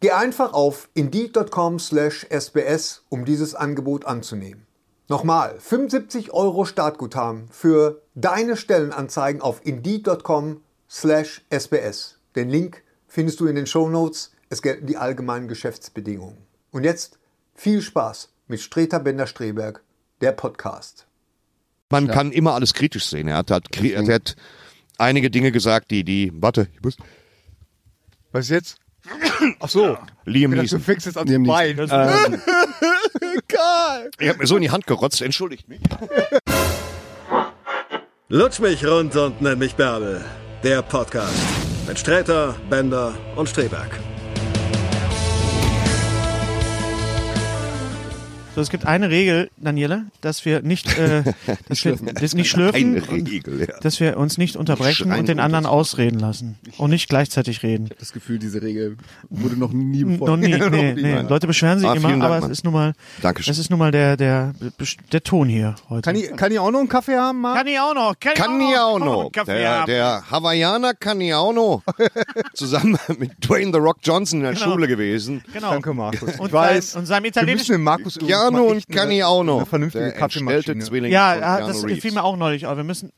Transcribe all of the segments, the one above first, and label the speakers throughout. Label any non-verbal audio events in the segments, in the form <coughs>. Speaker 1: Geh einfach auf indeed.com/sbs, um dieses Angebot anzunehmen. Nochmal, 75 Euro Startguthaben für deine Stellenanzeigen auf indeed.com/sbs. Den Link findest du in den Shownotes. Es gelten die allgemeinen Geschäftsbedingungen. Und jetzt viel Spaß mit Streter Bender-Streberg, der Podcast.
Speaker 2: Man kann immer alles kritisch sehen. Er hat, hat, kri- er hat einige Dinge gesagt, die, die, warte, ich muss,
Speaker 3: Was jetzt? Ach so.
Speaker 2: Liam
Speaker 3: Ich dachte, du
Speaker 2: Neeson.
Speaker 3: fängst jetzt an zu weinen. <laughs> Egal.
Speaker 2: Er hat mir so in die Hand gerotzt, entschuldigt mich.
Speaker 4: Lutsch mich rund und nenn mich Bärbel. Der Podcast mit Sträter, Bender und Streberg.
Speaker 5: So, es gibt eine Regel, Daniele, dass wir nicht,
Speaker 2: <laughs>
Speaker 5: äh, dass wir, das nicht schlürfen,
Speaker 2: Eine Regel, ja.
Speaker 5: dass wir uns nicht unterbrechen
Speaker 2: Schreien
Speaker 5: und den
Speaker 2: und
Speaker 5: anderen
Speaker 2: das-
Speaker 5: ausreden lassen und nicht gleichzeitig reden.
Speaker 3: Das Gefühl, diese Regel wurde noch nie
Speaker 2: <laughs>
Speaker 5: Noch nie, nee, nee. Leute beschweren sich
Speaker 2: Ah,
Speaker 5: immer,
Speaker 2: vielen Dank,
Speaker 5: aber
Speaker 2: Mann.
Speaker 5: es ist nun mal,
Speaker 2: Dankeschön.
Speaker 5: es ist nun mal der der der Ton hier heute.
Speaker 3: Kann ich, kann ich auch noch einen Kaffee haben, Marc?
Speaker 5: Kann ich auch noch, kann, ich auch noch,
Speaker 2: Caniano,
Speaker 5: einen Kaffee
Speaker 2: der,
Speaker 5: haben.
Speaker 2: der Hawaiianer
Speaker 3: <laughs>
Speaker 2: Caniano, zusammen mit Dwayne The Rock Johnson in der Schule gewesen.
Speaker 5: genau.
Speaker 3: Danke, Markus.
Speaker 5: Und
Speaker 3: ich weiß.
Speaker 5: sein- und seinem
Speaker 3: wir
Speaker 5: italienischen-
Speaker 3: müssen den Markus
Speaker 2: Giano
Speaker 3: übrigens mal
Speaker 2: und
Speaker 3: echt eine-
Speaker 2: Caniano,
Speaker 3: Eine vernünftige
Speaker 2: der entstellte
Speaker 3: Kaffeemaschine.
Speaker 2: Zwilling von
Speaker 5: Ja, ah,
Speaker 2: Keanu
Speaker 5: das
Speaker 2: Reeves. <laughs>
Speaker 5: fiel mir auch neulich auf. Wir müssen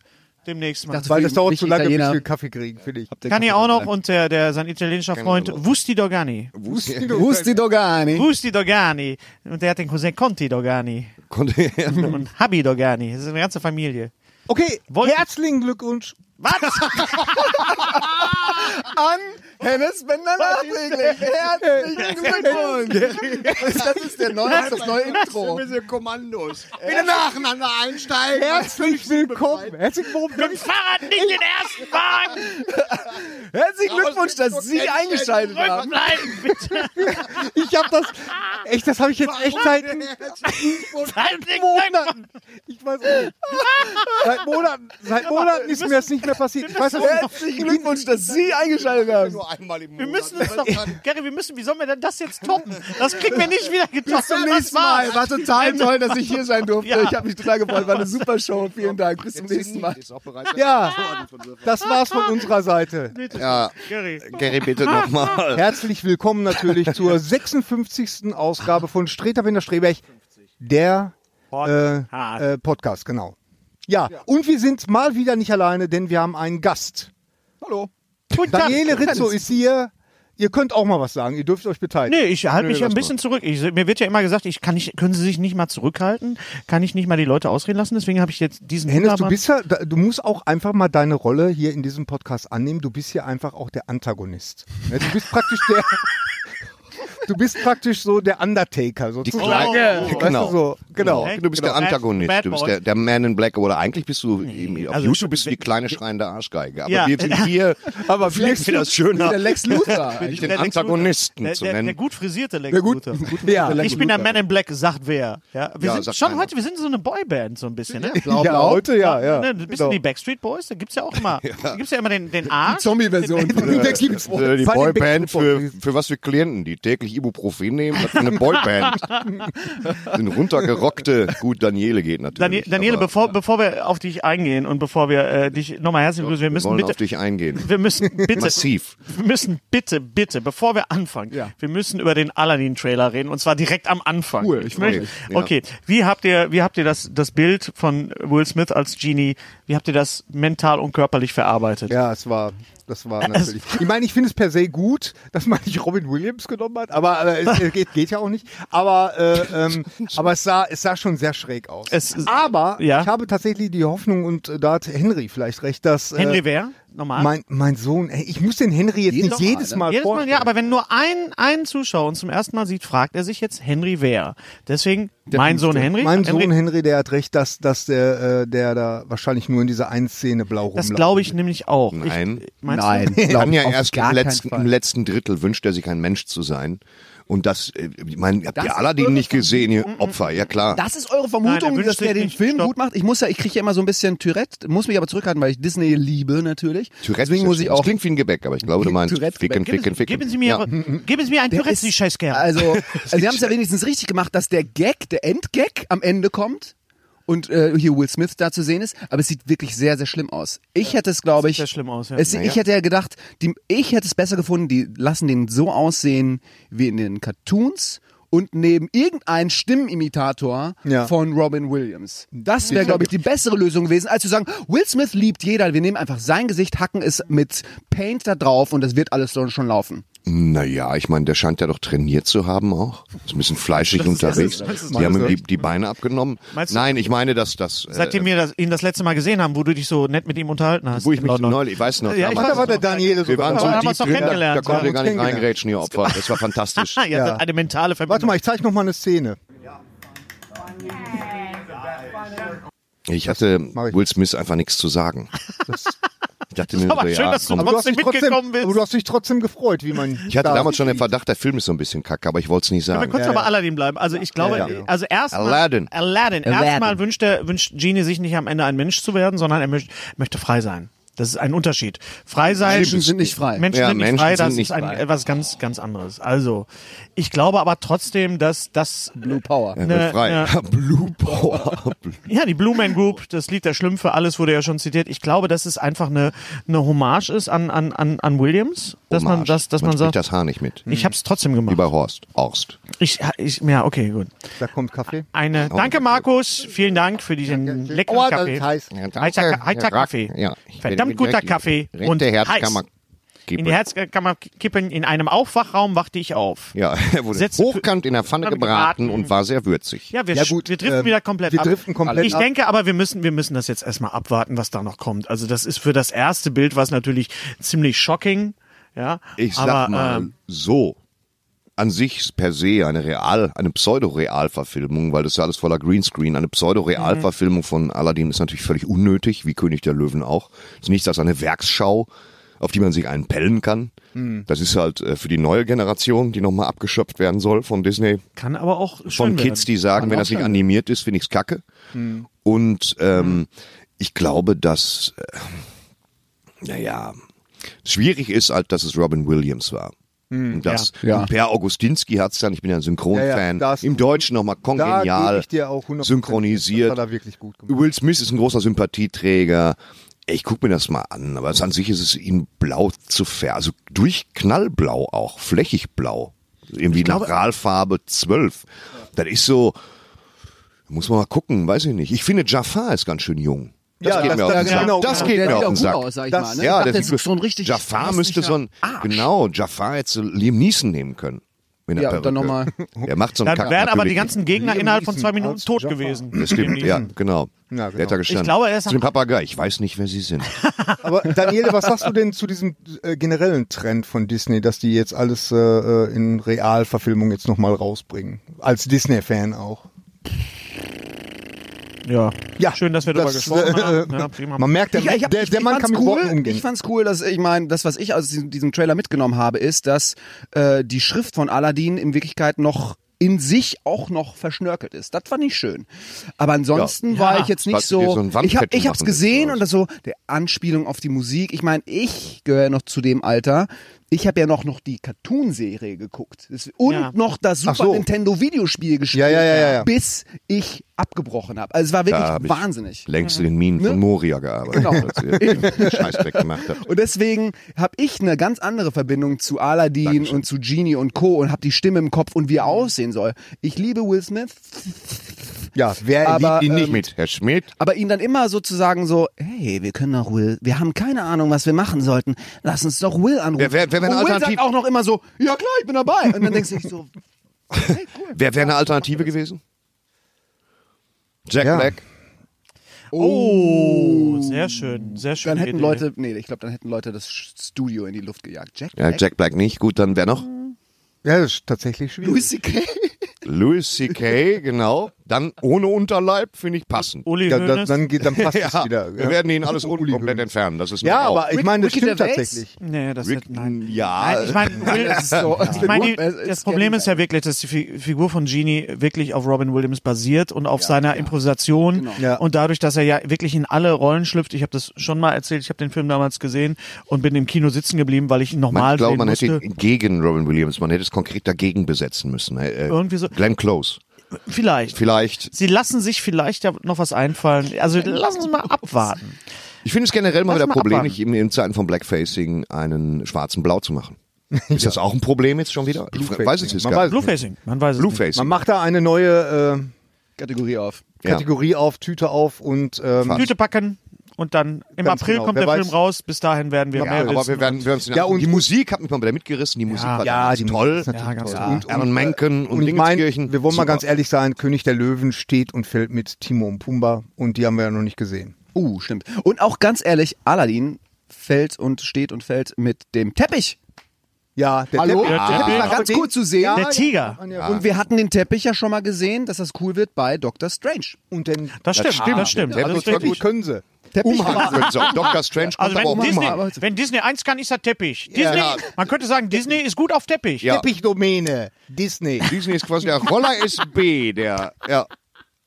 Speaker 5: demnächst mal.
Speaker 3: Weil das dauert
Speaker 6: Nicht
Speaker 3: zu lange, bis
Speaker 6: Italiener.
Speaker 3: wir Kaffee kriegen, finde ich.
Speaker 5: Kann ich auch noch und der, der sein italienischer Freund Vusti Dogani.
Speaker 6: Gusti Dogani.
Speaker 5: Vusti Dogani. Und der hat den Cousin Conti Dogani.
Speaker 2: Konnte
Speaker 3: <laughs>
Speaker 2: er-
Speaker 5: und Habi Dogani. Das ist eine ganze Familie.
Speaker 3: Okay,
Speaker 5: Wollten-
Speaker 3: herzlichen Glückwunsch <laughs>
Speaker 5: Was?
Speaker 3: an Hennes Bender nachträglich. <laughs> Herzlichen Glückwunsch.
Speaker 6: Das ist der neue, das neue Intro.
Speaker 3: Herzlich willkommen. Herzlichen Glückwunsch.
Speaker 5: Fahrrad nicht den ersten Wagen!
Speaker 6: Herzlichen Glückwunsch, dass Sie eingeschaltet haben.
Speaker 5: Nein, bitte!
Speaker 3: Ich habe das, echt, das habe ich jetzt echt seit
Speaker 5: <laughs> Halt den
Speaker 3: Monaten. Ich weiß auch nicht. Seit Monaten, seit Monaten ist mir das nicht mehr passiert. Ich weiß auch
Speaker 6: Herzlichen Glückwunsch, dass Sie eingeschaltet haben.
Speaker 5: Wir müssen uns doch.
Speaker 2: <laughs>
Speaker 5: Gary, wir müssen. Wie sollen wir denn das jetzt toppen? Das kriegen wir nicht wieder getoppt.
Speaker 6: Bis zum nächsten Mal. War total toll, dass ich hier sein durfte.
Speaker 5: Ja.
Speaker 6: Ich habe mich total gefreut. War eine super Show. Vielen Dank. Bis zum nächsten Mal.
Speaker 3: Ja, das war's von unserer Seite.
Speaker 2: Ja,
Speaker 5: Gary.
Speaker 3: Äh,
Speaker 2: Gary, bitte nochmal.
Speaker 3: Herzlich willkommen natürlich
Speaker 6: <laughs>
Speaker 3: zur 56. Ausgabe von Streter Binder Strebech, der äh,
Speaker 5: Podcast.
Speaker 3: äh, Podcast, genau. Ja, und wir sind mal wieder nicht alleine, denn wir haben einen Gast.
Speaker 6: Hallo.
Speaker 5: Guten Tag.
Speaker 3: Daniele Rizzo ist hier. Ihr könnt auch mal was sagen, ihr dürft euch beteiligen.
Speaker 5: Nee, ich halte mich
Speaker 3: Nö,
Speaker 5: ja ein
Speaker 3: lass
Speaker 5: bisschen zurück. Ich, mir wird ja immer gesagt, ich kann nicht, können Sie sich nicht mal zurückhalten? Kann ich nicht mal die Leute ausreden lassen? Deswegen habe ich jetzt diesen
Speaker 3: Hennes, du
Speaker 5: wunderbaren-
Speaker 3: bist ja, da- du musst auch einfach mal deine Rolle hier in diesem Podcast annehmen. Du bist hier einfach auch der Antagonist. Ne, Du bist praktisch der. <laughs> Du bist praktisch so der Undertaker sozusagen.
Speaker 2: Kleine-
Speaker 3: Weißt du,
Speaker 2: Genau.
Speaker 3: so, genau.
Speaker 2: Du bist der
Speaker 5: Genau.
Speaker 2: Antagonist,
Speaker 5: Bad
Speaker 2: du bist
Speaker 5: Boy.
Speaker 2: der, der Man in Black, oder eigentlich bist du, eben, auf
Speaker 5: also-
Speaker 2: YouTube bist du die kleine schreiende Arschgeige. Aber
Speaker 5: Ja.
Speaker 2: wir sind
Speaker 5: <laughs>
Speaker 2: hier,
Speaker 3: Aber
Speaker 2: vielleicht
Speaker 3: Lex
Speaker 2: wäre das schöner,
Speaker 6: Der
Speaker 2: <laughs>
Speaker 6: Lex Luthor.
Speaker 2: den
Speaker 5: Der Lex Luthor.
Speaker 2: Antagonisten
Speaker 5: der,
Speaker 2: zu
Speaker 5: der, der
Speaker 2: nennen.
Speaker 5: gut frisierte Lex
Speaker 3: Ja, gut.
Speaker 5: Luthor.
Speaker 3: Ja.
Speaker 5: Ich bin der Man in Black, sagt wer. Ja, wir
Speaker 2: Ja,
Speaker 5: sind
Speaker 2: sagt
Speaker 5: schon
Speaker 2: keiner.
Speaker 5: heute, wir sind so eine Boyband so ein bisschen. Ne?
Speaker 6: Blau,
Speaker 3: Ja,
Speaker 6: blau.
Speaker 3: heute, ja, ja.
Speaker 5: Ne, du bist
Speaker 3: Genau.
Speaker 5: die Backstreet Boys, da gibt's ja auch immer, da gibt's ja immer den, den Arsch. <laughs>
Speaker 6: Zombie-Version. Der gibt's wohl.
Speaker 2: Äh, die
Speaker 3: Vor allem
Speaker 2: Boyband
Speaker 3: Backstreet
Speaker 2: für, für was für Klienten, die täglich Ibuprofen nehmen, was für eine Boyband.
Speaker 5: <laughs>
Speaker 2: Sind runtergerockte, gut, Daniele geht
Speaker 5: Danie
Speaker 2: natürlich.
Speaker 5: Daniele,
Speaker 2: aber
Speaker 5: bevor, bevor wir auf dich eingehen und bevor wir äh, dich nochmal herzlich begrüßen, wir
Speaker 2: wir
Speaker 5: müssen
Speaker 2: wollen auf
Speaker 5: bitte,
Speaker 2: dich eingehen.
Speaker 5: wir müssen bitte,
Speaker 2: Massiv.
Speaker 5: wir müssen bitte, bitte, bevor wir anfangen,
Speaker 6: Ja.
Speaker 5: wir müssen über den Aladdin-Trailer reden und zwar direkt am Anfang.
Speaker 6: Cool, ich
Speaker 5: möchte. Okay, wie habt ihr, wie habt ihr das, das Bild von Will Smith als Genie, wie habt ihr das mental und körperlich verarbeitet?
Speaker 3: Ja, es war, das war natürlich. Ich meine, ich finde es per se gut, dass man nicht Robin Williams genommen hat, aber aber äh, es äh, geht, geht ja auch nicht. Aber, äh,
Speaker 5: <laughs>
Speaker 3: ähm, aber es, sah, es sah schon sehr schräg aus.
Speaker 5: Es ist-
Speaker 3: aber
Speaker 5: ja.
Speaker 3: ich habe tatsächlich die Hoffnung, und äh, da hat Henry vielleicht recht, dass. Äh,
Speaker 5: Henry wer? Nochmal.
Speaker 3: Mein, mein Sohn, ey, ich muss den Henry jetzt nicht
Speaker 6: Jedes Mal,
Speaker 3: jedes
Speaker 6: ne?
Speaker 3: Mal
Speaker 5: Jedes Mal,
Speaker 3: vorstellen.
Speaker 5: ja, aber wenn nur ein, ein Zuschauer uns zum ersten Mal sieht, fragt er sich jetzt Henry wer. Deswegen mein Sohn Henry.
Speaker 3: Mein
Speaker 5: Henry,
Speaker 3: Sohn Henry, der hat recht, dass, dass der, äh, der da wahrscheinlich nur in dieser einen Szene blau rumläuft.
Speaker 5: das glaube ich nämlich auch.
Speaker 2: Nein.
Speaker 5: Ich, meinst <laughs>
Speaker 6: Nein.
Speaker 5: Du?
Speaker 6: glaub
Speaker 2: Dann ja
Speaker 6: auf
Speaker 2: erst
Speaker 6: gar
Speaker 2: im
Speaker 6: keinen
Speaker 2: letzten,
Speaker 6: Fall.
Speaker 2: im letzten Drittel wünscht er sich ein Mensch zu sein. Und das, äh, ich meine, habt
Speaker 6: Das
Speaker 2: ihr
Speaker 6: ist
Speaker 2: Aladdin
Speaker 6: eure
Speaker 2: nicht gesehen, ihr Opfer, ja klar.
Speaker 6: Das ist eure
Speaker 5: Nein, er
Speaker 6: Vermutung,
Speaker 5: wünscht
Speaker 6: dass der
Speaker 5: sich
Speaker 6: den
Speaker 5: nicht.
Speaker 6: Film
Speaker 5: Stopp.
Speaker 6: gut macht. Ich muss ja, ich kriege ja immer so ein bisschen Tourette, muss mich aber zurückhalten, weil ich Disney liebe natürlich.
Speaker 2: Tourette
Speaker 6: Deswegen
Speaker 2: ist
Speaker 6: muss
Speaker 2: das-
Speaker 6: ich auch.
Speaker 2: Das klingt wie ein Gebäck, aber ich glaube, du meinst
Speaker 6: Tourette-
Speaker 2: ficken,
Speaker 6: Gebäck.
Speaker 2: ficken, ficken.
Speaker 5: Geben Sie mir,
Speaker 2: Ja.
Speaker 5: geben Sie mir einen Tourette, Sie Scheißkerl. <laughs>
Speaker 6: Also, also sie haben es ja wenigstens richtig gemacht, dass der Gag, der Endgag am Ende kommt und äh, hier Will Smith da zu sehen ist, aber es sieht wirklich sehr, sehr schlimm aus. Ich hätte es, glaube
Speaker 5: sieht
Speaker 6: ich.
Speaker 5: sehr schlimm aus, ja.
Speaker 6: Es, Ich hätte ja gedacht, die, ich hätte es besser gefunden, die lassen den so aussehen wie in den Cartoons. Und neben irgendeinen Stimmenimitator
Speaker 3: Ja.
Speaker 6: von Robin Williams. Das wäre, glaube ich, die bessere Lösung gewesen, als zu sagen, Will Smith liebt jeder, wir nehmen einfach sein Gesicht, hacken es mit Paint da drauf und das wird alles so schon laufen.
Speaker 2: Naja, ich meine, der scheint ja doch trainiert zu haben auch. Ist ein bisschen fleischig unterwegs. die haben ihm die, die Beine abgenommen.
Speaker 5: Meinst du-
Speaker 2: Nein, ich meine, dass das.
Speaker 5: Seit
Speaker 2: Äh,
Speaker 5: wir das, ihn das letzte Mal gesehen haben, wo du dich so nett mit ihm unterhalten hast.
Speaker 2: wo ich
Speaker 5: in
Speaker 2: mich
Speaker 5: London.
Speaker 2: neulich, ich weiß noch,
Speaker 5: Ja, ich
Speaker 2: damals,
Speaker 3: Da war der Daniele
Speaker 2: wir
Speaker 3: sogar.
Speaker 2: waren so
Speaker 5: Aber haben
Speaker 2: deep
Speaker 5: uns doch
Speaker 2: drin, da, da
Speaker 5: kennengelernt,
Speaker 2: konnten
Speaker 5: ja.
Speaker 2: wir gar nicht
Speaker 3: Kennengelernt.
Speaker 2: reingrätschen, ihr Opfer. Das war fantastisch.
Speaker 5: Ah, ja,
Speaker 3: Ja.
Speaker 5: das ist eine mentale
Speaker 3: Warte
Speaker 5: Verbindung.
Speaker 3: mal, ich zeige noch mal eine Szene.
Speaker 2: Ich hatte
Speaker 3: mach ich.
Speaker 2: Will Smith einfach nichts zu sagen. Ich dachte mir
Speaker 5: aber
Speaker 2: so,
Speaker 5: schön,
Speaker 2: ja,
Speaker 5: dass du
Speaker 2: komm.
Speaker 3: Aber du, hast
Speaker 5: Trotzdem
Speaker 3: dich trotzdem,
Speaker 5: mitgekommen bist.
Speaker 3: aber du hast dich trotzdem gefreut, wie man.
Speaker 2: Ich hatte damals schon den Verdacht, der Film ist so ein bisschen kacke, aber ich wollte es nicht
Speaker 5: Wir
Speaker 2: sagen.
Speaker 5: können ja, aber Aladdin bleiben. Also ich glaube,
Speaker 3: Ja, ja.
Speaker 5: also erstmal
Speaker 2: Aladdin.
Speaker 5: Aladdin.
Speaker 6: Aladdin.
Speaker 5: Erstmal wünscht er wünscht Genie sich nicht am Ende ein Mensch zu werden, sondern er möcht, möchte frei sein. Das ist ein Unterschied. Frei sein.
Speaker 6: Menschen sind nicht frei.
Speaker 5: Menschen
Speaker 2: Ja,
Speaker 5: sind nicht
Speaker 2: Menschen
Speaker 5: frei,
Speaker 2: sind
Speaker 5: das
Speaker 2: nicht
Speaker 5: ist ein,
Speaker 2: frei.
Speaker 5: etwas ganz ganz anderes. Also, ich glaube aber trotzdem, dass das
Speaker 6: Blue Power.
Speaker 2: Er wird
Speaker 5: Ne,
Speaker 2: frei. <laughs>
Speaker 5: ne.
Speaker 2: Blue Power.
Speaker 5: Ja, die Blue Man Group, das Lied der Schlümpfe, alles wurde ja schon zitiert. Ich glaube, dass es einfach eine, eine Hommage ist an, an, an, an Williams, dass man
Speaker 2: Hommage.
Speaker 5: das, dass man,
Speaker 2: spricht
Speaker 5: sagt,
Speaker 2: das Haar nicht mit.
Speaker 5: ich habe es trotzdem
Speaker 2: Wie bei
Speaker 5: gemacht.
Speaker 2: Horst. Horst.
Speaker 5: Ich, ich, ja, okay, gut.
Speaker 3: Da kommt Kaffee.
Speaker 5: Eine, danke Markus, vielen Dank für diesen leckeren
Speaker 3: Oh, das
Speaker 5: Kaffee.
Speaker 3: ist heiß.
Speaker 5: Heißer Ka- heißer Kaffee.
Speaker 2: Ja.
Speaker 5: Verdammt guter Kaffee und
Speaker 2: der Herz
Speaker 5: heiß.
Speaker 2: kann man
Speaker 5: In die Herzkammer kippen, in einem Aufwachraum wachte ich auf.
Speaker 2: Ja, <laughs> er wurde
Speaker 5: Setze-
Speaker 2: hochkant in der Pfanne
Speaker 5: Pfanne
Speaker 2: gebraten
Speaker 5: gebraten.
Speaker 2: und war sehr würzig.
Speaker 5: Ja, wir,
Speaker 3: Ja, gut,
Speaker 5: wir driften
Speaker 3: ähm,
Speaker 5: wieder komplett
Speaker 3: wir
Speaker 5: ab.
Speaker 3: driften komplett
Speaker 5: ich
Speaker 3: ab.
Speaker 5: denke aber, wir müssen, wir müssen das jetzt erstmal abwarten, was da noch kommt. Also das ist für das erste Bild, was natürlich ziemlich shocking. Ja,
Speaker 2: Ich sag
Speaker 5: aber,
Speaker 2: mal
Speaker 5: ähm,
Speaker 2: so. An sich per se eine real, eine Pseudo-Real-Verfilmung, weil das ist ja alles voller Greenscreen. Eine
Speaker 5: Mhm.
Speaker 2: Pseudo-Real-Verfilmung von Aladdin ist natürlich völlig unnötig, wie König der Löwen auch. Ist nichts als eine Werksschau, auf die man sich einen pellen kann.
Speaker 5: Mhm.
Speaker 2: Das ist halt äh, für die neue Generation, die nochmal abgeschöpft werden soll von Disney.
Speaker 5: kann aber auch schön
Speaker 2: von
Speaker 5: werden.
Speaker 2: Kids, die sagen, wenn das nicht animiert ist, finde ich's kacke. Und ähm, ich glaube, dass, äh, naja, schwierig ist halt, dass es Robin Williams war. Und das,
Speaker 6: Ja.
Speaker 2: und Per Augustinski hat's dann, ich bin ja ein
Speaker 3: Ja, ja,
Speaker 2: Synchronfan,
Speaker 3: das-
Speaker 2: im Deutschen nochmal
Speaker 3: Da gebe
Speaker 2: kongenial,
Speaker 3: ich dir auch 100%
Speaker 2: synchronisiert.
Speaker 3: Das hat er wirklich gut gemacht.
Speaker 2: Will Smith ist ein großer Sympathieträger. Ich guck mir das mal an, aber es- an sich ist es ihm blau zu fair. Also durch Knallblau auch, flächig blau. Irgendwie Naturalfarbe 12. Das ist so, muss man mal gucken, weiß ich nicht. Ich finde Jafar ist ganz schön jung. Das
Speaker 3: Ja,
Speaker 2: geht
Speaker 3: das-
Speaker 2: mir auf
Speaker 3: das-
Speaker 2: den Sack.
Speaker 3: genau,
Speaker 2: das
Speaker 3: genau.
Speaker 2: geht
Speaker 6: Der
Speaker 2: mir
Speaker 6: sieht
Speaker 2: auf
Speaker 6: auch
Speaker 2: den
Speaker 6: gut
Speaker 2: Sack.
Speaker 6: aus, sag ich
Speaker 3: Das-
Speaker 6: mal. Ne?
Speaker 2: ja,
Speaker 6: ich
Speaker 2: der
Speaker 6: dachte,
Speaker 2: sieht
Speaker 6: ist so ein richtig
Speaker 2: Jafar müsste so ein, genau, Jafar hätte so Liam Neeson nehmen können. Mit einer
Speaker 6: Ja, und dann
Speaker 2: Perücke.
Speaker 6: nochmal.
Speaker 2: Der macht so einen
Speaker 5: Dann
Speaker 2: Kack
Speaker 5: wären aber
Speaker 2: natürlich
Speaker 5: die ganzen Gegner
Speaker 3: Liam
Speaker 5: innerhalb von
Speaker 3: Neeson
Speaker 5: zwei Minuten
Speaker 3: als
Speaker 5: tot
Speaker 3: Jafar.
Speaker 5: gewesen. <laughs>
Speaker 2: nicht. Das stimmt, ja, genau.
Speaker 3: Ja,
Speaker 2: Der
Speaker 3: genau.
Speaker 2: hat da gestanden.
Speaker 5: glaube, er ist
Speaker 2: Zu dem Papagei. Ich weiß nicht, wer sie sind.
Speaker 3: Aber Daniele, was sagst du denn zu diesem äh, generellen Trend von Disney, dass die jetzt alles äh, äh, in Realverfilmung jetzt nochmal rausbringen? Als Disney-Fan auch.
Speaker 5: Ja.
Speaker 3: Ja,
Speaker 5: schön, dass wir darüber
Speaker 3: das,
Speaker 5: gesprochen
Speaker 3: äh,
Speaker 5: haben. Ja, prima.
Speaker 3: Man merkt, der,
Speaker 6: Ich, ich, hab-
Speaker 3: der,
Speaker 6: ich,
Speaker 3: der
Speaker 6: ich
Speaker 3: Mann
Speaker 6: fand's
Speaker 3: kann mit Worten
Speaker 6: cool,
Speaker 3: umgehen.
Speaker 6: ich fand's cool, dass ich meine, das, was ich aus diesem, diesem Trailer mitgenommen habe, ist, dass äh, die Schrift von Aladdin in Wirklichkeit noch in sich auch noch verschnörkelt ist. Das fand ich schön. Aber ansonsten
Speaker 5: Ja.
Speaker 6: war
Speaker 5: Ja.
Speaker 6: ich jetzt
Speaker 2: Statt
Speaker 6: nicht
Speaker 2: dir
Speaker 6: so.
Speaker 2: so ein Wandfetzen
Speaker 6: ich, hab, ich hab's
Speaker 2: machen willst,
Speaker 6: gesehen
Speaker 2: oder
Speaker 6: und das so der Anspielung auf die Musik. Ich meine, ich gehöre noch zu dem Alter. Ich habe ja noch, noch die Cartoon-Serie geguckt Das- und
Speaker 5: Ja.
Speaker 6: noch das Super
Speaker 3: so.
Speaker 6: Nintendo Videospiel gespielt,
Speaker 3: Ja, ja, ja, ja, ja.
Speaker 6: bis ich abgebrochen habe. Also es war
Speaker 2: Da hab
Speaker 6: wirklich
Speaker 2: ich
Speaker 6: wahnsinnig.
Speaker 2: Längst in den Minen von Moria gearbeitet,
Speaker 6: Genau.
Speaker 2: als ihr den Scheißdreck gemacht habt.
Speaker 6: Und deswegen habe ich eine ganz andere Verbindung zu Aladdin und
Speaker 2: Mhm.
Speaker 6: zu Genie und Co. und habe die Stimme im Kopf und wie er aussehen soll. Ich liebe Will Smith. Kopf.
Speaker 3: Ja, wer
Speaker 6: aber,
Speaker 2: Liegt ihn nicht
Speaker 6: ähm,
Speaker 2: mit, Herr Schmidt.
Speaker 6: Aber ihn dann immer sozusagen so, hey, wir können doch Will, wir haben keine Ahnung, was wir machen sollten. Lass uns doch Will anrufen.
Speaker 2: Wer- wer- wer wäre
Speaker 6: Und
Speaker 2: eine
Speaker 6: Will sagt
Speaker 2: Alternative?
Speaker 6: auch noch immer so, ja klar, ich bin dabei. Und dann denkst du
Speaker 2: <laughs>
Speaker 6: dich so, hey, cool.
Speaker 2: Wer wäre eine Alternative gewesen? Jack
Speaker 3: Ja.
Speaker 2: Black.
Speaker 5: Oh, sehr schön, sehr schön.
Speaker 6: Dann
Speaker 2: ne?
Speaker 6: hätten Leute, nee, ich glaube, dann hätten Leute das Studio in die Luft gejagt. Jack,
Speaker 2: Ja,
Speaker 6: Black,
Speaker 2: Jack Black nicht. Gut, dann wer noch?
Speaker 3: Ja, das ist tatsächlich schwierig.
Speaker 2: <laughs>
Speaker 6: Louis C.K.
Speaker 2: Louis C.K., genau. Dann ohne Unterleib finde ich passend.
Speaker 5: Uli
Speaker 3: Ja,
Speaker 5: Hoeneß.
Speaker 3: dann, dann, geht- dann passt
Speaker 2: <laughs>
Speaker 3: es
Speaker 2: Ja,
Speaker 3: wieder.
Speaker 2: wir
Speaker 3: ja.
Speaker 2: werden ihn
Speaker 3: <laughs>
Speaker 2: alles Genau. un- komplett entfernen. Das ist
Speaker 3: ja,
Speaker 2: nur auch-
Speaker 3: aber ich
Speaker 6: Rick-
Speaker 3: meine, das
Speaker 6: Ricky
Speaker 3: stimmt
Speaker 6: Gervais?
Speaker 3: tatsächlich.
Speaker 5: nee, das
Speaker 2: Rick,
Speaker 5: wird, nein.
Speaker 2: ja.
Speaker 5: nein ich meine, Will,
Speaker 6: So,
Speaker 5: ich meine, die-
Speaker 6: Es ist
Speaker 5: das Problem
Speaker 6: ja-
Speaker 5: ist ja wirklich, dass die Fi- Figur von Genie wirklich auf Robin Williams basiert und auf seiner Improvisation
Speaker 3: Ja.
Speaker 5: und dadurch, dass er ja wirklich in alle Rollen schlüpft. Ich habe das schon mal erzählt, ich habe den Film damals gesehen und bin im Kino sitzen geblieben, weil ich ihn
Speaker 2: Man,
Speaker 5: nochmal
Speaker 2: ich glaube,
Speaker 5: sehen
Speaker 2: man hätte
Speaker 5: musste.
Speaker 2: ihn gegen Robin Williams, man hätte es konkret dagegen besetzen müssen. Äh, äh,
Speaker 5: Irgendwie so-
Speaker 2: Glenn Close.
Speaker 5: Vielleicht.
Speaker 2: Vielleicht.
Speaker 5: Sie lassen sich vielleicht ja noch was einfallen. Also lassen Sie mal abwarten.
Speaker 2: Ich finde es generell mal
Speaker 5: Lass
Speaker 2: wieder
Speaker 5: mal abwarten.
Speaker 2: problemig, in, in Zeiten von Blackfacing einen schwarzen Blau zu
Speaker 5: <laughs>
Speaker 2: machen. Ist das auch ein Problem jetzt schon wieder? Ich
Speaker 3: Bluefacing.
Speaker 2: weiß es jetzt
Speaker 3: Man
Speaker 2: gar
Speaker 3: weiß-
Speaker 2: nicht.
Speaker 5: Bluefacing, man weiß es
Speaker 2: Bluefacing.
Speaker 3: Man macht da eine neue
Speaker 6: Kategorie auf.
Speaker 3: äh,
Speaker 2: Ja.
Speaker 3: Kategorie auf, Tüte auf und ähm,
Speaker 5: nicht. Tüte packen und dann im
Speaker 3: Ganz
Speaker 5: April
Speaker 3: genau.
Speaker 5: kommt
Speaker 3: Wer
Speaker 5: der
Speaker 3: weiß-
Speaker 5: Film raus. Bis dahin werden wir
Speaker 2: Ja,
Speaker 5: mehr
Speaker 2: aber
Speaker 5: wissen.
Speaker 2: wir werden, wir werden
Speaker 3: Ja,
Speaker 2: ja, und
Speaker 3: und-
Speaker 2: die Musik hat mich mal wieder mitgerissen, die Musik war damals toll.
Speaker 5: ja, ganz
Speaker 3: toll.
Speaker 5: klar.
Speaker 3: Und,
Speaker 2: Alan Menken und,
Speaker 3: und ich meine, wir
Speaker 2: Dingenskirchen.
Speaker 3: wollen mal
Speaker 2: Super.
Speaker 3: ganz ehrlich sein, König der Löwen steht und fällt mit Timo und Pumba und die haben wir ja noch nicht gesehen.
Speaker 6: Uh, stimmt. Und auch ganz ehrlich, Aladdin fällt und steht und fällt mit dem Teppich.
Speaker 3: Ja, der
Speaker 6: Hallo?
Speaker 3: Teppich-
Speaker 6: Der Teppich war ganz cool zu sehen.
Speaker 5: Der Tiger.
Speaker 6: Und wir hatten den Teppich ja schon mal gesehen, dass das cool wird bei Doctor Strange.
Speaker 3: Und dann
Speaker 5: Das stimmt, das stimmt. Das stimmt.
Speaker 2: Der
Speaker 5: Also,
Speaker 3: also
Speaker 2: Teppich war
Speaker 5: wirklich-
Speaker 3: Teppich können sie.
Speaker 2: umhaken können. So, Dr. Strange kommt
Speaker 5: Also
Speaker 2: aber
Speaker 5: wenn
Speaker 2: auch
Speaker 5: Disney,
Speaker 2: umhaken.
Speaker 5: wenn Disney eins kann, ist das Teppich. Disney,
Speaker 2: Ja.
Speaker 5: man könnte sagen, Disney ist gut auf Teppich.
Speaker 2: Ja.
Speaker 3: Teppichdomäne, Disney.
Speaker 2: Disney ist quasi der Roller SB, der ja,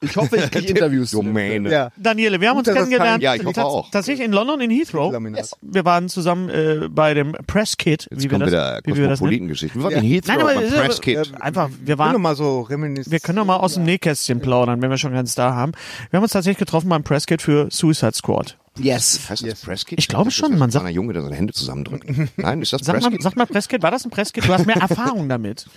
Speaker 6: Ich hoffe, ich
Speaker 2: <laughs>
Speaker 6: kriege Interviews.
Speaker 2: Domäne.
Speaker 3: Ja.
Speaker 5: Daniele, wir haben uns
Speaker 3: dass das kein-
Speaker 5: kennengelernt.
Speaker 2: Ja, ich hoffe
Speaker 5: tats-
Speaker 2: auch.
Speaker 5: Tatsächlich in London in Heathrow.
Speaker 3: Laminat.
Speaker 5: Yes. Wir waren zusammen äh, bei dem Press Kit, wie wir
Speaker 2: Kommt
Speaker 5: das,
Speaker 2: wieder
Speaker 5: wie wir das nennen.
Speaker 2: Kosmopoliten-Geschichten. Wir waren in Heathrow
Speaker 5: Nein, aber- äh,
Speaker 2: beim Press Kit.
Speaker 5: Einfach, wir
Speaker 3: Können wir
Speaker 5: waren,
Speaker 3: mal so reminiszieren.
Speaker 5: wir können doch mal aus dem Nähkästchen plaudern, wenn wir schon ganz da haben. Wir haben uns tatsächlich getroffen beim Press Kit für Suicide Squad.
Speaker 6: Yes. Mhm.
Speaker 2: Heißt das Press Kit?
Speaker 5: Ich glaube schon, man sagt-
Speaker 2: Ein Junge, der seine Hände zusammendrückt. Nein, ist das
Speaker 5: Sag
Speaker 2: Press
Speaker 5: mal,
Speaker 2: Kit?
Speaker 5: sag mal Press Kit, war das ein Press Kit? Du
Speaker 2: <laughs>
Speaker 5: hast mehr Erfahrung damit.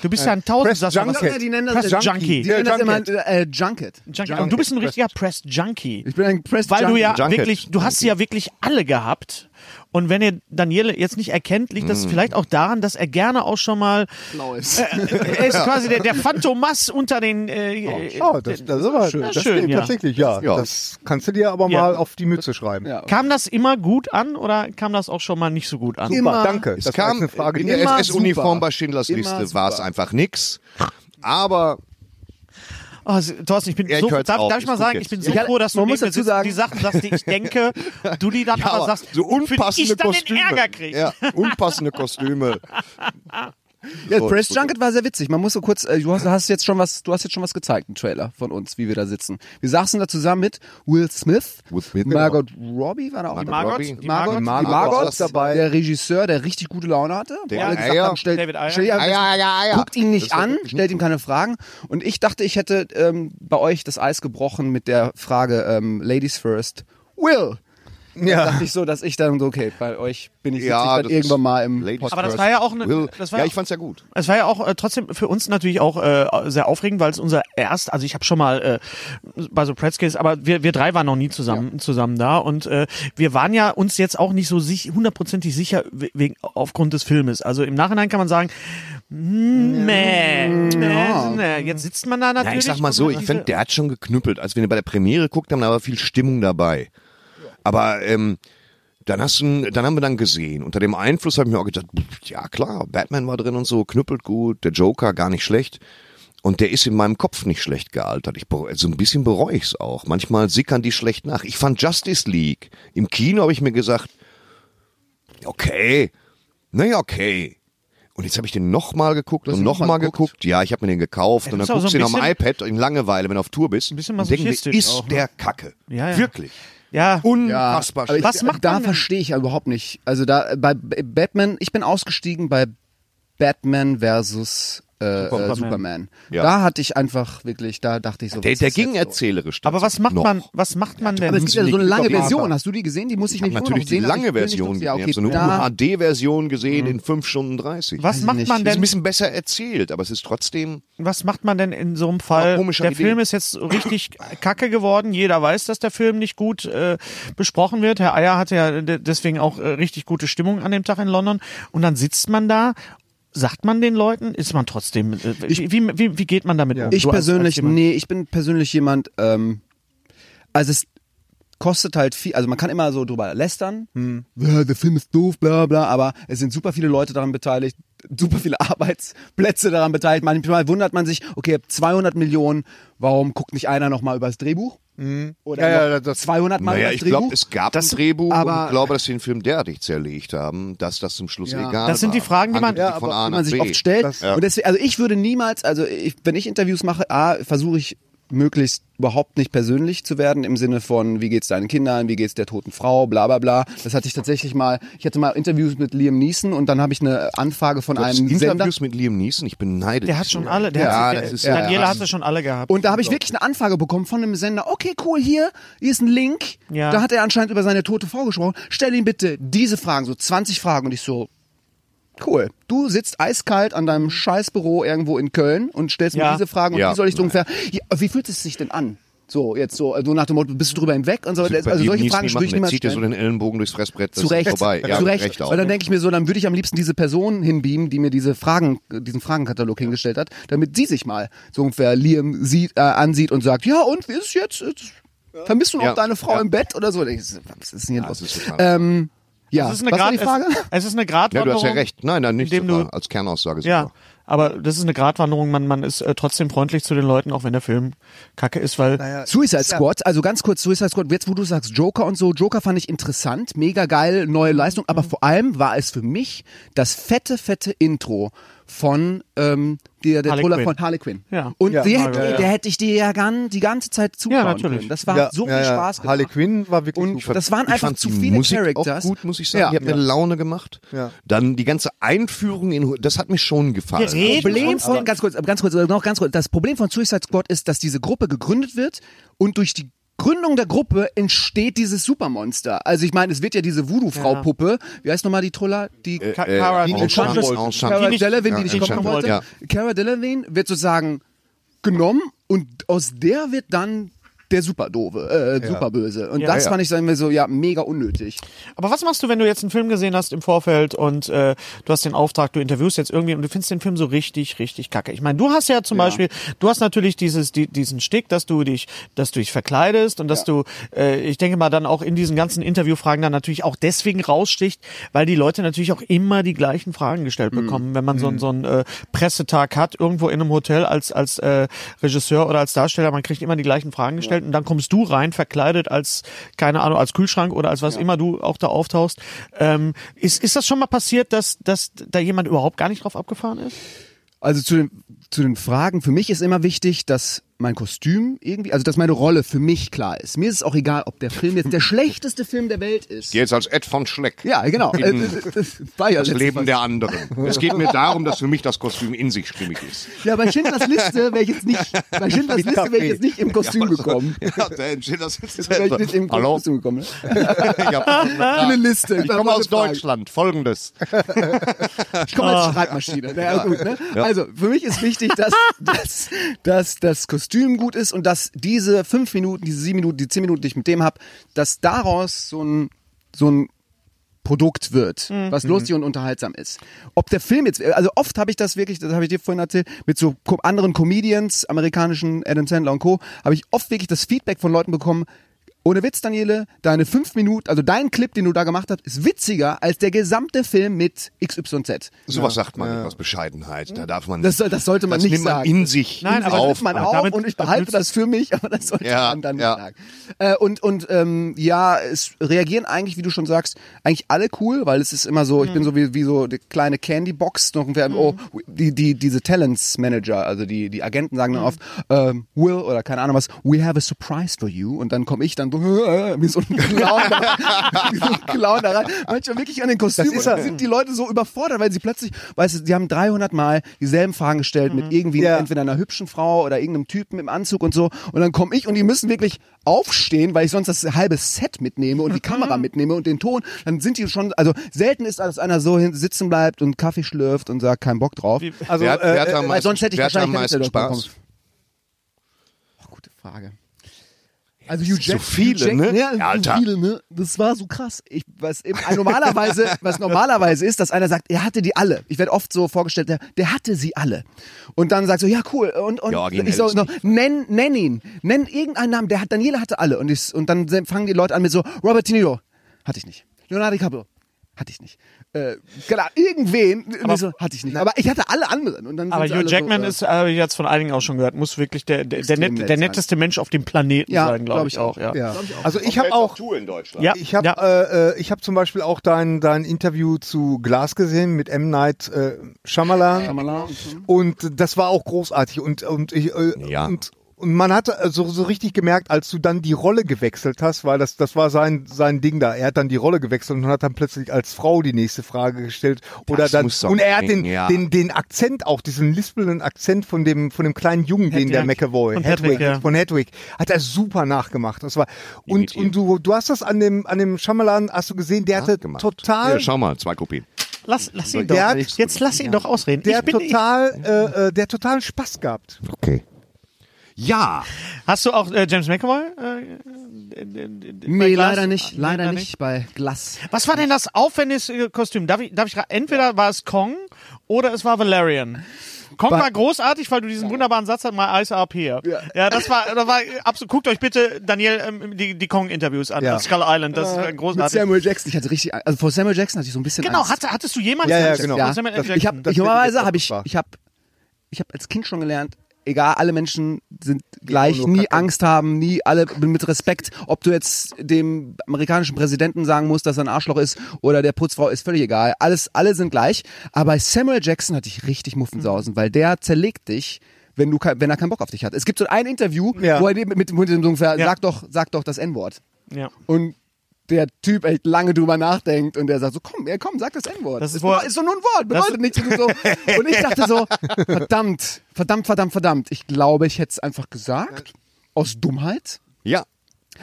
Speaker 5: Du bist ja ein Tausendsasser. was-
Speaker 3: Junket.
Speaker 6: Die nennen das
Speaker 5: Press
Speaker 6: äh,
Speaker 5: Junkie.
Speaker 6: Die nennen das
Speaker 3: Junket.
Speaker 6: immer äh, Junket.
Speaker 5: Junkie. Und du bist ein richtiger Press Junkie.
Speaker 6: Ich bin ein Press
Speaker 5: weil du
Speaker 6: Junkie.
Speaker 5: ja
Speaker 2: Junket.
Speaker 5: wirklich, du hast sie ja wirklich alle gehabt. Und wenn ihr Daniele jetzt nicht erkennt, liegt das vielleicht auch daran, dass er gerne auch schon mal
Speaker 2: Genau. <laughs>
Speaker 5: äh,
Speaker 6: Neues.
Speaker 5: er ist quasi der, der Phantomas unter den äh,
Speaker 3: Oh, das, das ist aber schön. Das
Speaker 5: schön,
Speaker 3: stimmt
Speaker 5: ja.
Speaker 3: tatsächlich, ja.
Speaker 2: Ja.
Speaker 3: Das kannst du dir aber
Speaker 5: Ja.
Speaker 3: mal auf die Mütze schreiben.
Speaker 6: Ja.
Speaker 5: Kam das immer gut an oder kam das auch schon mal nicht so gut an?
Speaker 3: Super,
Speaker 6: Immer-
Speaker 3: danke.
Speaker 2: Es
Speaker 3: das war
Speaker 2: kam
Speaker 3: jetzt eine Frage,
Speaker 2: in
Speaker 3: die
Speaker 2: der
Speaker 6: Immer
Speaker 2: SS-Uniform
Speaker 6: super.
Speaker 2: bei Schindlers
Speaker 6: Immer
Speaker 2: Liste
Speaker 6: super.
Speaker 2: war es einfach nix. Aber
Speaker 5: Oh, s- Thorsten, ich bin
Speaker 2: Ja, ich
Speaker 5: so,
Speaker 2: hör's
Speaker 5: darf,
Speaker 2: auf,
Speaker 5: darf ich
Speaker 2: ist
Speaker 5: mal
Speaker 2: gut
Speaker 5: sagen,
Speaker 2: jetzt.
Speaker 5: ich bin so
Speaker 6: Ja,
Speaker 5: froh, dass du
Speaker 6: man muss
Speaker 5: neben mir
Speaker 6: dazu
Speaker 5: sitzt,
Speaker 6: sagen-
Speaker 5: die Sachen sagst, die ich denke, du die dann
Speaker 2: ja,
Speaker 5: aber
Speaker 2: aber
Speaker 5: sagst,
Speaker 2: so
Speaker 5: und für die
Speaker 2: unpassende
Speaker 5: ich dann
Speaker 2: Kostüme.
Speaker 5: den Ärger kriege.
Speaker 2: Ja, unpassende Kostüme.
Speaker 6: Ja,
Speaker 2: So,
Speaker 6: äh, Press
Speaker 2: so-
Speaker 6: Junket war sehr witzig. Man muss so kurz, äh, du hast, hast jetzt schon was, du hast jetzt schon was gezeigt, einen Trailer von uns, wie wir da sitzen. Wir saßen da zusammen mit Will Smith,
Speaker 2: Will Smith, genau.
Speaker 6: Margot Robbie war da auch
Speaker 2: Die
Speaker 6: dabei.
Speaker 5: Margot,
Speaker 2: Robbie.
Speaker 5: die Margot,
Speaker 6: Margot, die
Speaker 3: Margot war
Speaker 6: Margot
Speaker 3: alles dabei.
Speaker 6: der Regisseur, der richtig gute Laune hatte. wo
Speaker 2: Der
Speaker 6: alle gesagt
Speaker 2: Eier.
Speaker 6: haben, stell,
Speaker 5: David Eier.
Speaker 6: Stell, dir am
Speaker 2: Eier,
Speaker 6: besten-
Speaker 2: Eier, Eier.
Speaker 6: Guckt ihn nicht an, stellt ihm keine Fragen. Und ich dachte, ich hätte ähm, bei euch das Eis gebrochen mit der Frage ähm, Ladies first. Will!
Speaker 3: Ja.
Speaker 6: Dachte ich so, dass ich dann so, okay, bei euch bin ich, sitze
Speaker 2: Ja,
Speaker 6: ich dann
Speaker 2: das
Speaker 6: irgendwann mal im
Speaker 2: Ladies
Speaker 6: Podcast.
Speaker 5: Aber das
Speaker 2: first.
Speaker 5: war ja auch eine-
Speaker 2: Will-
Speaker 5: das war
Speaker 2: ja,
Speaker 5: ja-
Speaker 2: ich fand's ja gut.
Speaker 5: Es war ja auch äh, trotzdem für uns natürlich auch äh, sehr aufregend, weil es unser erst, also ich habe schon mal äh, bei so Pretzkis, aber wir, wir drei waren noch nie zusammen zusammen da und äh, wir waren ja uns jetzt auch nicht so sich hundertprozentig sicher we- wegen aufgrund des Filmes. Also im Nachhinein kann man sagen, mm, meh, meh, meh. jetzt sitzt man da natürlich.
Speaker 2: Ja, ich sag mal so, ich finde, der hat schon geknüppelt. Als wir ihn bei der Premiere guckt haben, da war viel Stimmung dabei. Aber ähm, dann hast du, ihn- dann haben wir dann gesehen. Unter dem Einfluss habe ich mir auch gedacht, pff, ja klar, Batman war drin und so, knüppelt gut, der Joker gar nicht schlecht. Und der ist in meinem Kopf nicht schlecht gealtert. Ich, bere- so ein bisschen bereue ich's auch. Manchmal sickern die schlecht nach. Ich fand Justice League. Im Kino habe ich mir gesagt, okay, naja, okay. Und jetzt habe ich den nochmal geguckt und
Speaker 6: ihn noch mal
Speaker 2: nochmal
Speaker 6: geguckt?
Speaker 2: geguckt. Ja, ich habe mir den gekauft und dann
Speaker 5: bist auch
Speaker 2: guckst
Speaker 5: so
Speaker 2: du
Speaker 5: ein
Speaker 2: ihn am
Speaker 5: bisschen-
Speaker 2: iPad in Langeweile, wenn du auf Tour bist. Ein
Speaker 5: bisschen
Speaker 2: denken,
Speaker 5: masochistisch
Speaker 2: ist
Speaker 5: auch, ne?
Speaker 2: der Kacke.
Speaker 5: Ja, ja.
Speaker 2: Wirklich.
Speaker 5: ja,
Speaker 2: Unfassbar.
Speaker 6: Aber ich,
Speaker 2: schlecht.
Speaker 5: Was macht
Speaker 6: da
Speaker 5: man denn?
Speaker 6: verstehe ich ja überhaupt nicht. Also da äh, bei B- Batman, ich bin ausgestiegen bei Batman versus äh, Superman. Äh, Superman. Ja. Da hatte ich einfach wirklich, da dachte ich so.
Speaker 2: Der,
Speaker 6: was
Speaker 2: der
Speaker 6: ist
Speaker 2: ging
Speaker 6: jetzt
Speaker 2: erzählerisch.
Speaker 5: Aber was
Speaker 2: tatsächlich
Speaker 5: macht
Speaker 2: noch.
Speaker 5: man, was macht man denn?
Speaker 6: Aber es gibt ja so eine
Speaker 2: Nick
Speaker 6: lange
Speaker 2: Carter.
Speaker 6: Version. Hast du die gesehen? Die muss
Speaker 2: Ich
Speaker 6: ich
Speaker 2: hab
Speaker 6: nämlich immer
Speaker 2: natürlich
Speaker 6: noch
Speaker 2: die
Speaker 6: sehen. aber ich
Speaker 2: lange
Speaker 6: will nicht,
Speaker 2: Version
Speaker 6: dass-
Speaker 2: gesehen.
Speaker 6: Ja, Mhm.
Speaker 2: Ich
Speaker 6: okay,
Speaker 2: habe so eine
Speaker 6: da,
Speaker 2: UHD-Version gesehen in 5 Stunden 30.
Speaker 5: was macht
Speaker 6: nicht.
Speaker 2: Das
Speaker 5: man
Speaker 2: ist ein
Speaker 5: denn?
Speaker 2: bisschen besser erzählt, aber es ist trotzdem
Speaker 5: Was macht man denn in so einem Fall?
Speaker 2: Oh, komische
Speaker 5: der
Speaker 2: Idee.
Speaker 5: Film ist jetzt richtig kacke geworden. Jeder weiß, dass der Film nicht gut äh, besprochen wird. Herr Eier hatte ja de- deswegen auch äh, richtig gute Stimmung an dem Tag in London. Und dann sitzt man da. Sagt man den Leuten? Ist man trotzdem? Äh, wie, wie, wie, wie geht man damit um?
Speaker 6: ich
Speaker 5: Du als- als
Speaker 6: persönlich,
Speaker 5: jemand-
Speaker 6: nee, ich bin persönlich jemand, ähm, also es kostet halt viel, also man kann immer so drüber lästern, ja, der Film ist doof, bla bla, aber es sind super viele Leute daran beteiligt, super viele <laughs> Arbeitsplätze daran beteiligt. Manchmal wundert man sich, okay, ihr habt 200 Millionen, warum guckt nicht einer nochmal übers Drehbuch? Oder
Speaker 3: Ja, ja,
Speaker 6: noch
Speaker 3: das-
Speaker 6: 200 Mal
Speaker 2: Naja,
Speaker 6: übers
Speaker 2: ich
Speaker 6: Drehbuch?
Speaker 2: glaube, es gab das, ein Drehbuch
Speaker 6: aber-
Speaker 2: und ich glaube, dass sie den Film derartig zerlegt haben, dass das zum Schluss
Speaker 6: Ja.
Speaker 2: egal
Speaker 5: Das sind die
Speaker 2: war.
Speaker 5: Fragen, die man-
Speaker 2: Handelte
Speaker 5: Ja,
Speaker 2: von
Speaker 6: aber
Speaker 2: A
Speaker 6: die
Speaker 2: nach
Speaker 6: man sich
Speaker 2: B.
Speaker 6: oft stellt.
Speaker 3: Das-
Speaker 6: Und deswegen, also ich würde niemals, also ich, wenn ich Interviews mache, A, versuche ich möglichst überhaupt nicht persönlich zu werden im Sinne von, wie geht's deinen Kindern, wie geht's der toten Frau, bla bla bla. Das hatte ich tatsächlich mal, ich hatte mal Interviews mit Liam Neeson und dann habe ich eine Anfrage von
Speaker 2: Du hattest
Speaker 6: einem Sender.
Speaker 2: Interviews mit Liam Neeson, ich beneide
Speaker 5: Der
Speaker 2: dich
Speaker 5: hat
Speaker 2: so.
Speaker 5: schon alle. Der
Speaker 2: ja,
Speaker 5: hat,
Speaker 2: das ist
Speaker 5: Daniela
Speaker 2: ja,
Speaker 5: hatte schon alle gehabt.
Speaker 6: Und da habe ich wirklich eine Anfrage bekommen von einem Sender. Okay, cool, hier, hier ist ein Link.
Speaker 5: Ja.
Speaker 6: Da hat er anscheinend über seine tote Frau gesprochen. Stell ihm bitte diese Fragen, so 20 Fragen. Und ich so, cool. Du sitzt eiskalt an deinem Scheißbüro irgendwo in Köln und stellst mir
Speaker 5: Ja.
Speaker 6: diese Fragen. Und
Speaker 2: Ja.
Speaker 6: wie soll ich so ungefähr, ja, wie fühlt es sich denn an? So, jetzt so, so nach dem Motto, bist du drüber hinweg? Und so,
Speaker 2: Also,
Speaker 6: also solche Fragen
Speaker 2: machen,
Speaker 6: würde ich
Speaker 2: der
Speaker 6: niemals
Speaker 2: zieht dir so
Speaker 6: stellen.
Speaker 2: den Ellenbogen durchs Fressbrett, das
Speaker 6: Zu Recht,
Speaker 2: ist vorbei. Ja,
Speaker 6: zu Recht.
Speaker 2: auch.
Speaker 6: Weil dann denke ich mir so, dann würde ich am liebsten diese Person hinbeamen, die mir diese Fragen, diesen Fragenkatalog hingestellt hat, damit sie sich mal so ungefähr Liam sieht, äh, ansieht und sagt, ja und, wie ist jetzt? Jetzt Vermisst du noch
Speaker 2: Ja,
Speaker 6: deine Frau
Speaker 2: ja.
Speaker 6: im Bett oder so? Und Ich, so, was ist denn hier los?
Speaker 2: das ist total-
Speaker 6: ähm, ja,
Speaker 5: es ist eine
Speaker 6: was war die
Speaker 5: Grad,
Speaker 6: Frage?
Speaker 5: es, es ist eine
Speaker 2: ja,
Speaker 5: Gratwanderung.
Speaker 2: du hast ja recht. Nein, nein, nicht
Speaker 5: Indem du-
Speaker 2: super. als Kernaussage
Speaker 5: Ja,
Speaker 2: super.
Speaker 5: aber das ist eine Gratwanderung. Man, man ist äh, trotzdem freundlich zu den Leuten, auch wenn der Film kacke ist, weil
Speaker 6: Suicide Squad, also ganz kurz Suicide Squad, jetzt wo du sagst Joker und so, Joker fand ich interessant, mega geil, neue
Speaker 2: Mhm.
Speaker 6: Leistung, aber vor allem war es für mich das fette, fette Intro von ähm, der, der
Speaker 5: Harley
Speaker 6: Troller
Speaker 5: Quinn.
Speaker 6: von Harley Quinn.
Speaker 5: Ja.
Speaker 6: Und
Speaker 5: Ja,
Speaker 6: die,
Speaker 5: Margot,
Speaker 6: hätte,
Speaker 5: ja.
Speaker 6: der hätte ich dir ja gan, die ganze Zeit zuschauen
Speaker 5: natürlich.
Speaker 6: können. Das war
Speaker 3: Ja,
Speaker 6: so viel
Speaker 3: ja, ja.
Speaker 6: Spaß gemacht.
Speaker 3: Harley Quinn war wirklich
Speaker 6: Und
Speaker 3: super.
Speaker 6: das waren
Speaker 2: Ich
Speaker 6: einfach
Speaker 2: fand
Speaker 6: zu
Speaker 2: die
Speaker 6: viele
Speaker 2: Musik
Speaker 6: Characters.
Speaker 2: Auch gut, muss ich sagen.
Speaker 6: Ja.
Speaker 2: Die hat mir Laune gemacht.
Speaker 3: Ja.
Speaker 2: Dann die ganze Einführung in, das hat mir schon gefallen.
Speaker 5: Wir reden
Speaker 6: Problem
Speaker 5: uns
Speaker 6: von,
Speaker 5: aber-
Speaker 6: ganz kurz, ganz kurz, noch ganz kurz. Das Problem von Suicide Squad ist, dass diese Gruppe gegründet wird und durch die Gründung der Gruppe entsteht dieses Supermonster. Also ich meine, es wird ja diese Voodoo-Frau-Puppe. Wie heißt nochmal die Troller? Die
Speaker 2: Äh,
Speaker 5: Ka- Cara-
Speaker 2: die
Speaker 5: die
Speaker 2: nicht
Speaker 5: Conscious-
Speaker 2: kommen wollte.
Speaker 6: Cara
Speaker 5: die nicht-
Speaker 6: Delevingne,
Speaker 2: ja,
Speaker 6: die nicht kommen
Speaker 2: Enchanted,
Speaker 6: wollte.
Speaker 2: ja.
Speaker 6: Cara Delevingne wird sozusagen genommen und aus der wird dann der Superdove, äh, Superböse. Und das
Speaker 2: ja.
Speaker 6: fand ich, sagen wir so, ja, mega unnötig.
Speaker 5: Aber was machst du, wenn du jetzt einen Film gesehen hast im Vorfeld und äh, du hast den Auftrag, du interviewst jetzt irgendwie und du findest den Film so richtig, richtig kacke? Ich meine, du hast ja zum Beispiel, du hast natürlich dieses, die, diesen Stick, dass du dich, dass du dich verkleidest und dass du, äh, ich denke mal, dann auch in diesen ganzen Interviewfragen dann natürlich auch deswegen raussticht, weil die Leute natürlich auch immer die gleichen Fragen gestellt bekommen, wenn man so, einen- so einen äh, Pressetag hat, irgendwo in einem Hotel als, als äh, Regisseur oder als Darsteller, man kriegt immer die gleichen Fragen gestellt und dann kommst du rein, verkleidet als, keine Ahnung, als Kühlschrank oder als was immer du auch da auftauchst. Ähm, ist, ist das schon mal passiert, dass, dass da jemand überhaupt gar nicht drauf abgefahren ist?
Speaker 6: Also zu den, zu den Fragen, für mich ist immer wichtig, dass mein Kostüm irgendwie, also dass meine Rolle für mich klar ist. Mir ist es auch egal, ob der
Speaker 2: <laughs>
Speaker 6: Film jetzt der schlechteste Film der Welt ist.
Speaker 2: Jetzt als Ed von Schleck.
Speaker 6: Ja, genau. Äh,
Speaker 2: In-
Speaker 6: äh, äh, war ja
Speaker 2: Das
Speaker 6: letztes
Speaker 2: Leben
Speaker 6: Mal.
Speaker 2: der anderen. Es geht mir darum, dass für mich das Kostüm in sich stimmig ist.
Speaker 6: Ja, bei Schindlers Liste wäre ich jetzt nicht,
Speaker 2: <laughs>
Speaker 6: bei Schindlers Liste wäre ich jetzt nicht im Kostüm gekommen.
Speaker 2: Ja, der Schiller sitzt
Speaker 6: Wäre ich nicht im
Speaker 2: also, Hallo?
Speaker 6: Kostüm gekommen. ne?
Speaker 2: Ich habe
Speaker 6: Eine Liste.
Speaker 2: Ich komme aus
Speaker 6: Frage.
Speaker 2: Deutschland. Folgendes.
Speaker 6: Ich komme als Schreibmaschine. Naja, Ah. gut, ne? Also, für mich ist wichtig, dass, dass, dass das Kostüm gut ist und dass diese fünf Minuten, diese sieben Minuten, die zehn Minuten, die ich mit dem habe, dass daraus so ein, so ein Produkt wird, was lustig und unterhaltsam ist. Ob der Film jetzt, also oft habe ich das wirklich, das habe ich dir vorhin erzählt, mit so ko- anderen Comedians, amerikanischen Adam Sandler und Co., habe ich oft wirklich das Feedback von Leuten bekommen, ohne Witz, Daniele, deine fünf Minuten, also dein Clip, den du da gemacht hast, ist witziger als der gesamte Film mit XYZ.
Speaker 2: Sowas sagt man nicht aus Bescheidenheit. Da darf man
Speaker 6: Hm. Das, soll- das sollte man
Speaker 2: das
Speaker 6: nicht
Speaker 2: nimmt man
Speaker 6: sagen.
Speaker 2: in sich
Speaker 5: Nein,
Speaker 6: Das
Speaker 5: aber
Speaker 2: auf.
Speaker 6: nimmt man
Speaker 5: aber
Speaker 6: auf
Speaker 5: damit-
Speaker 6: und ich behalte das für mich, <laughs> aber das sollte
Speaker 2: Ja,
Speaker 6: man dann
Speaker 2: ja.
Speaker 6: nicht sagen. Äh, und und ähm, ja, es reagieren eigentlich, wie du schon sagst, eigentlich alle cool, weil es ist immer so, ich bin so wie, wie so die kleine Candybox, noch wer- oh, die, die, diese Talents Manager, also die, die Agenten sagen dann oft, ähm, Will oder keine Ahnung was, we have a surprise for you. Und dann komme ich dann so, <laughs> äh, wie so ein Clown, <laughs> da, wie so ein Clown da rein. Manchmal wirklich an den Kostümen
Speaker 3: ist er.
Speaker 6: sind die Leute so überfordert, weil sie plötzlich, weißt du, die haben 300 Mal dieselben Fragen gestellt
Speaker 2: Mhm.
Speaker 6: mit irgendwie
Speaker 3: Ja.
Speaker 6: entweder einer hübschen Frau oder irgendeinem Typen im Anzug und so. Und dann komme ich und die müssen wirklich aufstehen, weil ich sonst das halbe Set mitnehme
Speaker 2: Mhm.
Speaker 6: und die Kamera mitnehme und den Ton. Dann sind die schon, also selten ist, dass einer so hin- sitzen bleibt und Kaffee schlürft und sagt, keinen Bock drauf.
Speaker 3: Also,
Speaker 2: wer, hat-
Speaker 3: äh,
Speaker 2: wer hat
Speaker 3: äh,
Speaker 2: am meisten,
Speaker 6: sonst hätte ich
Speaker 2: wer hat am
Speaker 6: wahrscheinlich keine
Speaker 2: meisten
Speaker 6: Stellung
Speaker 2: Spaß?
Speaker 6: Oh, gute Frage. Also Hugh Jack,
Speaker 2: viele,
Speaker 6: Hugh Jack,
Speaker 2: ne?
Speaker 6: Ja,
Speaker 2: Ja, Alter.
Speaker 6: So viele, ne? Das war so krass. Ich, was, im, ein- <laughs> normalerweise, was normalerweise ist, dass einer sagt, er hatte die alle. Ich werde oft so vorgestellt, der, der hatte sie alle. Und dann sagt so, ja cool. Und, und
Speaker 2: Ja, gegen
Speaker 6: ich so,
Speaker 2: Elvis
Speaker 6: noch, nenn, nenn ihn, nenn irgendeinen Namen. Der hat Daniele hatte alle. Und, ich, und dann fangen die Leute an mit so, Robert De Niro, hatte ich nicht. Leonardo DiCaprio, hatte ich nicht. Äh, klar, irgendwen, aber, so, hatte ich nicht. Aber ich hatte alle anderen. Und dann sind
Speaker 5: Aber
Speaker 6: sie
Speaker 5: Hugh
Speaker 6: alle
Speaker 5: Jackman
Speaker 6: so, äh,
Speaker 5: ist, äh, habe ich jetzt von einigen auch schon gehört, muss wirklich der, der, der,
Speaker 6: Extrem
Speaker 5: net,
Speaker 6: nett
Speaker 5: der
Speaker 6: sein.
Speaker 5: netteste Mensch auf dem Planeten
Speaker 6: Ja,
Speaker 5: sein, glaube
Speaker 6: glaub
Speaker 5: ich
Speaker 6: ich
Speaker 5: auch. Ja.
Speaker 3: ja. Also ich habe auch,
Speaker 2: Tour in Deutschland.
Speaker 5: Ja,
Speaker 3: ich habe
Speaker 5: ja.
Speaker 3: äh, äh, ich hab zum Beispiel auch dein, dein Interview zu Glas gesehen mit M. Night äh, Shyamalan.
Speaker 6: Kamala.
Speaker 3: Und das war auch großartig. Und, und, ich, äh,
Speaker 2: Ja.
Speaker 3: und, und man hat äh, so, so richtig gemerkt, als du dann die Rolle gewechselt hast, weil das, das war sein, sein Ding da. Er hat dann die Rolle gewechselt und hat dann plötzlich als Frau die nächste Frage gestellt. Oder
Speaker 2: Das
Speaker 3: dann,
Speaker 2: muss doch
Speaker 3: und er hat
Speaker 2: bringen,
Speaker 3: den,
Speaker 2: ja.
Speaker 3: den, den Akzent auch, diesen lispelnden Akzent von dem, von dem kleinen Jungen, den der
Speaker 5: Hedwig.
Speaker 3: McAvoy,
Speaker 5: Von Hedwig, ja.
Speaker 3: von Hedwig, hat er super nachgemacht. Das war, und,
Speaker 2: Imitiert.
Speaker 3: und du, du hast das an dem, an dem Schamalan, hast du gesehen, der hatte
Speaker 2: Gemacht.
Speaker 3: total
Speaker 2: Ja, schau mal, zwei Kopien.
Speaker 5: Lass, lass ihn
Speaker 3: Der
Speaker 5: doch.
Speaker 3: hat-
Speaker 5: Jetzt lass ihn doch ausreden.
Speaker 3: der
Speaker 5: Ich bin, ich,
Speaker 3: total, äh, äh, der total Spaß gehabt.
Speaker 2: Okay. Ja,
Speaker 5: hast du auch äh, James McAvoy? Äh,
Speaker 6: Nee,
Speaker 5: Glas?
Speaker 6: leider nicht.
Speaker 5: Ah,
Speaker 6: Leider nicht bei Glass.
Speaker 5: Was war denn das aufwendigste Kostüm? Darf ich, darf ich ra- entweder war es Kong oder es war Valerian. Kong
Speaker 6: Ba-
Speaker 5: war großartig, weil du diesen wunderbaren Satz hast, my eyes are up here. Ja, das war, das war absolut. Guckt euch bitte Daniel ähm, die, die Kong-Interviews an,
Speaker 3: Ja.
Speaker 5: Skull Island, das ist
Speaker 6: Mit
Speaker 5: großartig.
Speaker 6: Samuel Jackson. Ich hatte richtig, also vor Samuel Jackson hatte ich so ein bisschen
Speaker 5: Genau,
Speaker 6: Angst.
Speaker 5: hatte, hattest du jemals
Speaker 3: Ja, ja,
Speaker 5: Angst?
Speaker 3: genau.
Speaker 5: vor
Speaker 6: ja.
Speaker 5: Samuel L.
Speaker 3: Das-
Speaker 5: Jackson?
Speaker 6: Ich habe,
Speaker 3: Das
Speaker 6: ich normalerweise
Speaker 3: finde
Speaker 6: habe
Speaker 3: ich
Speaker 6: ich,
Speaker 3: auch
Speaker 6: ich habe, ich habe als Kind schon gelernt, egal, alle Menschen sind gleich,
Speaker 3: nur
Speaker 6: nie
Speaker 3: Kacke.
Speaker 6: Angst haben, nie alle mit Respekt. Ob du jetzt dem amerikanischen Präsidenten sagen musst, dass er ein Arschloch ist oder der Putzfrau ist völlig egal. Alles, alle sind gleich. Aber bei Samuel Jackson hatte ich richtig Muffensausen, weil der zerlegt dich. Wenn, du, kein- wenn er keinen Bock auf dich hat. Es gibt so ein Interview,
Speaker 3: Ja.
Speaker 6: wo er mit, mit, mit dem Song sagt,
Speaker 5: Ja.
Speaker 6: sag, doch, sag doch das N-Wort.
Speaker 5: ja.
Speaker 6: Und der Typ echt lange drüber nachdenkt und der sagt so, komm, ja, komm, sag das N-Wort.
Speaker 5: Das ist
Speaker 6: nur,
Speaker 5: wohl-
Speaker 6: ist doch nur ein Wort, bedeutet nichts. Und, so. und ich dachte so, verdammt, verdammt, verdammt, verdammt. Ich glaube, ich hätte es einfach gesagt, aus Dummheit.
Speaker 2: ja.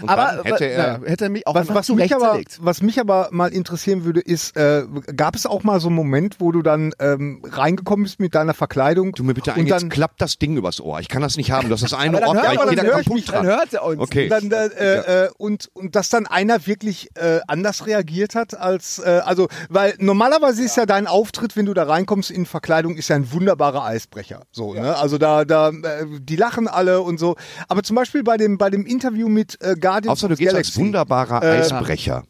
Speaker 2: Und
Speaker 6: aber äh,
Speaker 2: dann hätte er,
Speaker 6: naja, hätte er mich auch
Speaker 3: Was,
Speaker 6: einfach
Speaker 3: was, mich
Speaker 6: zurecht
Speaker 3: aber,
Speaker 6: zerlegt.
Speaker 3: was mich aber mal interessieren würde, ist, äh, gab es auch mal so einen Moment, wo du dann ähm, reingekommen bist mit deiner Verkleidung?
Speaker 2: du mir bitte ein,
Speaker 3: und
Speaker 2: jetzt
Speaker 3: dann,
Speaker 2: klappt das Ding übers Ohr. Ich kann das nicht haben. Du hast das
Speaker 6: Aber
Speaker 2: eine
Speaker 6: dann
Speaker 2: Ohr,
Speaker 6: hört
Speaker 2: gleich
Speaker 6: er-
Speaker 2: geht
Speaker 6: dann
Speaker 2: der
Speaker 6: hört ich
Speaker 2: kaputt
Speaker 6: mich, dann
Speaker 2: dran.
Speaker 6: hört er uns.
Speaker 2: Okay.
Speaker 3: dann, äh, äh, und, und dass dann einer wirklich äh, anders reagiert hat als, äh, also, weil normalerweise ist ja dein Auftritt, wenn du da reinkommst in Verkleidung, ist ja ein wunderbarer Eisbrecher. So, ne? Also da, da, äh, die lachen alle und so. Aber zum Beispiel bei dem, bei dem Interview mit äh, Guardians
Speaker 2: Außer du
Speaker 3: of
Speaker 2: gehst als
Speaker 3: Galaxy.
Speaker 2: wunderbarer
Speaker 6: Äh.
Speaker 2: Eisbrecher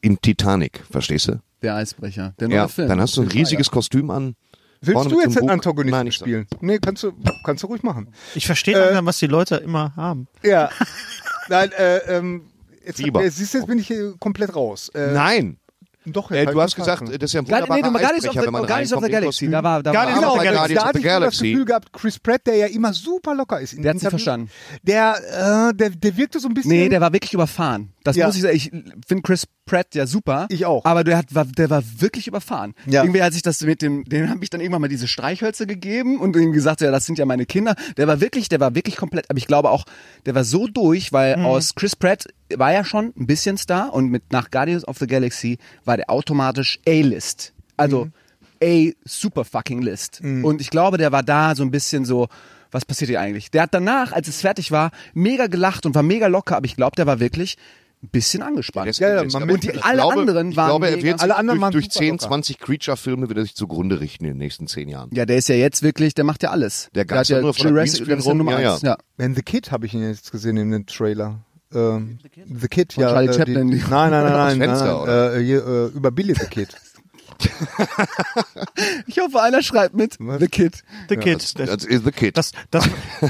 Speaker 2: in Titanic, verstehst du?
Speaker 6: Der Eisbrecher, der neue
Speaker 2: Ja,
Speaker 6: Film.
Speaker 2: dann hast du ein
Speaker 6: Film war
Speaker 2: riesiges Kostüm an. vorne
Speaker 3: Willst du
Speaker 2: mit
Speaker 3: jetzt
Speaker 2: so einem
Speaker 3: einen
Speaker 2: Bug.
Speaker 3: Antagonisten
Speaker 2: Nein, ich-
Speaker 3: spielen? Nee, kannst du, kannst du ruhig machen.
Speaker 5: Ich
Speaker 6: Äh,
Speaker 5: verstehe langsam, was die Leute immer haben.
Speaker 2: <laughs>
Speaker 3: Ja. Nein, äh, ähm, jetzt,
Speaker 2: Fieber.
Speaker 3: äh, siehst du, jetzt bin ich hier komplett raus. Äh,
Speaker 2: Nein,
Speaker 3: doch,
Speaker 2: äh,
Speaker 3: halt
Speaker 2: du hast
Speaker 3: gefallen.
Speaker 2: gesagt, das ist ja ein
Speaker 6: Gar-
Speaker 2: wunderbarer
Speaker 6: nee, du- Guardians of
Speaker 2: Eisbrecher,
Speaker 6: the-
Speaker 2: wenn man
Speaker 6: Guardians of the
Speaker 2: reinkommt im
Speaker 6: Galaxy,
Speaker 2: Kostüm.
Speaker 6: da war, da war.
Speaker 2: Guardians
Speaker 3: Genau,
Speaker 2: of the
Speaker 3: weil
Speaker 2: Galaxy.
Speaker 3: da hatte ich immer das Gefühl gehabt, Chris Pratt, der ja immer super locker ist. In
Speaker 6: Der hat sich
Speaker 3: Interviews,
Speaker 6: verstanden.
Speaker 3: Der, äh, der, der wirkte so ein bisschen.
Speaker 6: Nee, der war wirklich überfahren. Das
Speaker 3: Ja.
Speaker 6: muss ich sagen. Ich finde Chris Pratt ja super.
Speaker 3: Ich auch.
Speaker 6: Aber der, hat, war, der war wirklich überfahren.
Speaker 3: Ja.
Speaker 6: Irgendwie als ich das mit dem, den habe ich dann irgendwann mal diese Streichhölzer gegeben und ihm gesagt, ja, das sind ja meine Kinder. Der war wirklich, der war wirklich komplett, aber ich glaube auch, der war so durch, weil
Speaker 3: Mhm.
Speaker 6: aus Chris Pratt war ja schon ein bisschen Star und mit nach Guardians of the Galaxy war der automatisch A-List. Also
Speaker 3: Mhm.
Speaker 6: A super fucking List. Und ich glaube, der war da so ein bisschen so, was passiert hier eigentlich? Der hat danach, als es fertig war, mega gelacht und war mega locker, aber ich glaube, der war wirklich ein bisschen angespannt.
Speaker 2: Deswegen
Speaker 3: Ja, ja,
Speaker 2: ist
Speaker 3: man
Speaker 2: er-
Speaker 3: merkt
Speaker 2: Und
Speaker 6: das.
Speaker 2: ich
Speaker 6: Alle
Speaker 2: glaube-
Speaker 6: anderen waren
Speaker 2: Ich glaube, er
Speaker 6: mega-
Speaker 2: wird sich
Speaker 3: Alle anderen
Speaker 2: durch,
Speaker 3: waren
Speaker 2: durch
Speaker 3: super
Speaker 2: 10,
Speaker 3: locker.
Speaker 2: 20 Creature-Filme wird er sich zugrunde richten in den nächsten 10 Jahren.
Speaker 6: Ja, der ist ja jetzt wirklich, der macht ja alles.
Speaker 2: Der
Speaker 6: der hat
Speaker 2: geistert
Speaker 6: ja
Speaker 2: nur von der
Speaker 6: Jurassic,
Speaker 2: Greenscreen
Speaker 6: der ist ja
Speaker 2: rum,
Speaker 6: Nummer
Speaker 2: ja,
Speaker 6: eins.
Speaker 2: ja.
Speaker 6: Ja.
Speaker 3: Man the Kid habe ich ihn jetzt gesehen in dem Trailer. Ähm, the Kid,
Speaker 6: Von
Speaker 3: ja.
Speaker 6: Charlie
Speaker 3: äh, die-
Speaker 6: Chaplin.
Speaker 3: Nein, nein, nein, nein.
Speaker 2: Fenster,
Speaker 3: nein,
Speaker 2: oder?
Speaker 3: äh, hier, äh, über Billy the Kid.
Speaker 6: Ich hoffe, einer schreibt mit. The Kid.
Speaker 5: The Kid.
Speaker 2: Das,
Speaker 6: also,
Speaker 2: das ist The Kid.
Speaker 5: Das, das,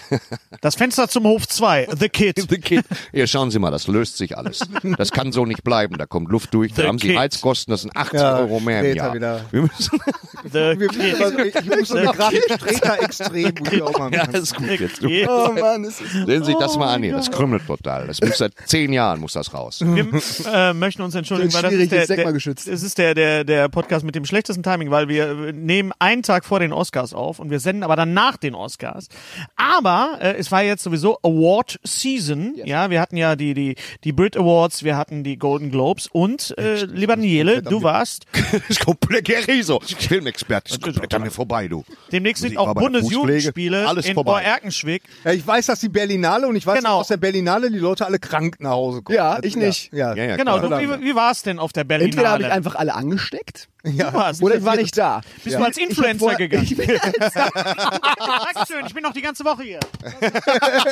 Speaker 6: <laughs>
Speaker 5: das Fenster zum Hof 2, The Kid.
Speaker 2: <laughs> The Kid. Ja, schauen Sie mal, das löst sich alles. Das kann so nicht bleiben. Da kommt Luft durch, da
Speaker 5: The
Speaker 2: haben Sie
Speaker 5: Kid.
Speaker 2: Heizkosten, das sind 80
Speaker 3: Ja,
Speaker 2: Euro mehr im
Speaker 3: Streter
Speaker 2: Jahr.
Speaker 3: wieder.
Speaker 2: Wir müssen, <laughs>
Speaker 5: The
Speaker 3: Wir müssen
Speaker 5: Kid.
Speaker 3: aber, ich, ich muss so eine Grafikstreter extrem muss ich auch mal
Speaker 2: ja,
Speaker 3: machen.
Speaker 2: das ist gut jetzt.
Speaker 5: The Kid.
Speaker 6: Oh Mann, es ist
Speaker 2: Sehen Sie sich das mal an hier, das krümmelt total. Das muss seit zehn Jahren muss das raus.
Speaker 5: Wir äh, möchten uns entschuldigen,
Speaker 6: Das
Speaker 5: weil das
Speaker 6: ist
Speaker 5: ist
Speaker 6: schwierig,
Speaker 5: der,
Speaker 6: ist Sekma
Speaker 5: der,
Speaker 6: geschützt.
Speaker 5: es ist der, der, der Podcast mit dem schlechtesten Timing, weil wir äh, nehmen einen Tag vor den Oscars auf und wir senden aber dann nach den Oscars. Aber äh, es war jetzt sowieso Award Season. Ja, wir hatten ja die, die, die Brit Awards, wir hatten die Golden Globes und äh, lieber Daniele, du
Speaker 2: <laughs>
Speaker 5: warst
Speaker 2: Das ist komplett Geriso. Filmexperte ist komplett an mir vorbei, du.
Speaker 5: demnächst sind
Speaker 2: Musik
Speaker 5: auch
Speaker 2: war bei der
Speaker 5: Bundesjugendspiele
Speaker 2: Fußpflege, alles
Speaker 5: in
Speaker 2: vorbei.
Speaker 5: Oerkenschwick.
Speaker 3: Ja, ich weiß, dass die Berlinale und ich weiß
Speaker 5: Genau.
Speaker 3: dass aus der Berlinale die Leute alle krank nach Hause kommen. Also,
Speaker 6: Ja, ich nicht.
Speaker 3: Ja,
Speaker 2: Ja,
Speaker 3: ja.
Speaker 2: ja,
Speaker 5: Genau,
Speaker 2: klar.
Speaker 5: du, wie, wie war es denn auf der Berlinale?
Speaker 6: Entweder habe
Speaker 5: <laughs>
Speaker 6: ich einfach alle angesteckt
Speaker 5: Du warst-
Speaker 6: oder ich war nicht da.
Speaker 5: Bist du als
Speaker 6: Ich hab
Speaker 5: Influencer
Speaker 6: vorher-
Speaker 5: gegangen?
Speaker 6: <laughs> Ich bin,
Speaker 5: Dankeschön, ich bin noch die ganze Woche hier.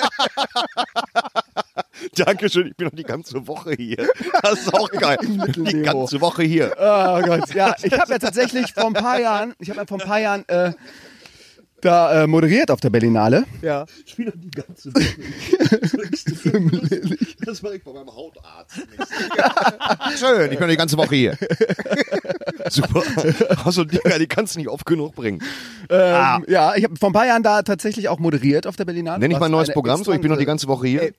Speaker 2: <laughs> Dankeschön, ich bin noch die ganze Woche hier. Das ist auch
Speaker 6: <laughs>
Speaker 2: geil. Die ganze Woche hier.
Speaker 6: oh Gott, ja. Ich habe ja tatsächlich vor ein paar Jahren, ich habe ja vor ein paar Jahren äh, da äh, moderiert auf der Berlinale.
Speaker 3: ja.
Speaker 2: Ich bin noch die ganze Woche hier. Das mache ich bei meinem Hautarzt. Schön, ich bin noch die ganze Woche hier.
Speaker 6: <laughs>
Speaker 2: Super. Also Dinger, die kannst du nicht oft genug bringen.
Speaker 6: Ähm, Ja, ich habe vor ein paar Jahren da tatsächlich auch moderiert auf der Berlinale.
Speaker 2: Ah. Nenn ich
Speaker 6: Was
Speaker 2: mein neues
Speaker 6: eine
Speaker 2: Programm so, ich bin noch die ganze Woche hier.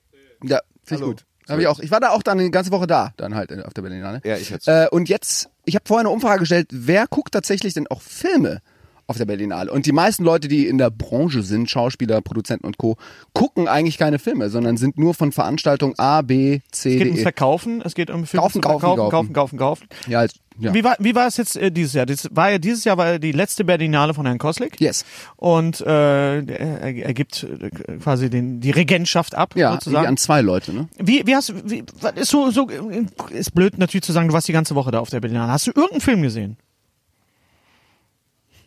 Speaker 6: Ja, finde ich gut. Hab ich, auch, ich war da auch dann die ganze Woche da, dann halt äh, auf der Berlinale.
Speaker 2: Ja, ich jetzt.
Speaker 6: Äh, und jetzt, ich habe vorher eine Umfrage gestellt, wer guckt tatsächlich denn auch Filme auf der Berlinale? Und die meisten Leute, die in der Branche sind, Schauspieler, Produzenten und Co., gucken eigentlich keine Filme, sondern sind nur von Veranstaltungen A, B, C,
Speaker 5: Es geht
Speaker 6: D,
Speaker 5: ums
Speaker 6: E.
Speaker 5: Verkaufen, es geht um Film
Speaker 6: Kaufen, kaufen,
Speaker 5: kaufen, kaufen,
Speaker 6: kaufen.
Speaker 5: kaufen, kaufen.
Speaker 6: Ja, halt, ja.
Speaker 5: Wie, war, wie war es jetzt äh, dieses Jahr? Das war ja dieses Jahr war ja die letzte Berlinale von Herrn Koslick.
Speaker 6: Yes.
Speaker 5: Und äh, er, er gibt äh, quasi den, die Regentschaft ab,
Speaker 6: ja, irgendwie
Speaker 5: sozusagen.
Speaker 6: an zwei Leute, ne?
Speaker 5: Wie, wie hast du, wie, was ist so, so, ist blöd natürlich zu sagen, du warst die ganze Woche da auf der Berlinale. Hast du irgendeinen Film gesehen?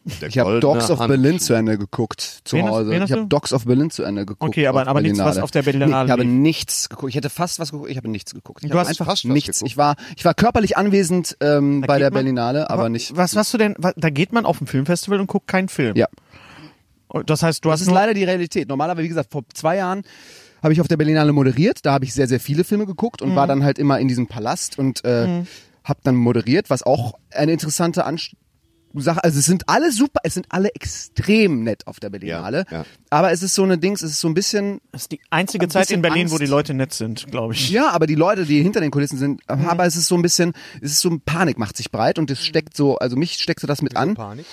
Speaker 6: Ich habe Dogs of Berlin zu Ende geguckt zu
Speaker 5: Wen hast-
Speaker 6: Hause.
Speaker 5: wen hast
Speaker 6: ich habe
Speaker 5: du?
Speaker 6: Dogs of Berlin zu Ende geguckt.
Speaker 5: Okay, aber-
Speaker 6: auf
Speaker 5: aber nichts, was auf der Berlinale
Speaker 6: Nee, ich habe
Speaker 5: lief.
Speaker 6: nichts geguckt. Ich hätte fast was geguckt. Ich habe nichts geguckt. Ich
Speaker 5: Du
Speaker 6: habe
Speaker 5: hast
Speaker 6: einfach
Speaker 2: fast was
Speaker 6: nichts.
Speaker 2: geguckt.
Speaker 6: Ich war, ich war körperlich anwesend ähm, bei
Speaker 5: geht
Speaker 6: der
Speaker 5: man-
Speaker 6: Berlinale, aber nicht.
Speaker 5: Was hast du denn, wa- da geht man auf ein Filmfestival und guckt keinen Film.
Speaker 6: Ja,
Speaker 5: Das heißt, du
Speaker 6: das
Speaker 5: hast
Speaker 6: ist
Speaker 2: Mhm.
Speaker 5: nur,
Speaker 6: leider die Realität. Normalerweise, wie gesagt, vor zwei Jahren habe ich auf der Berlinale moderiert. Da habe ich sehr, sehr viele Filme geguckt und
Speaker 2: Mhm.
Speaker 6: war dann halt immer in diesem Palast und äh, habe dann moderiert, was auch eine interessante Anst Sache. Also es sind alle super, es sind alle extrem nett auf der Berlinale.
Speaker 2: ja.
Speaker 6: Aber es ist so eine Dings, es ist so ein bisschen
Speaker 5: das ist die einzige
Speaker 6: ein
Speaker 5: Zeit in
Speaker 6: bisschen
Speaker 5: Berlin, wo
Speaker 6: Angst.
Speaker 5: die Leute nett sind, glaube ich.
Speaker 6: Ja, aber die Leute, die hinter den Kulissen sind, äh, aber es ist so ein bisschen, es ist so ein Panik macht sich breit und es steckt so, also mich steckte das mit an,
Speaker 3: Panik.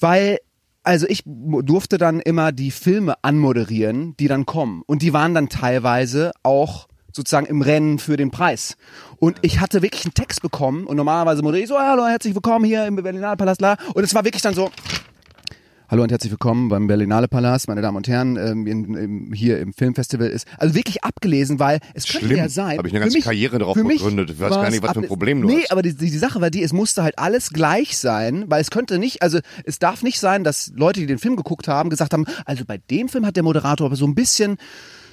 Speaker 6: weil also ich mo- durfte dann immer die Filme anmoderieren, die dann kommen und die waren dann teilweise auch sozusagen im Rennen für den Preis. Und ich hatte wirklich einen Text bekommen und normalerweise moderiere ich so, hallo, herzlich willkommen hier im Berlinale Palast, la. Und es war wirklich dann so, Hallo und herzlich willkommen beim Berlinale Palast, meine Damen und Herren, ähm, in, im, hier im Filmfestival ist. Also wirklich abgelesen, weil es könnte
Speaker 2: Schlimm.
Speaker 6: ja sein.
Speaker 2: Hab ich eine
Speaker 6: für
Speaker 2: ganze
Speaker 6: mich-
Speaker 2: Karriere drauf
Speaker 6: für mich
Speaker 2: begründet. Ich weiß gar
Speaker 6: war's
Speaker 2: nicht, was für ein
Speaker 6: abge-
Speaker 2: Problem du
Speaker 6: Nee,
Speaker 2: hast.
Speaker 6: aber die, die Sache war die, es musste halt alles gleich sein, weil es könnte nicht, also es darf nicht sein, dass Leute, die den Film geguckt haben, gesagt haben, also bei dem Film hat der Moderator aber so ein bisschen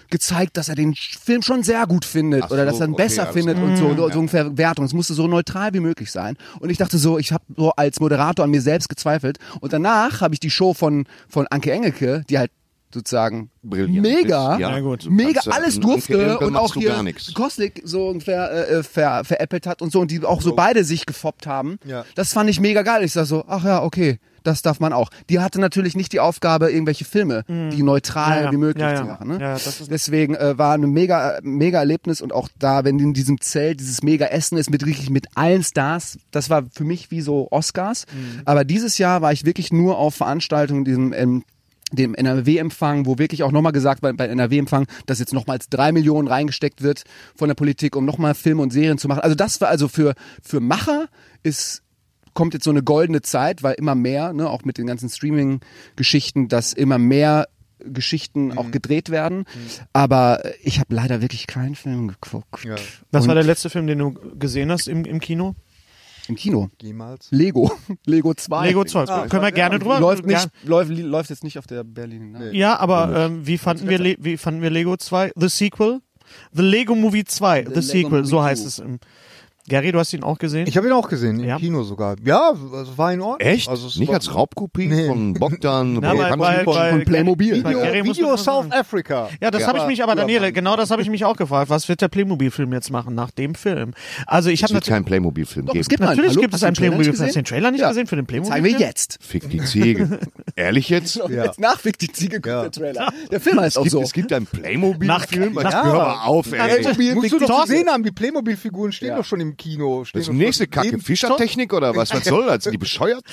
Speaker 6: gezeigt, dass er den Film schon sehr gut findet
Speaker 2: Ach so,
Speaker 6: oder dass er ihn
Speaker 2: okay,
Speaker 6: besser
Speaker 2: alles
Speaker 6: findet
Speaker 2: klar.
Speaker 6: und so, so, so ungefähr Wertung. Es musste so neutral wie möglich sein. Und ich dachte so, ich habe so als Moderator an mir selbst gezweifelt. Und danach habe ich die Show von, von Anke Engelke, die halt sozusagen
Speaker 2: Brillant
Speaker 6: mega,
Speaker 2: ist, ja. Na gut.
Speaker 6: mega
Speaker 2: Kannst du-
Speaker 6: alles
Speaker 2: Anke
Speaker 6: durfte
Speaker 2: Engelke
Speaker 6: und
Speaker 2: machst
Speaker 6: auch
Speaker 2: du
Speaker 6: hier
Speaker 2: gar nix.
Speaker 6: Koslik so ungefähr äh, ver, veräppelt hat und so und die auch so beide sich gefoppt haben.
Speaker 3: Ja.
Speaker 6: Das fand ich mega geil. Ich sag so, ach ja, okay. Das darf man auch. Die hatte natürlich nicht die Aufgabe, irgendwelche Filme, die neutral
Speaker 5: Ja, ja.
Speaker 6: wie möglich
Speaker 5: Ja, ja.
Speaker 6: zu machen. Ne?
Speaker 5: Ja, das ist-
Speaker 6: Deswegen äh, war ein mega, mega Erlebnis und auch da, wenn in diesem Zelt dieses mega Essen ist mit wirklich mit allen Stars, das war für mich wie so Oscars. Aber dieses Jahr war ich wirklich nur auf Veranstaltungen, diesem ähm, dem NRW-Empfang, wo wirklich auch nochmal gesagt wird, bei NRW-Empfang, dass jetzt nochmals drei Millionen reingesteckt wird von der Politik, um nochmal Filme und Serien zu machen. Also das war also für, für Macher ist kommt jetzt so eine goldene Zeit, weil immer mehr, ne, auch mit den ganzen Streaming-Geschichten, dass immer mehr Geschichten
Speaker 3: Mhm.
Speaker 6: auch gedreht werden. Aber äh, ich habe leider wirklich keinen Film geguckt.
Speaker 5: Das war der letzte Film, den du gesehen hast im, im Kino.
Speaker 6: Im Kino.
Speaker 3: Jemals.
Speaker 6: Lego. <laughs> Lego 2.
Speaker 5: Lego 2. Können wir gerne drüber
Speaker 6: Läuft,
Speaker 5: ja.
Speaker 6: nicht, läuft, läuft jetzt nicht auf der Berlin. Ne?
Speaker 5: Ja, aber ähm, wie, fanden wir Le wie fanden wir Lego 2? The Sequel? The Lego Movie 2, The,
Speaker 6: Lego
Speaker 5: Sequel, so
Speaker 6: Movie
Speaker 5: heißt
Speaker 6: two.
Speaker 5: es. im- Gary, du hast ihn auch gesehen?
Speaker 3: Ich habe ihn auch gesehen, im
Speaker 5: Ja.
Speaker 3: Kino sogar. Ja, also war in Ordnung.
Speaker 2: Echt?
Speaker 3: Also es
Speaker 2: Nicht
Speaker 3: war-
Speaker 2: als Raubkopie von
Speaker 6: <laughs>
Speaker 2: Bogdan
Speaker 5: Na, bei- bei-
Speaker 2: Bogdan-
Speaker 5: bei-
Speaker 6: von Playmobil.
Speaker 5: bei-
Speaker 3: Video,
Speaker 5: Gary muss
Speaker 3: Video
Speaker 5: man schon
Speaker 3: South
Speaker 5: sagen.
Speaker 3: Africa.
Speaker 5: Ja, das habe ich mich aber, Daniele, genau das habe ich mich auch gefragt. Was wird der Playmobil-Film jetzt machen nach dem Film? Also ich
Speaker 2: Es
Speaker 5: habe
Speaker 2: wird
Speaker 5: natürlich,
Speaker 2: kein Playmobil-Film
Speaker 6: Doch,
Speaker 2: geben.
Speaker 6: es gibt einen.
Speaker 5: natürlich
Speaker 6: Hallo,
Speaker 5: gibt es
Speaker 6: hast du
Speaker 5: einen
Speaker 6: den Trailer nicht
Speaker 5: Playmobil-Film. Hast du den
Speaker 6: gesehen?
Speaker 5: Trailer nicht
Speaker 6: Ja.
Speaker 5: gesehen für den Playmobil?
Speaker 6: Zeigen wir jetzt.
Speaker 2: Fick die
Speaker 6: <laughs>
Speaker 2: Ziege. Ehrlich jetzt?
Speaker 6: Jetzt nachweg die Ziege kommt
Speaker 3: Ja.
Speaker 6: der Trailer. Der Film heißt auch
Speaker 2: Gibt,
Speaker 6: so. Also
Speaker 2: Es gibt einen Playmobil-Film?
Speaker 5: Nach-
Speaker 2: Jetzt
Speaker 5: nach-
Speaker 2: Hör mal auf, ey.
Speaker 6: Playmobil-
Speaker 3: Musst du
Speaker 6: Big
Speaker 3: doch
Speaker 6: Talk.
Speaker 3: gesehen haben, die Playmobil-Figuren stehen
Speaker 6: Ja.
Speaker 3: doch schon im Kino. Stehen
Speaker 2: Das
Speaker 3: doch schon
Speaker 2: nächste Kacke.
Speaker 3: neben-
Speaker 2: Fischertechnik oder was? Was soll das? Sind die
Speaker 5: <laughs>
Speaker 2: bescheuert?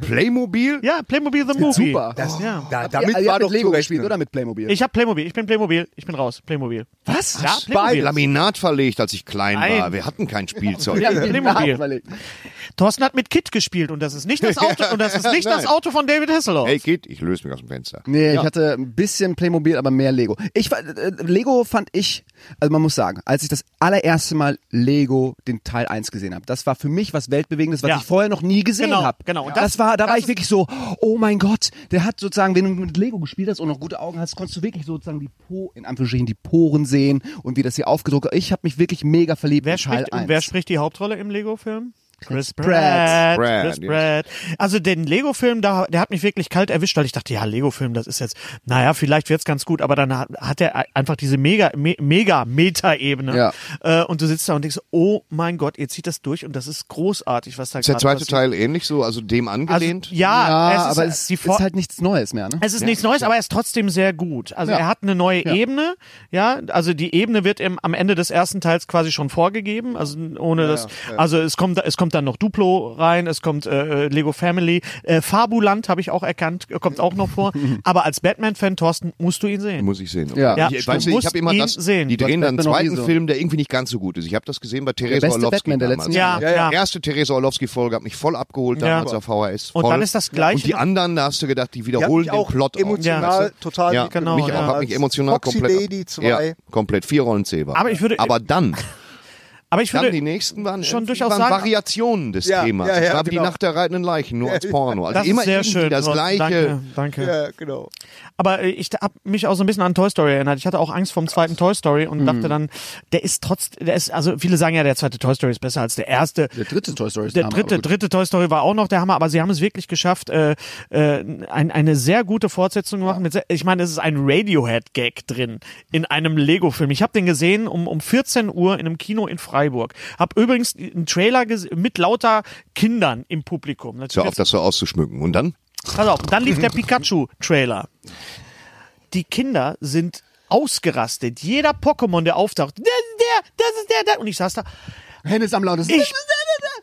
Speaker 2: Playmobil?
Speaker 5: Ja, Playmobil the Movie.
Speaker 6: super.
Speaker 5: Das, ja.
Speaker 3: Da,
Speaker 6: Habt ihr-
Speaker 3: damit
Speaker 6: ihr
Speaker 3: war
Speaker 6: habt
Speaker 3: doch
Speaker 6: mit Lego
Speaker 3: zu
Speaker 6: gespielt
Speaker 3: rechnen.
Speaker 6: oder mit Playmobil?
Speaker 5: Ich habe Playmobil, ich bin Playmobil, ich bin raus, Playmobil.
Speaker 6: was?
Speaker 5: Ja,
Speaker 2: Bei
Speaker 5: Playmobil.
Speaker 2: Laminat verlegt, als ich klein war.
Speaker 5: Nein.
Speaker 2: Wir hatten kein Spielzeug.
Speaker 5: Ja,
Speaker 6: <laughs>
Speaker 5: Playmobil.
Speaker 6: Playmobil.
Speaker 5: Thorsten hat mit Kit gespielt und das ist nicht das
Speaker 6: <laughs>
Speaker 5: Auto und das ist nicht das
Speaker 2: Nein.
Speaker 5: Auto von David Hasselhoff.
Speaker 2: Hey Kid, ich löse mich aus dem Fenster.
Speaker 6: Nee, ich hatte ein bisschen Playmobil, aber mehr Lego. Ich war- äh, Lego fand ich, also man muss sagen, als ich das allererste Mal Lego den Teil 1 gesehen habe, das war für mich was weltbewegendes, was
Speaker 5: Ja.
Speaker 6: ich vorher noch nie gesehen
Speaker 5: Genau,
Speaker 6: habe.
Speaker 5: genau. Und
Speaker 6: Das,
Speaker 5: das-
Speaker 6: war da war
Speaker 5: das
Speaker 6: ich
Speaker 5: ist-
Speaker 6: wirklich so, oh mein Gott, der hat sozusagen, wenn du mit Lego gespielt hast und noch gute Augen hast, konntest du wirklich sozusagen die po in Anführungsstrichen die Poren sehen und wie das hier aufgedruckt wird. Ich habe mich wirklich mega verliebt
Speaker 5: Wer
Speaker 6: in Teil
Speaker 5: spricht,
Speaker 6: 1.
Speaker 5: und wer spricht die Hauptrolle im Lego-Film? Chris Pratt.
Speaker 6: Pratt.
Speaker 2: Pratt,
Speaker 5: Chris
Speaker 2: ja.
Speaker 5: Pratt. Also den Lego-Film, da, der hat mich wirklich kalt erwischt, weil ich dachte, ja, Lego-Film, das ist jetzt, naja, vielleicht wird's ganz gut, aber dann hat, hat er einfach diese mega, me, mega Meta-Ebene.
Speaker 6: Ja.
Speaker 5: Äh, und du sitzt da und denkst, oh mein Gott, ihr zieht das durch und das ist großartig, was da
Speaker 2: Ist der
Speaker 5: gerade
Speaker 2: zweite
Speaker 5: passiert.
Speaker 2: Teil ähnlich so, also dem angelehnt?
Speaker 5: Also, ja,
Speaker 6: ja,
Speaker 5: es ist,
Speaker 6: aber es
Speaker 5: die
Speaker 6: ist,
Speaker 5: Vor-
Speaker 6: halt nichts Neues mehr, ne?
Speaker 5: es ist nichts Neues, aber er ist trotzdem sehr gut. Also
Speaker 6: Ja.
Speaker 5: er hat eine neue
Speaker 6: Ja.
Speaker 5: Ebene, ja, also die Ebene wird im, am Ende des ersten Teils quasi schon vorgegeben, also ohne das, also es kommt, es kommt dann noch Duplo rein, es kommt äh, Lego Family, äh, Fabuland habe ich auch erkannt, äh, kommt auch
Speaker 2: <laughs>
Speaker 5: noch vor, aber als Batman-Fan, Thorsten, musst du ihn sehen.
Speaker 2: Muss ich sehen.
Speaker 6: Ja.
Speaker 5: Ja,
Speaker 2: ich,
Speaker 5: du
Speaker 2: weißt du, ich
Speaker 5: musst
Speaker 2: habe immer
Speaker 5: ihn
Speaker 2: das,
Speaker 5: sehen.
Speaker 2: die
Speaker 5: Du hast
Speaker 2: drehen dann einen
Speaker 6: Batman noch nie
Speaker 2: zweiten
Speaker 6: so.
Speaker 2: Film, der irgendwie nicht ganz so gut ist. Ich habe das gesehen bei Theresa
Speaker 6: beste
Speaker 2: Orlowski
Speaker 6: Batman der
Speaker 2: damals.
Speaker 6: letzten
Speaker 5: Ja, ja, ja.
Speaker 2: Die erste Theresa Orlowski-Folge hat mich voll abgeholt
Speaker 5: Ja.
Speaker 2: damals auf VHS. Voll.
Speaker 5: Und dann ist das Gleiche
Speaker 2: Und die
Speaker 5: noch-
Speaker 2: anderen, da hast du gedacht, die
Speaker 3: Die hat
Speaker 2: wiederholen
Speaker 3: mich
Speaker 2: den
Speaker 3: auch
Speaker 2: Plot auch.
Speaker 3: emotional
Speaker 5: Ja.
Speaker 3: total
Speaker 2: ja,
Speaker 5: genau,
Speaker 2: mich
Speaker 5: ja.
Speaker 2: auch, hat mich emotional
Speaker 3: Foxy
Speaker 2: komplett.
Speaker 3: Lady 2.
Speaker 2: Ja, komplett. Vier Rollen Zebra.
Speaker 5: Aber ich würde-
Speaker 2: Aber dann,
Speaker 5: Aber ich
Speaker 2: dann
Speaker 5: würde,
Speaker 2: die nächsten waren
Speaker 5: schon
Speaker 2: irgendwie
Speaker 5: durchaus
Speaker 2: waren
Speaker 5: sagen-
Speaker 2: Variationen des
Speaker 3: Ja,
Speaker 2: Themas.
Speaker 3: ja,
Speaker 2: es
Speaker 3: ja,
Speaker 2: war wie die
Speaker 3: genau.
Speaker 2: Nacht der reitenden Leichen, nur als Porno. Also
Speaker 5: das
Speaker 2: immer
Speaker 5: ist sehr
Speaker 2: irgendwie
Speaker 5: schön,
Speaker 2: das
Speaker 5: Thorsten.
Speaker 2: gleiche.
Speaker 5: Danke, danke.
Speaker 3: Ja, genau.
Speaker 5: Aber äh, ich habe mich auch so ein bisschen an Toy Story erinnert. Ich hatte auch Angst vom zweiten Toy Story und
Speaker 2: Mhm.
Speaker 5: dachte dann, der ist trotz, der ist, also viele sagen ja, der zweite Toy Story ist besser als der erste.
Speaker 6: Der dritte Toy Story ist
Speaker 5: Der
Speaker 6: Hammer,
Speaker 5: dritte,
Speaker 6: aber gut.
Speaker 5: dritte Toy Story war auch noch der Hammer, aber sie haben es wirklich geschafft, äh, äh, ein, eine sehr gute Fortsetzung gemacht. Mit sehr, ich meine, es ist ein Radiohead-Gag drin in einem Lego-Film. Ich habe den gesehen um, um 14 Uhr in einem Kino in Freiburg. Hab übrigens einen Trailer gese- mit lauter Kindern im Publikum. Natürlich
Speaker 2: Hör auf,
Speaker 5: jetzt
Speaker 2: das so auszuschmücken. Und dann?
Speaker 5: Pass auf, dann lief
Speaker 6: <laughs>
Speaker 5: der Pikachu-Trailer. Die Kinder sind ausgerastet. Jeder Pokémon, der auftaucht, das ist der, das ist der, der. Und ich saß da,
Speaker 6: Hennes am lautesten.
Speaker 5: ich,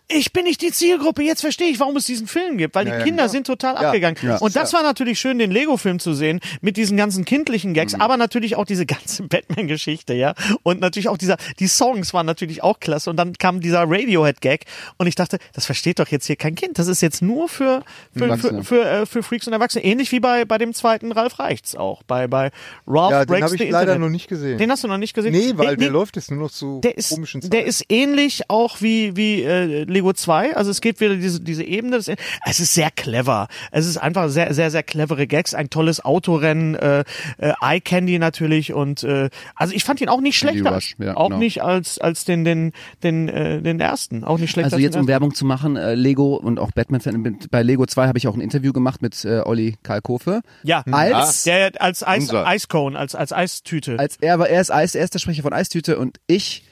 Speaker 5: ich bin nicht die Zielgruppe. Jetzt verstehe ich, warum es diesen Film gibt, weil die Kinder sind total abgegangen.
Speaker 6: ja.
Speaker 5: Und das war natürlich schön, den Lego-Film zu sehen mit diesen ganzen kindlichen Gags,
Speaker 3: Mhm.
Speaker 5: aber natürlich auch diese ganze <laughs> Batman-Geschichte, ja. Und natürlich auch dieser, die Songs waren natürlich auch klasse. Und dann kam dieser Radiohead-Gag und ich dachte, das versteht doch jetzt hier kein Kind. Das ist jetzt nur für für, für,
Speaker 6: Erwachsene.
Speaker 5: für, äh, für Freaks und Erwachsene, ähnlich wie bei bei dem zweiten Ralf reicht's auch, bei bei Ralph
Speaker 3: Ja, den
Speaker 5: Breaks
Speaker 3: habe ich
Speaker 5: the
Speaker 3: leider
Speaker 5: Internet.
Speaker 3: noch nicht gesehen.
Speaker 5: Den hast du noch nicht gesehen?
Speaker 3: nee, weil der
Speaker 5: läuft
Speaker 3: läuft jetzt nur noch zu
Speaker 5: der ist,
Speaker 3: komischen Zeiten.
Speaker 5: der ist ähnlich auch wie, wie äh, Lego 2. Also es geht wieder diese, diese Ebene. Das, es ist sehr clever. Es ist einfach sehr, sehr, sehr clevere Gags. Ein tolles Autorennen, äh, äh, Eye Candy natürlich. Und äh, also ich fand ihn auch nicht schlechter.
Speaker 6: Rush, ja,
Speaker 5: auch
Speaker 6: genau.
Speaker 5: nicht als, als den, den, den, äh, den ersten. Auch nicht schlechter
Speaker 6: Also
Speaker 5: als
Speaker 6: jetzt
Speaker 5: den ersten.
Speaker 6: um Werbung zu machen, äh, Lego und auch Batman Fan mit- bei Lego 2 habe ich auch ein Interview gemacht mit äh, Olli Kalkofe.
Speaker 5: Ja,
Speaker 6: Als
Speaker 5: der, als Eis,
Speaker 2: Unser.
Speaker 5: Eiscone, als, als Eistüte.
Speaker 6: als er war er ist Eis, er ist der Sprecher von Eistüte und ich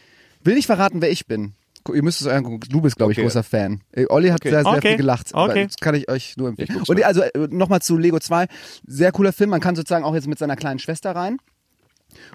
Speaker 6: will nicht verraten, wer ich bin. Gu- Ihr müsst es euch angucken. Du bist, glaube ich,
Speaker 2: Okay.
Speaker 6: großer Fan. Äh, Olli hat sehr, sehr
Speaker 5: Okay.
Speaker 6: viel gelacht. Aber
Speaker 5: Okay.
Speaker 6: Das kann ich euch nur empfehlen. Und also nochmal zu Lego 2. Sehr cooler Film. Man kann sozusagen auch jetzt mit seiner kleinen Schwester rein.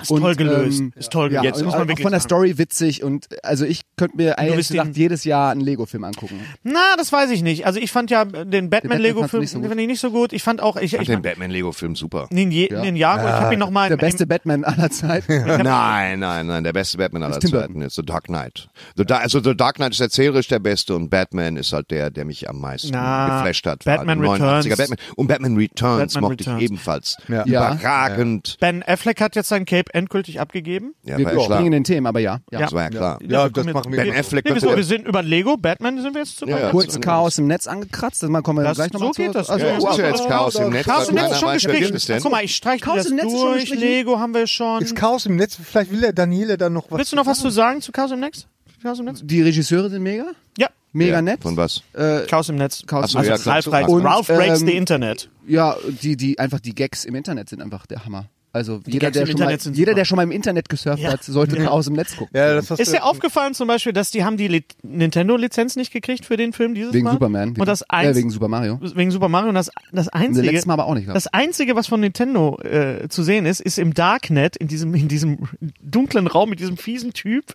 Speaker 5: ist toll gelöst.
Speaker 6: ähm,
Speaker 5: ist toll
Speaker 6: ja,
Speaker 5: gelöst.
Speaker 6: und
Speaker 5: muss
Speaker 6: auch
Speaker 5: man
Speaker 6: von
Speaker 5: wirklich
Speaker 6: der
Speaker 5: sagen.
Speaker 6: Story witzig und also ich könnte mir ehrlich
Speaker 5: bist
Speaker 6: gesagt
Speaker 5: den-
Speaker 6: jedes Jahr einen Lego-Film angucken.
Speaker 5: Na, das weiß ich nicht. Also ich fand ja äh, den Batman-Lego-Film
Speaker 6: fandst du nicht so gut.
Speaker 5: fand ich nicht so gut. Ich fand auch, ich,
Speaker 2: Ich
Speaker 5: ich,
Speaker 2: den Batman-Lego-Film super.
Speaker 5: Ninje, Ninjago, ich habe ihn nochmal
Speaker 6: Der beste Batman aller Zeiten.
Speaker 5: <laughs>
Speaker 2: Nein, nein, nein, der beste Batman aller
Speaker 6: Tim
Speaker 2: Zeiten ist The Dark Knight. The Dark- also The Dark Knight ist erzählerisch der beste und Batman ist halt der, der mich am meisten
Speaker 5: Na,
Speaker 2: geflasht hat.
Speaker 5: Batman
Speaker 2: War halt ein 89er
Speaker 5: Returns.
Speaker 2: Batman. Und Batman Returns
Speaker 5: Batman
Speaker 2: mochte
Speaker 5: Returns.
Speaker 2: ich ebenfalls.
Speaker 3: Ja.
Speaker 2: Überragend.
Speaker 5: Ben Affleck hat jetzt sein Cape endgültig abgegeben.
Speaker 2: Ja,
Speaker 6: Wir
Speaker 2: war ja
Speaker 6: springen in
Speaker 2: klar.
Speaker 6: den Themen, aber ja. ja.
Speaker 5: Ja.
Speaker 2: Das war ja klar.
Speaker 3: Ja, das
Speaker 5: kommen
Speaker 3: machen wir
Speaker 5: jetzt-
Speaker 2: Ben Affleck
Speaker 5: Nee, wieso?
Speaker 2: könnte-
Speaker 5: Wir sind über Lego, Batman sind wir jetzt zu
Speaker 2: Ja, ja.
Speaker 5: Batman.
Speaker 6: Kurz Chaos im Netz angekratzt, dann kommen wir
Speaker 5: Das-
Speaker 6: gleich nochmal
Speaker 5: so geht
Speaker 6: zu.
Speaker 5: das.
Speaker 6: Also,
Speaker 2: Ja,
Speaker 5: wow.
Speaker 2: ist ja jetzt Chaos im Netz.
Speaker 5: Chaos im
Speaker 2: weil
Speaker 5: Netz ist schon
Speaker 2: keiner weiß, wer
Speaker 5: gestrichen.
Speaker 2: ist denn?
Speaker 5: Guck mal, ich streiche
Speaker 6: Chaos
Speaker 5: das
Speaker 6: im Netz ist schon
Speaker 5: durch.
Speaker 6: gestrichen.
Speaker 5: Lego haben wir schon.
Speaker 3: Ist Chaos im Netz, vielleicht will der Daniele dann noch was.
Speaker 5: Willst du noch was zu sagen zu Chaos im Netz? Klaus im Netz?
Speaker 6: Die Regisseure sind mega.
Speaker 5: Ja,
Speaker 6: Mega
Speaker 2: Ja,
Speaker 6: nett.
Speaker 2: Von was?
Speaker 6: Äh,
Speaker 5: Klaus im Netz.
Speaker 6: Klaus
Speaker 2: Ach so,
Speaker 6: im
Speaker 2: ja,
Speaker 6: Netz.
Speaker 2: klar.
Speaker 5: Ralf, Ralf,
Speaker 6: Und,
Speaker 5: Ralf breaks
Speaker 6: ähm,
Speaker 5: the Internet.
Speaker 6: Ja, die, die einfach die Gags im Internet sind einfach der Hammer. Also jeder,
Speaker 5: Gags
Speaker 6: der
Speaker 5: im
Speaker 6: schon,
Speaker 5: Internet
Speaker 6: mal,
Speaker 5: sind
Speaker 6: jeder
Speaker 5: super.
Speaker 6: der schon mal im Internet gesurft
Speaker 5: Ja.
Speaker 6: hat, sollte mal aus dem Netz gucken.
Speaker 3: Ja, das hast
Speaker 5: Ist
Speaker 3: du-
Speaker 5: dir aufgefallen zum Beispiel, dass die haben die Li- Nintendo-Lizenz nicht gekriegt für den Film dieses
Speaker 6: Wegen
Speaker 5: Mal?
Speaker 6: Superman.
Speaker 5: Und das
Speaker 6: äh,
Speaker 5: eins,
Speaker 6: wegen Super Mario.
Speaker 5: wegen Super Mario und das, das einzige,
Speaker 6: letztes Mal aber auch nicht, glaub ich.
Speaker 5: das einzige, was von Nintendo äh, zu sehen ist, ist im Darknet in diesem in diesem dunklen Raum mit diesem fiesen Typ.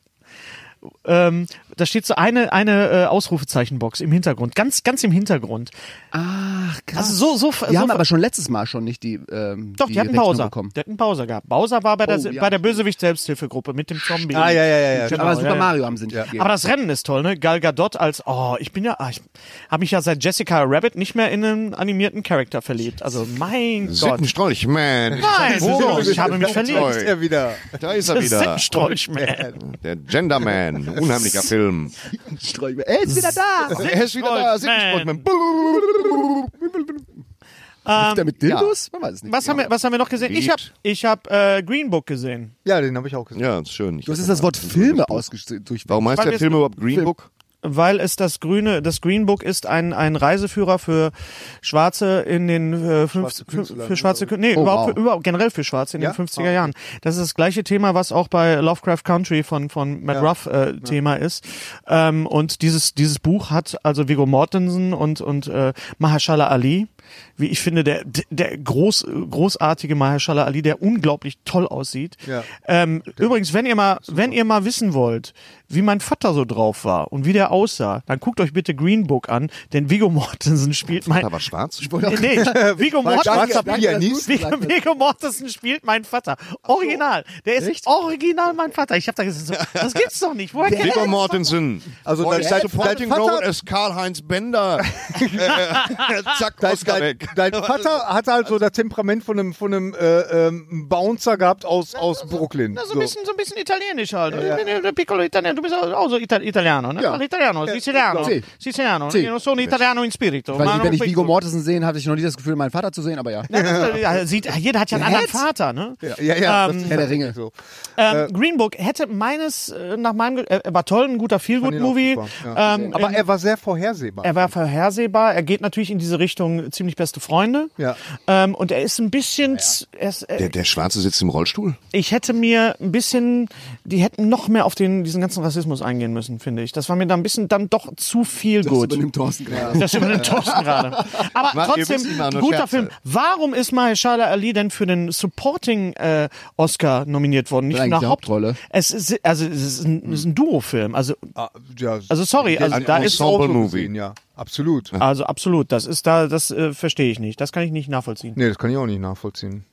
Speaker 5: Ähm, da steht so eine eine äh, Ausrufezeichenbox im Hintergrund, ganz ganz im Hintergrund.
Speaker 6: Ach, krass.
Speaker 5: Also so so
Speaker 6: die
Speaker 5: so,
Speaker 6: haben aber schon letztes Mal schon nicht die ähm,
Speaker 5: doch,
Speaker 6: die
Speaker 5: die hatten
Speaker 6: Rechnung
Speaker 5: Bowser.
Speaker 6: bekommen.
Speaker 5: Die hatten Bowser gehabt. Bowser war bei der
Speaker 6: Oh, ja.
Speaker 5: bei der Bösewicht Selbsthilfegruppe mit dem Zombie.
Speaker 3: Ah, ja, ja, ja, ja.
Speaker 5: Genau,
Speaker 6: aber Super
Speaker 5: ja, ja.
Speaker 6: Mario haben sie nicht gegeben.
Speaker 5: Aber das Rennen ist toll, ne? Gal Gadot als oh, ich bin ja, ah, ich habe mich ja seit Jessica Rabbit nicht mehr in einen animierten Charakter verliebt. Also mein Gott.
Speaker 2: Sittenstrolch, man.
Speaker 5: Nein,
Speaker 2: Wo?
Speaker 5: ich habe
Speaker 3: Da
Speaker 5: mich verliebt.
Speaker 3: ist er wieder.
Speaker 2: Da ist
Speaker 5: <laughs>
Speaker 2: er wieder.
Speaker 5: Sittenstrolch, man.
Speaker 2: Der
Speaker 5: <laughs>
Speaker 2: Genderman. Unheimlicher Film.
Speaker 6: Sträube. Ey, ist wieder da!
Speaker 2: Er ist wieder da. Sittenstrolch, man.
Speaker 5: Ähm,
Speaker 6: der mit Dildos? Man weiß es nicht.
Speaker 5: Was haben wir, was haben wir noch gesehen? Ich habe, ich habe äh, Green Book gesehen.
Speaker 3: Ja, den habe ich auch gesehen.
Speaker 2: Ja, ist schön. Ich
Speaker 6: Du hast
Speaker 2: hab
Speaker 6: jetzt das
Speaker 2: mal-
Speaker 6: Wort Filme ausgestrichen. durch-
Speaker 2: Warum heißt
Speaker 5: Weil
Speaker 2: der
Speaker 5: wir-
Speaker 2: Film überhaupt Green Book?
Speaker 5: Weil es das grüne, das Green Book ist ein, ein Reiseführer für Schwarze in den äh, fünf,
Speaker 3: Schwarze
Speaker 5: fün-
Speaker 3: Künstler,
Speaker 5: für
Speaker 3: ne?
Speaker 5: schwarze Kün- nee,
Speaker 6: Oh,
Speaker 5: überhaupt,
Speaker 6: wow.
Speaker 5: für, überhaupt generell für Schwarze in
Speaker 3: Ja?
Speaker 5: den 50er
Speaker 3: Ah.
Speaker 5: Jahren. Das ist das gleiche Thema, was auch bei Lovecraft Country von von Matt Ruff äh, Thema ist. Ähm, und dieses dieses Buch hat also Viggo Mortensen und und äh, Mahershala Ali, wie ich finde der der groß großartige Mahershala Ali, der unglaublich toll aussieht.
Speaker 3: Ja.
Speaker 5: Ähm, übrigens, wenn ihr mal, wenn ihr mal wissen wollt, wie mein Vater so drauf war und wie der aussah, dann guckt euch bitte Green Book an, denn Viggo Mortensen spielt mein
Speaker 2: Da war schwarz.
Speaker 5: Nee, nee,
Speaker 6: <laughs>
Speaker 5: Viggo
Speaker 3: Schwarzer
Speaker 5: Mortensen,
Speaker 3: Pianist.
Speaker 5: Viggo, Viggo Mortensen spielt mein Vater. Original. Der ist original mein Vater. Ich habe da gesagt, so, das gibt's doch nicht.
Speaker 6: <laughs>
Speaker 5: Woher kennt
Speaker 2: Viggo
Speaker 5: er das?
Speaker 2: Mortensen.
Speaker 3: Also,
Speaker 2: Boy,
Speaker 3: dein- dein-
Speaker 2: to Fighting
Speaker 3: dein Vater-
Speaker 2: Road ist Karl-Heinz Bender. <laughs> Äh, Zack,
Speaker 3: Dein,
Speaker 2: Oscar
Speaker 3: dein,
Speaker 2: weg.
Speaker 3: dein Vater hat halt so das Temperament von einem, von einem äh, ähm, Bouncer gehabt aus, aus Brooklyn.
Speaker 5: Na, so,
Speaker 3: So.
Speaker 5: ein bisschen, so ein bisschen italienisch halt. Ich bin, äh, Piccolo Italiano. Du bist auch auch so Ita Italiano, ne?
Speaker 6: Ja.
Speaker 5: Italiano, Siciliano.
Speaker 6: Sì.
Speaker 5: Siciliano.
Speaker 6: Sì.
Speaker 5: Io sono italiano in spirito.
Speaker 6: Weil
Speaker 5: ma
Speaker 6: ich, wenn
Speaker 5: non
Speaker 6: ich
Speaker 5: piccolo.
Speaker 6: Vigo Mortensen sehe, hatte ich noch nie das Gefühl, meinen Vater zu sehen, aber ja.
Speaker 5: Ja, das, äh, ja, sieht, jeder hat ja einen anderen
Speaker 6: Jetzt?
Speaker 5: Vater, ne? Ja,
Speaker 3: Ja, ja, äh, das
Speaker 5: Ähm,
Speaker 3: ist halt
Speaker 6: Herr der Ringe.
Speaker 3: So.
Speaker 5: Ähm, Green Book hätte meines, äh, nach meinem, Ge- äh, er war toll, ein guter Feelgood-Movie.
Speaker 3: Fand ihn auch super,
Speaker 5: ähm,
Speaker 3: Aber
Speaker 5: aber er,
Speaker 3: er war sehr vorhersehbar.
Speaker 5: er war vorhersehbar. Er geht natürlich in diese Richtung ziemlich beste Freunde.
Speaker 3: Ja.
Speaker 5: Ähm, und er ist ein bisschen, z- er ist, äh,
Speaker 2: Der, der Schwarze sitzt im Rollstuhl?
Speaker 5: ich hätte mir ein bisschen, die hätten noch mehr auf den, diesen ganzen Rassismus eingehen müssen, finde ich. Das war mir dann ein bisschen dann doch zu viel <laughs> gut.
Speaker 6: Thorsten gerade.
Speaker 2: <laughs>
Speaker 5: Das übernimmt Thorsten gerade. Aber
Speaker 2: Mann, wir
Speaker 5: trotzdem,
Speaker 2: müssen immer nur
Speaker 5: guter
Speaker 2: Scherze.
Speaker 5: Film. Warum ist Mahershala Ali denn für den Supporting äh, Oscar nominiert worden, nicht
Speaker 6: Eigentlich
Speaker 5: nach
Speaker 6: die
Speaker 5: Hauptrolle?
Speaker 6: Hauptrolle.
Speaker 5: Es ist also es ist ein, es ist ein Duo-Film. Also
Speaker 3: Ah, ja,
Speaker 5: also sorry, also
Speaker 2: Ein
Speaker 5: da ist
Speaker 2: Ensemble-
Speaker 3: so
Speaker 2: Movie.
Speaker 3: gesehen, Ja, absolut.
Speaker 6: Ah.
Speaker 5: also absolut. Das ist da, das äh, verstehe ich nicht. Das kann ich nicht nachvollziehen.
Speaker 3: Nee, das kann ich auch nicht nachvollziehen.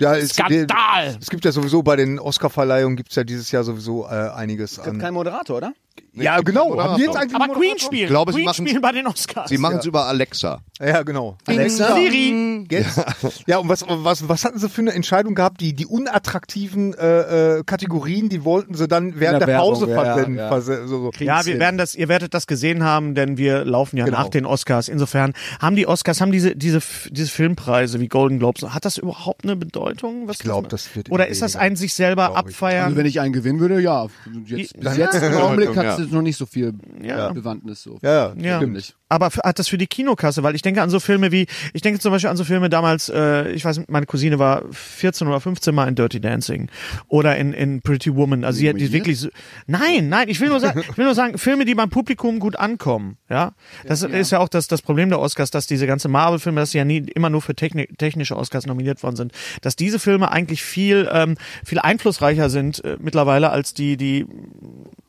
Speaker 3: Ja, es,
Speaker 5: Skandal!
Speaker 3: Es gibt ja sowieso bei den Oscarverleihungen gibt es ja dieses Jahr sowieso äh, einiges an.
Speaker 6: Kein Moderator, oder?
Speaker 3: Ja, genau. Haben die jetzt eigentlich
Speaker 5: Aber
Speaker 3: einen
Speaker 5: Queen
Speaker 3: Moderator?
Speaker 5: spielt.
Speaker 2: glaube, sie
Speaker 5: Queen
Speaker 2: machen's-
Speaker 5: spielt bei den Oscars. Äh,
Speaker 2: Sie machen es über Alexa.
Speaker 3: Ja, genau.
Speaker 5: Siri.
Speaker 3: Jetzt. Ja, und was, was, was hatten sie für eine Entscheidung gehabt? Die, die unattraktiven äh, äh, Kategorien, die wollten sie dann während der,
Speaker 6: In der
Speaker 3: Pause
Speaker 6: Werbung, ja,
Speaker 3: versenden.
Speaker 6: ja.
Speaker 3: verse- So, so.
Speaker 5: Ja, wir werden das, ihr werdet das gesehen haben, denn wir laufen ja
Speaker 3: Genau.
Speaker 5: nach den Oscars. Insofern haben die Oscars, haben diese, diese, F- diese Filmpreise wie Golden Globes, hat das überhaupt eine Bedeutung? Was ich
Speaker 3: glaub, das wird
Speaker 5: Oder
Speaker 3: eher
Speaker 5: ist das
Speaker 3: weniger,
Speaker 5: ein sich selber
Speaker 3: glaub ich.
Speaker 5: abfeiern?
Speaker 6: Also wenn ich einen gewinnen würde, ja. Jetzt, bis jetzt im Augenblick
Speaker 2: Ja.
Speaker 6: hat es noch nicht so viel
Speaker 5: Ja.
Speaker 6: Bewandtnis. So.
Speaker 3: Ja,
Speaker 5: Ja.
Speaker 6: Stimmt nicht.
Speaker 5: Aber f- hat das für die Kinokasse, weil ich denke an so Filme wie, ich denke zum Beispiel an so Filme damals, äh, ich weiß, nicht, meine Cousine war 14 oder 15 Mal in Dirty Dancing oder in, in Pretty Woman. Also sie hat die
Speaker 6: Nominiert?
Speaker 5: wirklich, so, nein, nein, ich will nur <laughs> sagen, ich will nur sagen, Filme, die beim Publikum gut ankommen, ja. Das ist ja auch das, das Problem der Oscars, dass diese ganze Marvel-Filme, dass sie ja nie immer nur für techni technische Oscars nominiert worden sind, dass diese Filme eigentlich viel, ähm, viel einflussreicher sind äh, mittlerweile als die, die,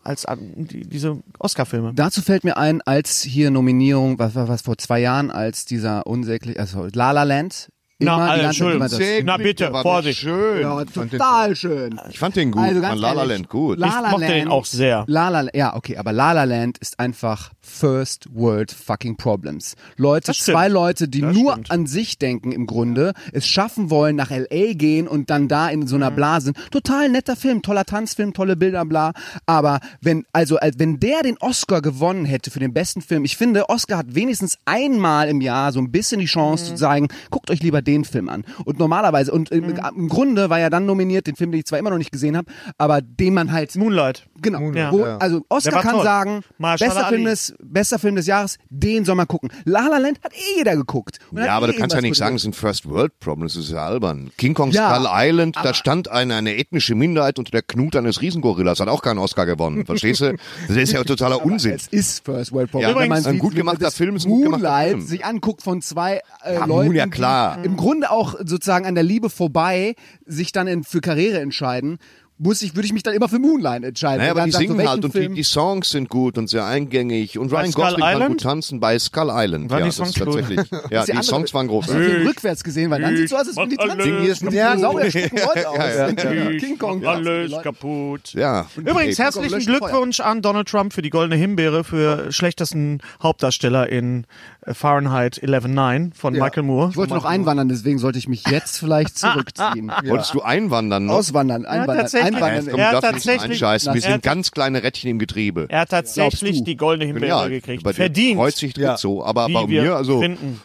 Speaker 5: als äh, die, diese Oscar-Filme.
Speaker 6: Dazu fällt mir ein, als hier Nominierung, was war was vor zwei Jahren, als dieser unsäglich, also La La Land.
Speaker 5: Na,
Speaker 6: die
Speaker 5: Alter,
Speaker 6: ganze-
Speaker 5: Entschuldigung.
Speaker 6: immer das-
Speaker 5: Na bitte,
Speaker 2: Der war
Speaker 5: Vorsicht.
Speaker 2: doch Schön.
Speaker 6: Ja, total schön.
Speaker 2: Ich fand den gut.
Speaker 6: Also ganz
Speaker 2: Man La La
Speaker 6: ehrlich,
Speaker 2: Land gut.
Speaker 6: La
Speaker 5: Ich
Speaker 6: La
Speaker 5: mochte den
Speaker 6: Land-
Speaker 5: auch sehr.
Speaker 6: La La, ja, okay, aber La La Land ist einfach First World fucking Problems. Leute,
Speaker 5: Das stimmt.
Speaker 6: zwei Leute, die nur
Speaker 5: stimmt.
Speaker 6: an sich denken im Grunde, es schaffen wollen, nach L.A. gehen und dann da in so
Speaker 5: Mhm.
Speaker 6: einer Blase sind. Total netter Film, toller Tanzfilm, tolle Bilder, bla. Aber wenn, also, als wenn der den Oscar gewonnen hätte für den besten Film, ich finde, Oscar hat wenigstens einmal im Jahr so ein bisschen die Chance
Speaker 5: Mhm.
Speaker 6: zu sagen, guckt euch lieber den Film an. Und
Speaker 5: Mhm.
Speaker 6: normalerweise, und im, im Grunde war ja dann nominiert, den Film, den ich zwar immer noch nicht gesehen habe, aber den man halt
Speaker 5: Moonlight.
Speaker 6: Genau.
Speaker 5: Ja.
Speaker 6: Wo,
Speaker 5: Ja.
Speaker 6: also Oscar
Speaker 5: war
Speaker 6: kann
Speaker 5: toll.
Speaker 6: sagen,
Speaker 5: Mahershala
Speaker 6: bester Film,
Speaker 5: Ali.
Speaker 6: des, bester Film des Jahres, den soll man gucken. La La Land hat eh jeder geguckt. Und hat
Speaker 2: Ja, aber
Speaker 6: eh
Speaker 2: du kannst ja
Speaker 6: irgendwas
Speaker 2: nicht sagen,
Speaker 6: gut
Speaker 2: es ist ein First World Problem, das ist ja albern. King Kong
Speaker 6: Ja,
Speaker 2: Skull Island, da stand eine, eine ethnische Minderheit unter der Knut eines Riesengorillas, hat auch keinen Oscar gewonnen, verstehst du? Das ist ja
Speaker 6: <laughs>
Speaker 2: totaler
Speaker 6: gemacht.
Speaker 2: Unsinn.
Speaker 6: Es ist First World
Speaker 2: Ja,
Speaker 6: Problem. Wenn man
Speaker 2: übrigens, ein
Speaker 6: sieht,
Speaker 2: gut
Speaker 6: wie man
Speaker 2: gemachter
Speaker 6: das
Speaker 2: Film ist ein gut gemachter
Speaker 6: Moonlight
Speaker 2: Film.
Speaker 6: sich anguckt von zwei äh,
Speaker 2: Ja, Moon,
Speaker 6: Leuten,
Speaker 2: ja, klar.
Speaker 6: die im Grunde auch sozusagen an der Liebe vorbei sich dann in, für Karriere entscheiden, muss ich, würde ich mich dann immer für Moonlight entscheiden.
Speaker 2: Naja,
Speaker 6: Und
Speaker 2: aber
Speaker 6: Äh, dann
Speaker 2: die
Speaker 6: sagst du,
Speaker 2: singen
Speaker 6: welchen
Speaker 2: halt und die,
Speaker 6: Film-
Speaker 2: die Songs sind gut und sehr eingängig und Ryan
Speaker 5: Skull
Speaker 2: Gosling kann gut
Speaker 5: Island?
Speaker 2: tanzen bei Skull Island.
Speaker 5: Waren
Speaker 2: ja,
Speaker 5: die
Speaker 2: das ist
Speaker 5: Songs gut? <laughs> Äh.
Speaker 2: tatsächlich. Ja,
Speaker 6: Das ist
Speaker 2: die
Speaker 6: andere-
Speaker 2: Sonst waren
Speaker 6: Hast du den
Speaker 2: großartig.
Speaker 6: rückwärts gesehen, weil dann sieht so aus, als würden die
Speaker 5: mach
Speaker 6: tanzen.
Speaker 5: alles
Speaker 6: Singen Dinosaurier spucken Leute aus.
Speaker 5: Ich
Speaker 6: King Kong.
Speaker 5: mach Alles kaputt.
Speaker 2: Ja.
Speaker 5: Übrigens,
Speaker 2: Ey,
Speaker 5: herzlichen
Speaker 6: löscht Feuer.
Speaker 5: Glückwunsch an Donald Trump für die Goldene Himbeere für schlechtesten Hauptdarsteller in äh, Fahrenheit 11.9 von Michael Moore.
Speaker 6: Ich wollte noch einwandern, deswegen sollte ich mich
Speaker 5: <laughs>
Speaker 6: jetzt vielleicht zurückziehen.
Speaker 2: Wolltest du einwandern noch?
Speaker 6: Auswandern, einwandern,
Speaker 5: tatsächlich.
Speaker 2: Nein,
Speaker 5: Ja,
Speaker 2: komm,
Speaker 6: einwandern.
Speaker 5: Er hat
Speaker 2: darf nicht
Speaker 5: tatsächlich-
Speaker 2: einscheißen. Wir
Speaker 5: Er
Speaker 2: sind
Speaker 5: hat-
Speaker 2: ganz kleine Rädchen im Getriebe.
Speaker 5: er hat tatsächlich
Speaker 6: Glaubst du?
Speaker 5: die Goldene Himbeere gekriegt.
Speaker 2: bei dir
Speaker 5: Verdient.
Speaker 2: Kreuzt sich
Speaker 3: Ja.
Speaker 2: ja. so, aber
Speaker 5: die
Speaker 2: bei
Speaker 5: wir
Speaker 2: mir, also,
Speaker 5: finden.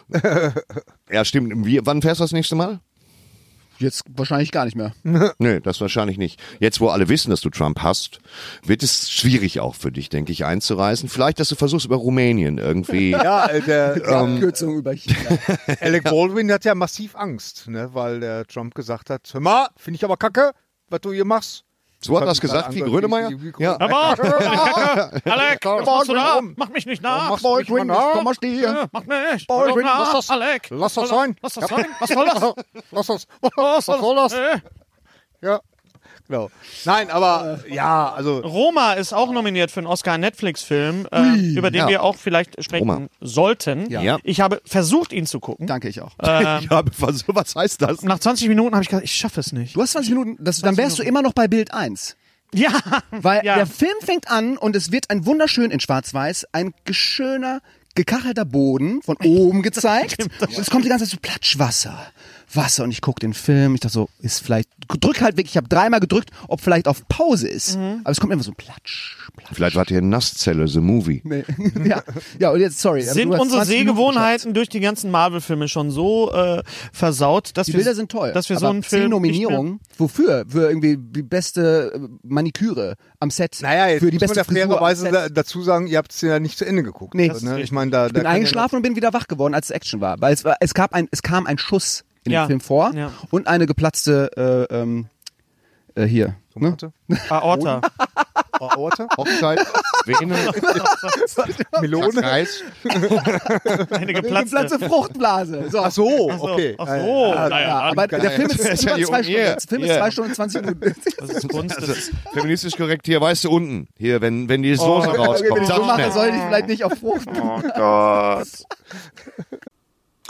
Speaker 2: ja stimmt, wie, wann fährst du das nächste Mal?
Speaker 6: Jetzt wahrscheinlich gar nicht mehr.
Speaker 2: Nö, das wahrscheinlich nicht. Jetzt, wo alle wissen, dass du Trump hast, wird es schwierig auch für dich, denke ich, einzureisen. Vielleicht, dass du versuchst, über Rumänien
Speaker 6: <laughs>
Speaker 2: irgendwie.
Speaker 3: Ja, äh, der äh,
Speaker 6: Abkürzung über China.
Speaker 3: Alec Baldwin hat ja massiv Angst, ne, weil der Trump gesagt hat, hör mal, finde ich aber kacke, was du hier machst.
Speaker 2: So hat das gesagt, wie Grönemeyer?
Speaker 3: Ja.
Speaker 2: Ja.
Speaker 5: Aber, Alec, was machst du da?
Speaker 3: um.
Speaker 5: Mach mich nicht nach.
Speaker 3: Mach Baldwin, komm mal
Speaker 5: Ja,
Speaker 3: stehen.
Speaker 5: Mach nicht.
Speaker 3: Baldwin,
Speaker 5: Mach
Speaker 3: lass
Speaker 5: nach,
Speaker 3: das-
Speaker 5: Alec.
Speaker 3: Lass das sein.
Speaker 5: Lass das sein.
Speaker 3: <laughs>
Speaker 5: Was soll das?
Speaker 3: Lass das. Was soll das?
Speaker 5: Äh,
Speaker 3: Ja, genau. Nein, aber ja, also
Speaker 5: Roma ist auch nominiert für einen Oscar Netflix-Film, ähm, über den
Speaker 2: ja.
Speaker 5: wir auch vielleicht sprechen
Speaker 2: Roma.
Speaker 5: sollten.
Speaker 2: Ja.
Speaker 5: Ich habe versucht, ihn zu gucken.
Speaker 6: Danke ich auch.
Speaker 5: Ähm,
Speaker 2: Ich habe was, was heißt das?
Speaker 5: Nach 20 Minuten habe ich gesagt, ich schaffe es nicht.
Speaker 6: Du hast 20 Minuten, das, dann wärst du immer noch bei Bild 1.
Speaker 5: Ja,
Speaker 6: Weil
Speaker 5: Hm, Ja.
Speaker 6: der Film fängt an und es wird ein wunderschön in Schwarz-Weiß, ein schöner, gekachelter Boden
Speaker 5: <laughs>
Speaker 6: von oben gezeigt. und es kommt die ganze Zeit so Platschwasser. Wasser und ich gucke den Film. Ich dachte so, ist vielleicht, drück halt weg. Ich habe dreimal gedrückt, ob vielleicht auf Pause ist.
Speaker 5: Mhm.
Speaker 6: Aber es kommt immer so Platsch, Platsch.
Speaker 2: Vielleicht war hier Nasszelle, The Movie.
Speaker 6: Nee. <laughs> ja. ja, und jetzt, sorry. aber
Speaker 5: sind
Speaker 6: du hast
Speaker 5: unsere
Speaker 6: 20 Minuten geschafft.
Speaker 5: Sehgewohnheiten durch die ganzen Marvel-Filme schon so äh, versaut, dass
Speaker 6: Die
Speaker 5: wir,
Speaker 6: Bilder sind toll.
Speaker 5: dass wir so
Speaker 6: aber
Speaker 5: einen
Speaker 6: Zehn
Speaker 5: Film
Speaker 6: Nominierungen. Wofür? Für irgendwie die beste äh, Maniküre am Set.
Speaker 3: naja, jetzt
Speaker 6: für die
Speaker 3: muss man
Speaker 6: beste
Speaker 3: ja
Speaker 6: Frisur. am
Speaker 3: fairerweise
Speaker 6: Set.
Speaker 3: da, dazu sagen, ihr habt es ja nicht zu Ende geguckt.
Speaker 6: Nee.
Speaker 3: Das ne? ich meine, da,
Speaker 6: Ich
Speaker 3: da
Speaker 6: bin
Speaker 3: kann ja
Speaker 6: eingeschlafen und bin wieder wach geworden, als es Action war. Weil es, war, es, gab ein, es kam ein Schuss in
Speaker 5: Ja.
Speaker 6: dem Film vor
Speaker 5: Ja.
Speaker 6: und eine geplatzte äh, ähm, äh, hier. Ne?
Speaker 3: Tomate,
Speaker 5: nicht mehr-
Speaker 6: <laughs>
Speaker 5: Aorta.
Speaker 3: Aorte,
Speaker 2: <laughs> Hochzeit, Vene,
Speaker 3: Melone.
Speaker 2: Kreis.
Speaker 5: Eine
Speaker 6: Eine geplatzte
Speaker 5: geplatzte.
Speaker 6: Fruchtblase. So.
Speaker 3: Ach so,
Speaker 5: Ach so,
Speaker 3: okay. Äh,
Speaker 5: Ach so,
Speaker 6: Ja,
Speaker 5: naja,
Speaker 6: aber
Speaker 5: <laughs>
Speaker 6: der Film ist,
Speaker 2: Das ist ja
Speaker 6: über
Speaker 2: die
Speaker 6: zwei
Speaker 2: Jungen.
Speaker 6: Stunden. Der Film ist
Speaker 2: Yeah.
Speaker 6: zwei Stunden und 20 Minuten.
Speaker 5: das ist Kunst. Das ist
Speaker 2: Feministisch korrekt hier, weißt du, unten. Hier, wenn, wenn die Soße rauskommt.
Speaker 6: Wenn ich so
Speaker 2: Sag
Speaker 6: mache,
Speaker 2: schnell.
Speaker 6: soll ich vielleicht nicht auf Fruchtblase.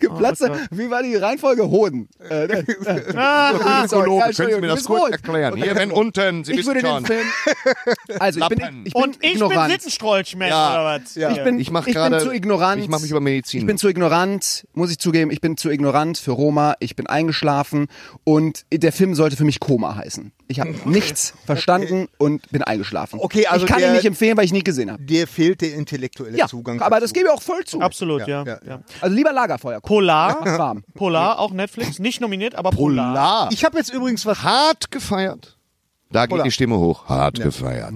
Speaker 6: Geplatze. Wie war die Reihenfolge? Hoden.
Speaker 2: <laughs>
Speaker 6: Äh, äh, <laughs> sorry, ja,
Speaker 2: Können Sie
Speaker 6: Entschuldigung,
Speaker 2: mir
Speaker 6: du
Speaker 2: das
Speaker 6: bist
Speaker 2: kurz
Speaker 6: rot.
Speaker 2: erklären? Hier, wenn unten, Sie
Speaker 6: ich
Speaker 2: wissen
Speaker 6: würde
Speaker 2: schon.
Speaker 6: den Film. Also ich bin,
Speaker 2: Lappen.
Speaker 6: ich bin
Speaker 5: und ich
Speaker 6: ignorant.
Speaker 5: bin Sittenstrolchmensch oder was?
Speaker 6: ich bin,
Speaker 2: Ich
Speaker 6: ich
Speaker 2: mach
Speaker 6: bin
Speaker 2: gerade-
Speaker 6: zu ignorant.
Speaker 2: ich mach mich über Medizin.
Speaker 6: Ich bin zu ignorant, muss ich zugeben. Ich bin zu ignorant für Roma. Ich bin eingeschlafen und der Film sollte für mich Koma heißen. Ich habe nichts verstanden und bin eingeschlafen.
Speaker 3: Okay, also
Speaker 6: ich kann
Speaker 3: der-
Speaker 6: ihn nicht empfehlen, weil ich ihn nicht gesehen habe.
Speaker 3: Dir fehlt der intellektuelle
Speaker 6: Ja,
Speaker 3: Zugang.
Speaker 6: aber
Speaker 3: dazu.
Speaker 6: das gebe ich auch voll zu.
Speaker 5: Absolut,
Speaker 3: ja,
Speaker 5: ja. ja,
Speaker 3: ja.
Speaker 6: Also lieber Lagerfeuer. <laughs>
Speaker 5: Polar,
Speaker 6: Warm.
Speaker 5: Polar, auch Netflix, nicht nominiert, aber Polar.
Speaker 2: Polar.
Speaker 3: Ich habe jetzt übrigens was
Speaker 2: Hart gefeiert. Da geht die Stimme hoch. Hart gefeiert.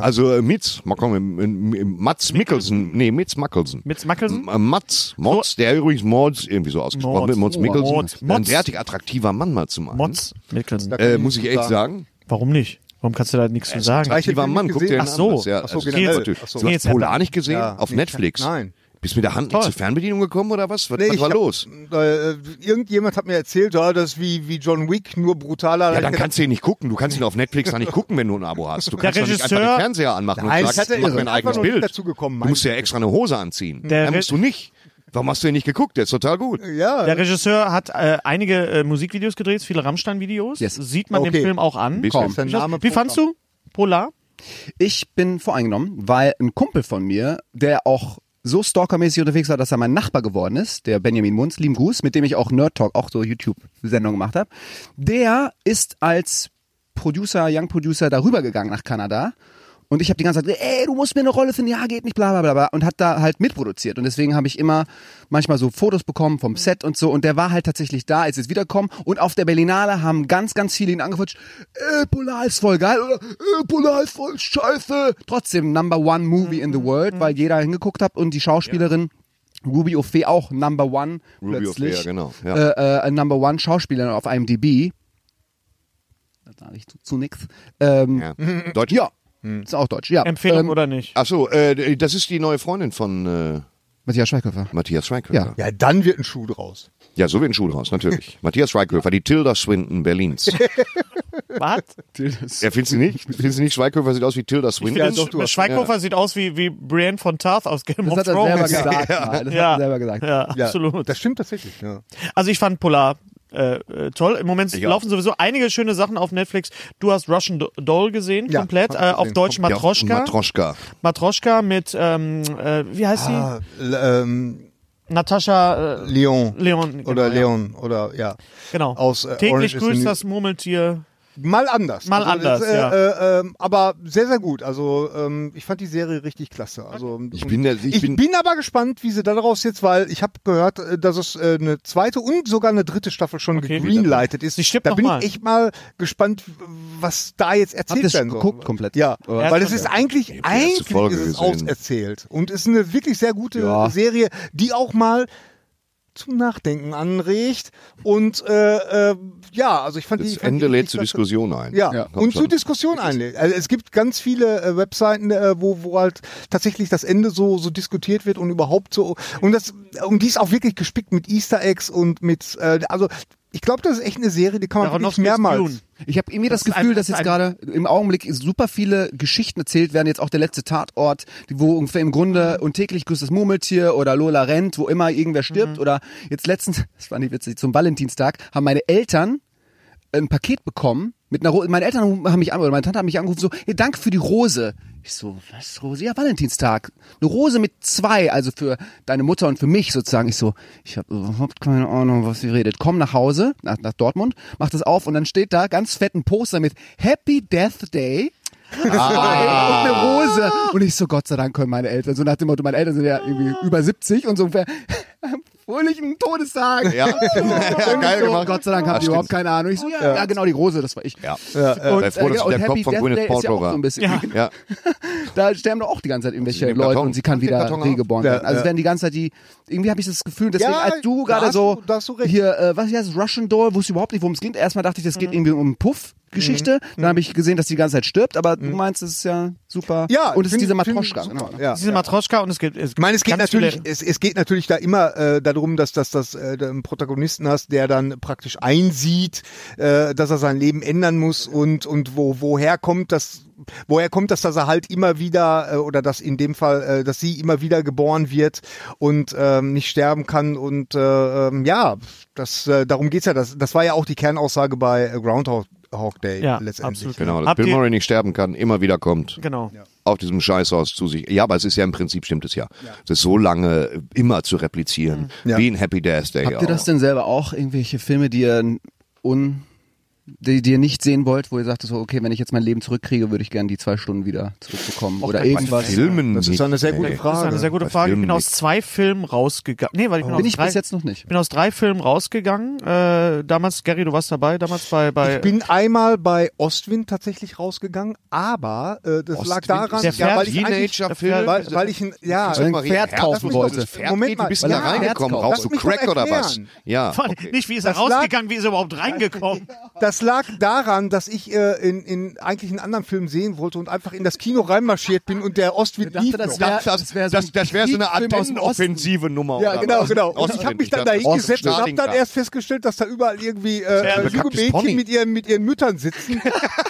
Speaker 2: Also äh, Mitz, mal komm, im- im- Mats Mickelson, nee, Mitz Mackelson.
Speaker 5: Mitz Mackelson?
Speaker 2: M- äh, Mats, Mods, der übrigens Mods irgendwie so ausgesprochen
Speaker 5: Mods.
Speaker 2: wird, Mods
Speaker 5: Oh,
Speaker 2: Mickelson.
Speaker 5: Mods.
Speaker 2: Ein
Speaker 5: Mods.
Speaker 2: derartig attraktiver Mann mal zum einen.
Speaker 5: Mods Mickelson.
Speaker 2: Äh, muss ich echt sagen.
Speaker 5: Warum nicht? Warum kannst du da nichts zu sagen?
Speaker 3: reicht- Ich hab
Speaker 2: Attraktiver
Speaker 3: den
Speaker 2: Mann,
Speaker 3: nicht
Speaker 2: guck dir den
Speaker 3: gesehen.
Speaker 2: an.
Speaker 5: Ach so.
Speaker 2: Das ist Ja,
Speaker 3: Ach so,
Speaker 2: also
Speaker 3: generell.
Speaker 2: natürlich.
Speaker 3: Ach so.
Speaker 2: Du hast
Speaker 5: Jetzt hat
Speaker 2: Polar
Speaker 5: er-
Speaker 2: nicht gesehen?
Speaker 3: Ja.
Speaker 2: Auf
Speaker 3: Nee,
Speaker 2: Netflix?
Speaker 3: nein.
Speaker 2: Bist du mit der Hand zur Fernbedienung gekommen oder was? Was, was
Speaker 3: ich
Speaker 2: war
Speaker 3: hab-
Speaker 2: los?
Speaker 3: Äh, irgendjemand hat mir erzählt, ja, das ist wie, wie John Wick, nur brutaler.
Speaker 2: Ja, dann
Speaker 3: Ich
Speaker 2: kannst du ihn nicht gucken. Du kannst ihn auf Netflix dann nicht gucken, wenn du ein Abo hast. Du kannst doch nicht einfach
Speaker 5: Regisseur-
Speaker 2: den Fernseher anmachen
Speaker 3: Nein,
Speaker 2: und
Speaker 3: das
Speaker 2: sagst,
Speaker 3: hat er
Speaker 2: mach mir
Speaker 3: irre.
Speaker 2: ein
Speaker 3: Einfach
Speaker 2: eigenes
Speaker 3: noch nicht
Speaker 2: Bild.
Speaker 3: dazu gekommen,
Speaker 2: du musst ja extra eine Hose anziehen.
Speaker 5: Der
Speaker 2: Dann
Speaker 5: Re-
Speaker 2: musst du nicht. Warum hast du den nicht geguckt? Der ist total gut.
Speaker 3: ja,
Speaker 5: Der Regisseur hat äh, einige äh, Musikvideos gedreht, viele Rammstein-Videos.
Speaker 6: Yes.
Speaker 5: Sieht man
Speaker 3: Okay.
Speaker 5: den Film auch an.
Speaker 2: Bisschen.
Speaker 3: Ist der
Speaker 5: Wie
Speaker 3: Name Programm.
Speaker 5: fandst du Polar?
Speaker 6: Ich bin voreingenommen, weil ein Kumpel von mir, der auch so stalkermäßig unterwegs war, dass er mein Nachbar geworden ist, der Benjamin Munz, lieben Gruß, mit dem ich auch Nerd Talk, auch so YouTube-Sendung gemacht habe, der ist als Producer, Young Producer darüber gegangen nach Kanada. Und ich habe die ganze Zeit, ey, du musst mir eine Rolle finden, ja, geht nicht, bla bla bla bla. Und hat da halt mitproduziert. Und deswegen habe ich immer manchmal so Fotos bekommen vom Set und so. Und der war halt tatsächlich da, als jetzt wiederkommen. Und auf der Berlinale haben ganz, ganz viele ihn angequatscht, ey, Polar ist voll geil oder ey, Polar ist voll scheiße. Trotzdem Number One Movie in the World,
Speaker 2: Mhm.
Speaker 6: weil jeder hingeguckt hat und die Schauspielerin. Ruby Ophé auch Number One
Speaker 2: Ruby Ophé,
Speaker 6: plötzlich,
Speaker 2: ja, genau, ja.
Speaker 6: Äh, äh, Number One Schauspielerin auf IMDb. Da sage ich zu, zu nix. Ähm,
Speaker 2: Ja.
Speaker 3: <laughs>
Speaker 2: Hm. Deutsch.
Speaker 6: ja, ist auch deutsch, ja.
Speaker 5: Empfehlung
Speaker 6: Ähm,
Speaker 2: <laughs>
Speaker 5: oder nicht?
Speaker 2: Ach so, äh, das ist die neue Freundin von äh,
Speaker 6: Matthias Schweighöfer.
Speaker 2: Matthias Schweighöfer.
Speaker 3: ja, dann wird ein Schuh draus.
Speaker 2: ja, so wie ein Schulhaus,
Speaker 3: <laughs>
Speaker 2: natürlich. Matthias Schweighöfer, die Tilda Swinton Berlins.
Speaker 5: Was?
Speaker 2: Ja, findest du
Speaker 3: <laughs>
Speaker 2: nicht? Findest du nicht, Schweighöfer sieht aus wie Tilda Swinton?
Speaker 5: Ja, Schweighofer sieht aus wie, wie Brienne von Tarth aus Game
Speaker 6: Das
Speaker 5: of
Speaker 6: hat er selber
Speaker 5: Thrones.
Speaker 6: gesagt. mal. Das hat er selber gesagt.
Speaker 5: Ja,
Speaker 3: Ja,
Speaker 5: absolut.
Speaker 3: Das stimmt tatsächlich. Ja.
Speaker 5: Also ich fand Polar äh, äh, toll. Im Moment
Speaker 2: auch.
Speaker 5: laufen sowieso einige schöne Sachen auf Netflix. Du hast Russian Do- Doll gesehen,
Speaker 3: Ja,
Speaker 5: komplett.
Speaker 3: hab ich
Speaker 5: Äh, auf
Speaker 3: gesehen.
Speaker 5: Deutsch
Speaker 2: Ja,
Speaker 5: Matroschka.
Speaker 2: Matroschka.
Speaker 5: Matroschka mit, ähm, äh, wie heißt sie?
Speaker 3: Ah, L- ähm,
Speaker 5: Natascha äh,
Speaker 3: Leon.
Speaker 5: Leon. Genau,
Speaker 3: Oder
Speaker 5: ja.
Speaker 3: Leon. Oder ja.
Speaker 5: Genau.
Speaker 3: Aus, äh, Orange
Speaker 5: Täglich
Speaker 3: is the
Speaker 5: grüßt
Speaker 3: New-
Speaker 5: das Murmeltier.
Speaker 3: Mal anders.
Speaker 5: Mal anders,
Speaker 3: äh,
Speaker 5: ja.
Speaker 3: äh, ähm, aber sehr, sehr gut. Also ähm, ich fand die Serie richtig klasse. Also
Speaker 2: Ich
Speaker 3: und-
Speaker 2: bin der- ich
Speaker 3: ich
Speaker 2: bin-
Speaker 3: bin, aber gespannt, wie sie daraus jetzt, weil ich habe gehört, äh, dass es äh, eine zweite und sogar eine dritte Staffel schon gegreenlightet ist.
Speaker 5: Sie stirbt
Speaker 3: da
Speaker 5: noch
Speaker 3: bin
Speaker 5: mal.
Speaker 3: ich echt mal gespannt, was da jetzt
Speaker 6: Habt
Speaker 3: erzählt
Speaker 6: ihr schon
Speaker 3: werden soll.
Speaker 6: geguckt komplett?
Speaker 3: Ja,
Speaker 6: Oder?
Speaker 3: weil es ist eigentlich,
Speaker 2: die erste
Speaker 3: eigentlich
Speaker 2: Folge
Speaker 3: ist es
Speaker 2: gesehen.
Speaker 3: auserzählt. Und ist eine wirklich sehr gute
Speaker 6: Ja.
Speaker 3: Serie, die auch mal zum Nachdenken anregt. Und äh, äh, ja, also ich fand
Speaker 2: Das
Speaker 3: die. fand
Speaker 2: Ende
Speaker 3: die
Speaker 2: lädt
Speaker 3: richtig
Speaker 2: zur
Speaker 3: klasse.
Speaker 2: Diskussion ein.
Speaker 3: Ja,
Speaker 2: Kommt
Speaker 3: und
Speaker 2: schon.
Speaker 3: zur Diskussion einlädt. Also es gibt ganz viele äh, Webseiten, äh, wo, wo halt tatsächlich das Ende so, so diskutiert wird und überhaupt so. Und das, und die ist auch wirklich gespickt mit Easter Eggs und mit, äh, also ich glaube, das ist echt eine Serie, die kann man wirklich
Speaker 5: Aronofsky ist Dune.
Speaker 3: mehrmals.
Speaker 6: Ich habe irgendwie das,
Speaker 5: Das ist
Speaker 6: Gefühl,
Speaker 5: ein-
Speaker 6: dass
Speaker 5: das ist
Speaker 6: jetzt gerade im Augenblick super viele Geschichten erzählt werden. Jetzt auch der letzte Tatort, wo ungefähr im Grunde
Speaker 5: Mhm.
Speaker 6: und täglich grüßt das Murmeltier oder Lola rennt, wo immer irgendwer stirbt.
Speaker 5: Mhm.
Speaker 6: Oder jetzt letztens, <laughs> das fand ich witzig, zum Valentinstag haben meine Eltern ein Paket bekommen mit einer Rose. Meine Eltern haben mich angerufen, oder meine Tante hat mich angerufen, so, hey, danke für die Rose. Ich so, was Rose? Ja, Valentinstag. Eine Rose mit zwei, also für deine Mutter und für mich sozusagen. Ich so, ich habe überhaupt keine Ahnung, was ihr redet. Komm nach Hause, nach, nach Dortmund, mach das auf und dann steht da ganz fetten Poster mit Happy Death Day. Ah. Und eine Rose. Und ich so, Gott sei Dank können meine Eltern, so nach dem Motto, meine Eltern sind ja irgendwie über 70 und so <laughs> ungefähr, fröhlichen Todestag.
Speaker 3: <laughs>
Speaker 2: Ja.
Speaker 3: Genau.
Speaker 2: Ja,
Speaker 6: Und
Speaker 2: geil
Speaker 6: so,
Speaker 2: gemacht.
Speaker 6: Gott sei Dank
Speaker 2: Ja,
Speaker 6: haben die
Speaker 2: stimmt.
Speaker 6: überhaupt keine Ahnung. Ich so, ja, ja, genau, die Rose, das war ich.
Speaker 2: Ja.
Speaker 6: Und,
Speaker 2: Sei froh, dass
Speaker 6: ja,
Speaker 2: der Kopf
Speaker 6: Happy
Speaker 2: von
Speaker 6: Death
Speaker 2: Gwyneth
Speaker 6: Day ist ja
Speaker 2: Paltrow
Speaker 6: auch
Speaker 2: war.
Speaker 6: so ein bisschen.
Speaker 2: ja.
Speaker 6: <laughs> Da sterben doch auch die ganze Zeit irgendwelche
Speaker 2: in dem
Speaker 6: Leute
Speaker 2: Karton.
Speaker 6: und sie kann
Speaker 2: Ach, den
Speaker 6: wieder
Speaker 2: Karton auch.
Speaker 6: regeborn
Speaker 3: Ja,
Speaker 6: werden. Also
Speaker 3: ja.
Speaker 6: werden die ganze Zeit die, irgendwie habe ich das Gefühl, deswegen,
Speaker 3: Ja,
Speaker 6: als du
Speaker 3: da
Speaker 6: gerade
Speaker 3: hast
Speaker 6: so,
Speaker 3: du- da hast du recht.
Speaker 6: hier, äh, was heißt das, Russian Doll, wusste überhaupt nicht, worum es geht. Erstmal dachte ich, das geht irgendwie um einen Puff. Geschichte,
Speaker 3: Mhm.
Speaker 6: dann habe ich gesehen, dass die ganze Zeit stirbt, aber du meinst, es ist ja super.
Speaker 3: Ja,
Speaker 6: und es ist
Speaker 3: find-
Speaker 6: diese
Speaker 3: find-
Speaker 6: Matroschka.
Speaker 3: super,
Speaker 6: Genau.
Speaker 3: Ja.
Speaker 5: Diese Matroschka und es gibt. Es
Speaker 3: Ich meine, es geht
Speaker 5: ganz
Speaker 3: natürlich,
Speaker 5: viele-
Speaker 3: es, es geht natürlich da immer äh, darum, dass dass dass äh, du einen Protagonisten hast, der dann praktisch einsieht, äh, dass er sein Leben ändern muss und und wo woher kommt das, woher kommt das, dass er halt immer wieder äh, oder dass in dem Fall, äh, dass sie immer wieder geboren wird und ähm, nicht sterben kann und äh, ähm, ja, das äh, darum geht's ja. Das das war ja auch die Kernaussage bei äh, Groundhog Hawk Day
Speaker 5: Ja,
Speaker 3: äh, letztendlich.
Speaker 5: absolut.
Speaker 2: Genau, dass
Speaker 5: Habt
Speaker 2: Bill
Speaker 5: ihr-
Speaker 2: Murray nicht sterben kann, immer wieder kommt.
Speaker 5: Genau.
Speaker 2: Auf diesem Scheißhaus zu sich. Ja, aber es ist ja im Prinzip stimmt es ja. Das ist so lange immer zu replizieren,
Speaker 3: Ja.
Speaker 5: Genau.
Speaker 2: wie ein Happy Death Day.
Speaker 6: Habt ihr das denn selber auch, irgendwelche Filme, die ihr un die, die ihr nicht sehen wollt, wo ihr sagt, so, okay, wenn ich jetzt mein Leben zurückkriege, würde ich gerne die zwei Stunden wieder zurückbekommen. Oder
Speaker 2: Bei
Speaker 6: irgendwas.
Speaker 2: Filmen
Speaker 1: Das ist eine sehr
Speaker 2: nicht,
Speaker 1: gute
Speaker 2: ey.
Speaker 1: Frage.
Speaker 5: Das ist eine sehr gute
Speaker 2: Bei
Speaker 5: Frage. Ich
Speaker 2: Filmen
Speaker 5: bin aus
Speaker 2: nicht.
Speaker 5: zwei Filmen rausgegangen. Nee, weil ich bin, aus
Speaker 6: Bin ich
Speaker 5: drei,
Speaker 6: bis jetzt noch nicht.
Speaker 5: ich bin aus drei Filmen rausgegangen. Äh, damals, Gary, du warst dabei, damals bei, bei <laughs>
Speaker 3: Ich bin einmal bei Ostwind tatsächlich rausgegangen, aber äh, das lag
Speaker 2: Ostwind
Speaker 3: daran,
Speaker 2: ist
Speaker 5: der
Speaker 3: ja, weil ich eigentlich,
Speaker 2: Teenager-Film.
Speaker 3: weil, weil ich ein, ja,
Speaker 6: Weil ein
Speaker 2: Maria,
Speaker 6: Pferd
Speaker 2: Herz,
Speaker 6: kaufen
Speaker 2: du
Speaker 6: wollte.
Speaker 2: wolltest Pferd
Speaker 3: Moment
Speaker 2: gehen,
Speaker 3: mal,
Speaker 2: du bist
Speaker 3: weil
Speaker 2: da
Speaker 3: er Herz
Speaker 2: reingekommen,
Speaker 3: kauft.
Speaker 2: rauchst
Speaker 3: Lass
Speaker 2: du
Speaker 3: mich doch
Speaker 2: Crack oder was?
Speaker 3: erklären.
Speaker 2: Ja.
Speaker 5: Vor allem Nicht, wie ist er
Speaker 3: Das lag-
Speaker 5: rausgegangen, wie ist er
Speaker 3: <laughs>
Speaker 5: überhaupt reingekommen?
Speaker 3: Das lag daran, dass ich äh, in, in eigentlich einen anderen Film sehen wollte und einfach in das Kino reinmarschiert bin und der Ostwind lief noch.
Speaker 6: wär-
Speaker 2: Das, das,
Speaker 6: wär
Speaker 2: das, das wäre so eine
Speaker 6: Kriegfilm aus dem Osten.
Speaker 2: Antennenoffensive Nummer.
Speaker 3: ja,
Speaker 2: oder
Speaker 3: genau,
Speaker 2: was?
Speaker 3: genau. Und ich
Speaker 2: Ostwind.
Speaker 3: habe mich dann da
Speaker 2: dachte,
Speaker 3: hingesetzt und habe
Speaker 2: Ostwind.
Speaker 3: dann erst festgestellt, dass da überall irgendwie äh,
Speaker 2: bekacktes
Speaker 3: junge Mädchen
Speaker 2: Pony.
Speaker 3: mit ihren, mit ihren
Speaker 2: <laughs>
Speaker 3: Müttern sitzen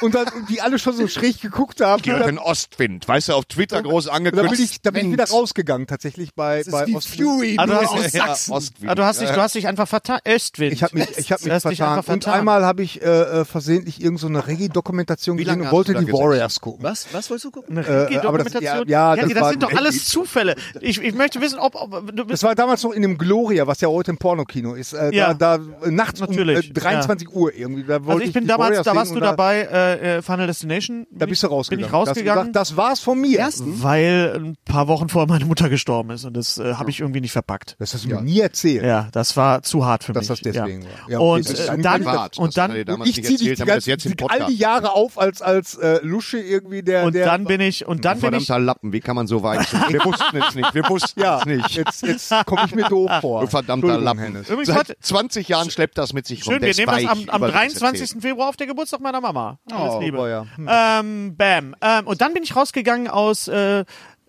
Speaker 3: und, dann, und die alle schon so schräg geguckt haben. Und dann,
Speaker 2: Jürgen Ostwind, weißt du, auf Twitter groß
Speaker 3: und dann, bin
Speaker 2: angekündigt.
Speaker 3: ich, dann bin ich wieder rausgegangen tatsächlich bei, bei Ostwind.
Speaker 5: Also, du hast-
Speaker 2: aus Sachsen.
Speaker 5: Ah, du, hast dich, du hast dich einfach vertan. Östwind.
Speaker 3: Ich habe mich, ich hab
Speaker 5: Du
Speaker 3: mich
Speaker 5: hast dich
Speaker 3: vertan.
Speaker 5: einfach
Speaker 3: Und einmal habe ich äh, äh, versehentlich irgend so eine Reggae-Dokumentation
Speaker 2: lange
Speaker 3: gesehen und
Speaker 2: hast du
Speaker 3: wollte
Speaker 2: da
Speaker 3: die
Speaker 2: gesessen?
Speaker 3: Warriors gucken.
Speaker 6: Was? Was wolltest du gucken?
Speaker 5: Eine
Speaker 3: Äh, aber das-
Speaker 5: Dokumentation.
Speaker 3: ja, ja,
Speaker 5: das,
Speaker 3: das war-
Speaker 5: sind doch alles Zufälle. Ich, ich möchte wissen, ob, ob du
Speaker 3: Das
Speaker 5: bist.
Speaker 3: war damals noch in dem Gloria, was ja heute im Pornokino ist. Äh,
Speaker 5: Ja.
Speaker 3: Da, da äh, nachts
Speaker 5: Natürlich,
Speaker 3: um äh, 23 Uhr irgendwie. Da wollte
Speaker 5: Also ich bin
Speaker 3: die
Speaker 5: damals,
Speaker 3: Warriors
Speaker 5: da
Speaker 3: sehen
Speaker 5: warst du
Speaker 3: und da-
Speaker 5: dabei, äh, äh, Final Destination.
Speaker 3: Da bist du rausgegangen.
Speaker 5: Bin ich rausgegangen,
Speaker 3: Da hast du gesagt, das war's von mir.
Speaker 5: weil ein paar Wochen vorher meine Mutter gestorben ist und das äh, habe ich irgendwie nicht verpackt.
Speaker 3: Das hast du mir nie erzählt.
Speaker 5: Ja, das war zu hart für
Speaker 3: Dass
Speaker 5: mich.
Speaker 3: das deswegen
Speaker 5: ja.
Speaker 3: war. Ja, okay,
Speaker 5: und
Speaker 3: das ist
Speaker 5: äh,
Speaker 3: ein
Speaker 5: dann,
Speaker 2: Privat.
Speaker 5: und
Speaker 2: Das
Speaker 5: dann,
Speaker 2: hat er dir
Speaker 5: und
Speaker 2: damals
Speaker 3: Ich
Speaker 2: nicht
Speaker 3: ziehe dich
Speaker 2: erzählt,
Speaker 3: die
Speaker 2: haben wir das
Speaker 3: ganzen,
Speaker 2: jetzt im
Speaker 3: die- all
Speaker 2: Podcast.
Speaker 3: die Jahre auf als, als äh, Lusche irgendwie der. der
Speaker 5: dann bin ich, und dann bin ich
Speaker 2: Verdammter Lappen, wie kann man so
Speaker 3: <laughs>
Speaker 2: weit sein? Wir wussten es nicht, wir wussten
Speaker 3: ja,
Speaker 2: es nicht.
Speaker 3: jetzt, jetzt komme ich mir doof vor.
Speaker 2: Du verdammter
Speaker 3: Entschuldigung,
Speaker 2: Lappen.
Speaker 3: Hennes.
Speaker 5: Übrigens, heute-
Speaker 2: Seit 20 Jahren schleppt das mit sich
Speaker 5: Schön,
Speaker 2: rum.
Speaker 5: wir
Speaker 2: Der
Speaker 5: nehmen
Speaker 2: Spike
Speaker 5: das am, am
Speaker 2: über das erzählt. Oh,
Speaker 5: 23. Februar auf der Geburtstag meiner Mama. Alles Liebe.
Speaker 3: boah, ja.
Speaker 2: Hm.
Speaker 5: Ähm, bam. Ähm, und dann bin ich rausgegangen aus äh,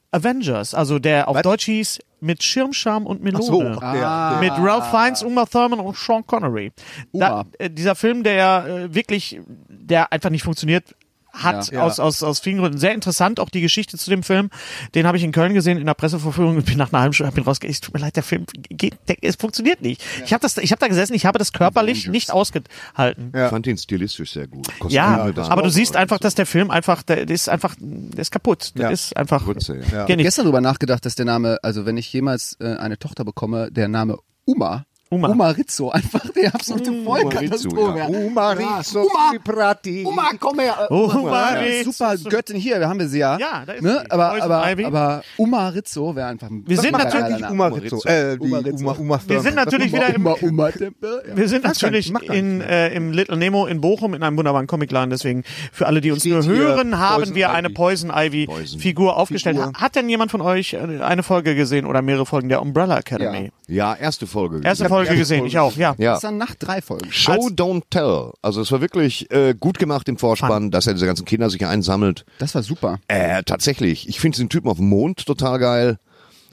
Speaker 5: Avengers, also der auf Deutsch hieß mit Schirmscham und Melone.
Speaker 3: So,
Speaker 2: ah,
Speaker 3: der, der.
Speaker 5: Mit Ralph Fiennes, Uma Thurman und Sean Connery. Da, äh, dieser Film, der ja äh, wirklich, der einfach nicht funktioniert hat
Speaker 3: Ja.
Speaker 5: Aus, aus, aus vielen Gründen. Sehr interessant auch die Geschichte zu dem Film. Den habe ich in Köln gesehen in der Presseverführung und bin nach einer halben Stunde hab ihn rausgegangen. Es tut mir leid, der Film geht, der, es funktioniert nicht. Ich habe das, ich habe da gesessen, ich habe das körperlich nicht ausgehalten.
Speaker 2: Ich fand ihn stilistisch sehr gut. Kostüme
Speaker 5: Ja,
Speaker 3: genau
Speaker 2: waren-
Speaker 5: aber du siehst einfach, dass der Film einfach, der, der ist einfach, der ist kaputt. Der
Speaker 3: Ja.
Speaker 5: ist einfach,
Speaker 2: Grütze, ja.
Speaker 5: geht nicht.
Speaker 6: gestern darüber nachgedacht, dass der Name, also wenn ich jemals äh, eine Tochter bekomme, der Name Uma,
Speaker 5: Uma.
Speaker 6: Rizzo, einfach der absolute Vollkatastrophe.
Speaker 2: ja.
Speaker 3: Umari, so
Speaker 6: Uma-
Speaker 3: Prati.
Speaker 6: Uma, komm her. äh,
Speaker 5: Uma
Speaker 6: ja.
Speaker 5: Rizzo.
Speaker 6: Super Göttin hier, da haben wir sie ja.
Speaker 5: Ja, da ist
Speaker 6: ne?
Speaker 5: sie.
Speaker 6: Aber,
Speaker 5: Poison
Speaker 6: aber,
Speaker 5: Ivy.
Speaker 6: aber Uma Rizzo wäre einfach ein
Speaker 5: Wir sind
Speaker 6: geiler
Speaker 5: natürlich
Speaker 6: Name.
Speaker 3: Uma Rizzo. Äh, die
Speaker 6: Uma
Speaker 3: Uma,
Speaker 6: Rizzo.
Speaker 3: Uma, Uma
Speaker 5: wir sind natürlich wieder im,
Speaker 6: Uma, Uma, Tempe, ja.
Speaker 5: Wir sind natürlich
Speaker 3: mach gar
Speaker 5: in, äh, im Little Nemo in Bochum in einem wunderbaren Comicladen. Deswegen für alle, die uns
Speaker 3: Steht
Speaker 5: nur
Speaker 3: hier
Speaker 5: hören, haben
Speaker 3: Poison
Speaker 5: wir
Speaker 3: Ivy.
Speaker 5: eine Poison Ivy Figur aufgestellt.
Speaker 3: Figur.
Speaker 5: Ha- Hat denn jemand von euch äh, eine Folge gesehen oder mehrere Folgen der Umbrella Academy?
Speaker 2: ja, erste Folge.
Speaker 5: Erste Folge gesehen, ich auch. Ja.
Speaker 2: Ja.
Speaker 6: Das waren nach drei Folgen.
Speaker 2: Show
Speaker 5: Als-
Speaker 2: Don't Tell. Also es war wirklich äh, gut gemacht im Vorspann, dass er diese ganzen Kinder sich einsammelt.
Speaker 6: Das war super.
Speaker 2: Äh, tatsächlich. Ich finde den Typen auf dem Mond total geil.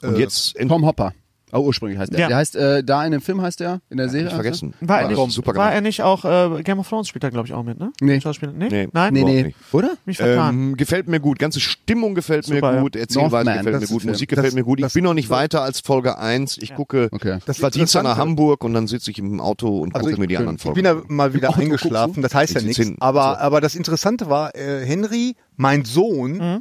Speaker 2: Und jetzt in
Speaker 6: Tom Hopper. Oh, ursprünglich heißt der.
Speaker 5: Ja.
Speaker 6: Der heißt, äh, da in dem Film heißt der, in der Serie.
Speaker 2: ich
Speaker 6: heißt
Speaker 2: vergessen.
Speaker 5: also? War, er nicht,
Speaker 2: super
Speaker 5: war
Speaker 2: gemacht.
Speaker 5: er nicht auch äh, Game of Thrones spielt er glaube ich auch mit, ne?
Speaker 6: Nee.
Speaker 5: Schauspieler, nee?
Speaker 2: Nee.
Speaker 5: Nein.
Speaker 6: Der? Nee,
Speaker 2: Überhaupt
Speaker 6: nee.
Speaker 2: nicht.
Speaker 6: Oder?
Speaker 5: Mich vertan.
Speaker 2: Ähm, gefällt mir gut, ganze Stimmung gefällt
Speaker 5: Super, ja.
Speaker 2: mir gut, Erzählweise
Speaker 6: Northman,
Speaker 2: gefällt
Speaker 6: das
Speaker 2: mir
Speaker 6: ist
Speaker 2: gut,
Speaker 6: der.
Speaker 2: Musik
Speaker 3: Das-
Speaker 2: gefällt mir gut. Ich
Speaker 3: das-
Speaker 2: bin noch nicht weiter als Folge 1. Ich gucke,
Speaker 6: Okay.
Speaker 2: ich
Speaker 3: Das
Speaker 2: war Dienstag nach
Speaker 3: Interessante-
Speaker 2: Hamburg und dann sitze ich im Auto und gucke mir die anderen
Speaker 3: ich
Speaker 2: Folgen
Speaker 3: bin
Speaker 2: an.
Speaker 3: ja mal wieder eingeschlafen, das heißt ja
Speaker 2: Ich sitz
Speaker 3: nichts.
Speaker 2: hinten.
Speaker 3: Aber, aber das Interessante war, äh, Henry, mein Sohn,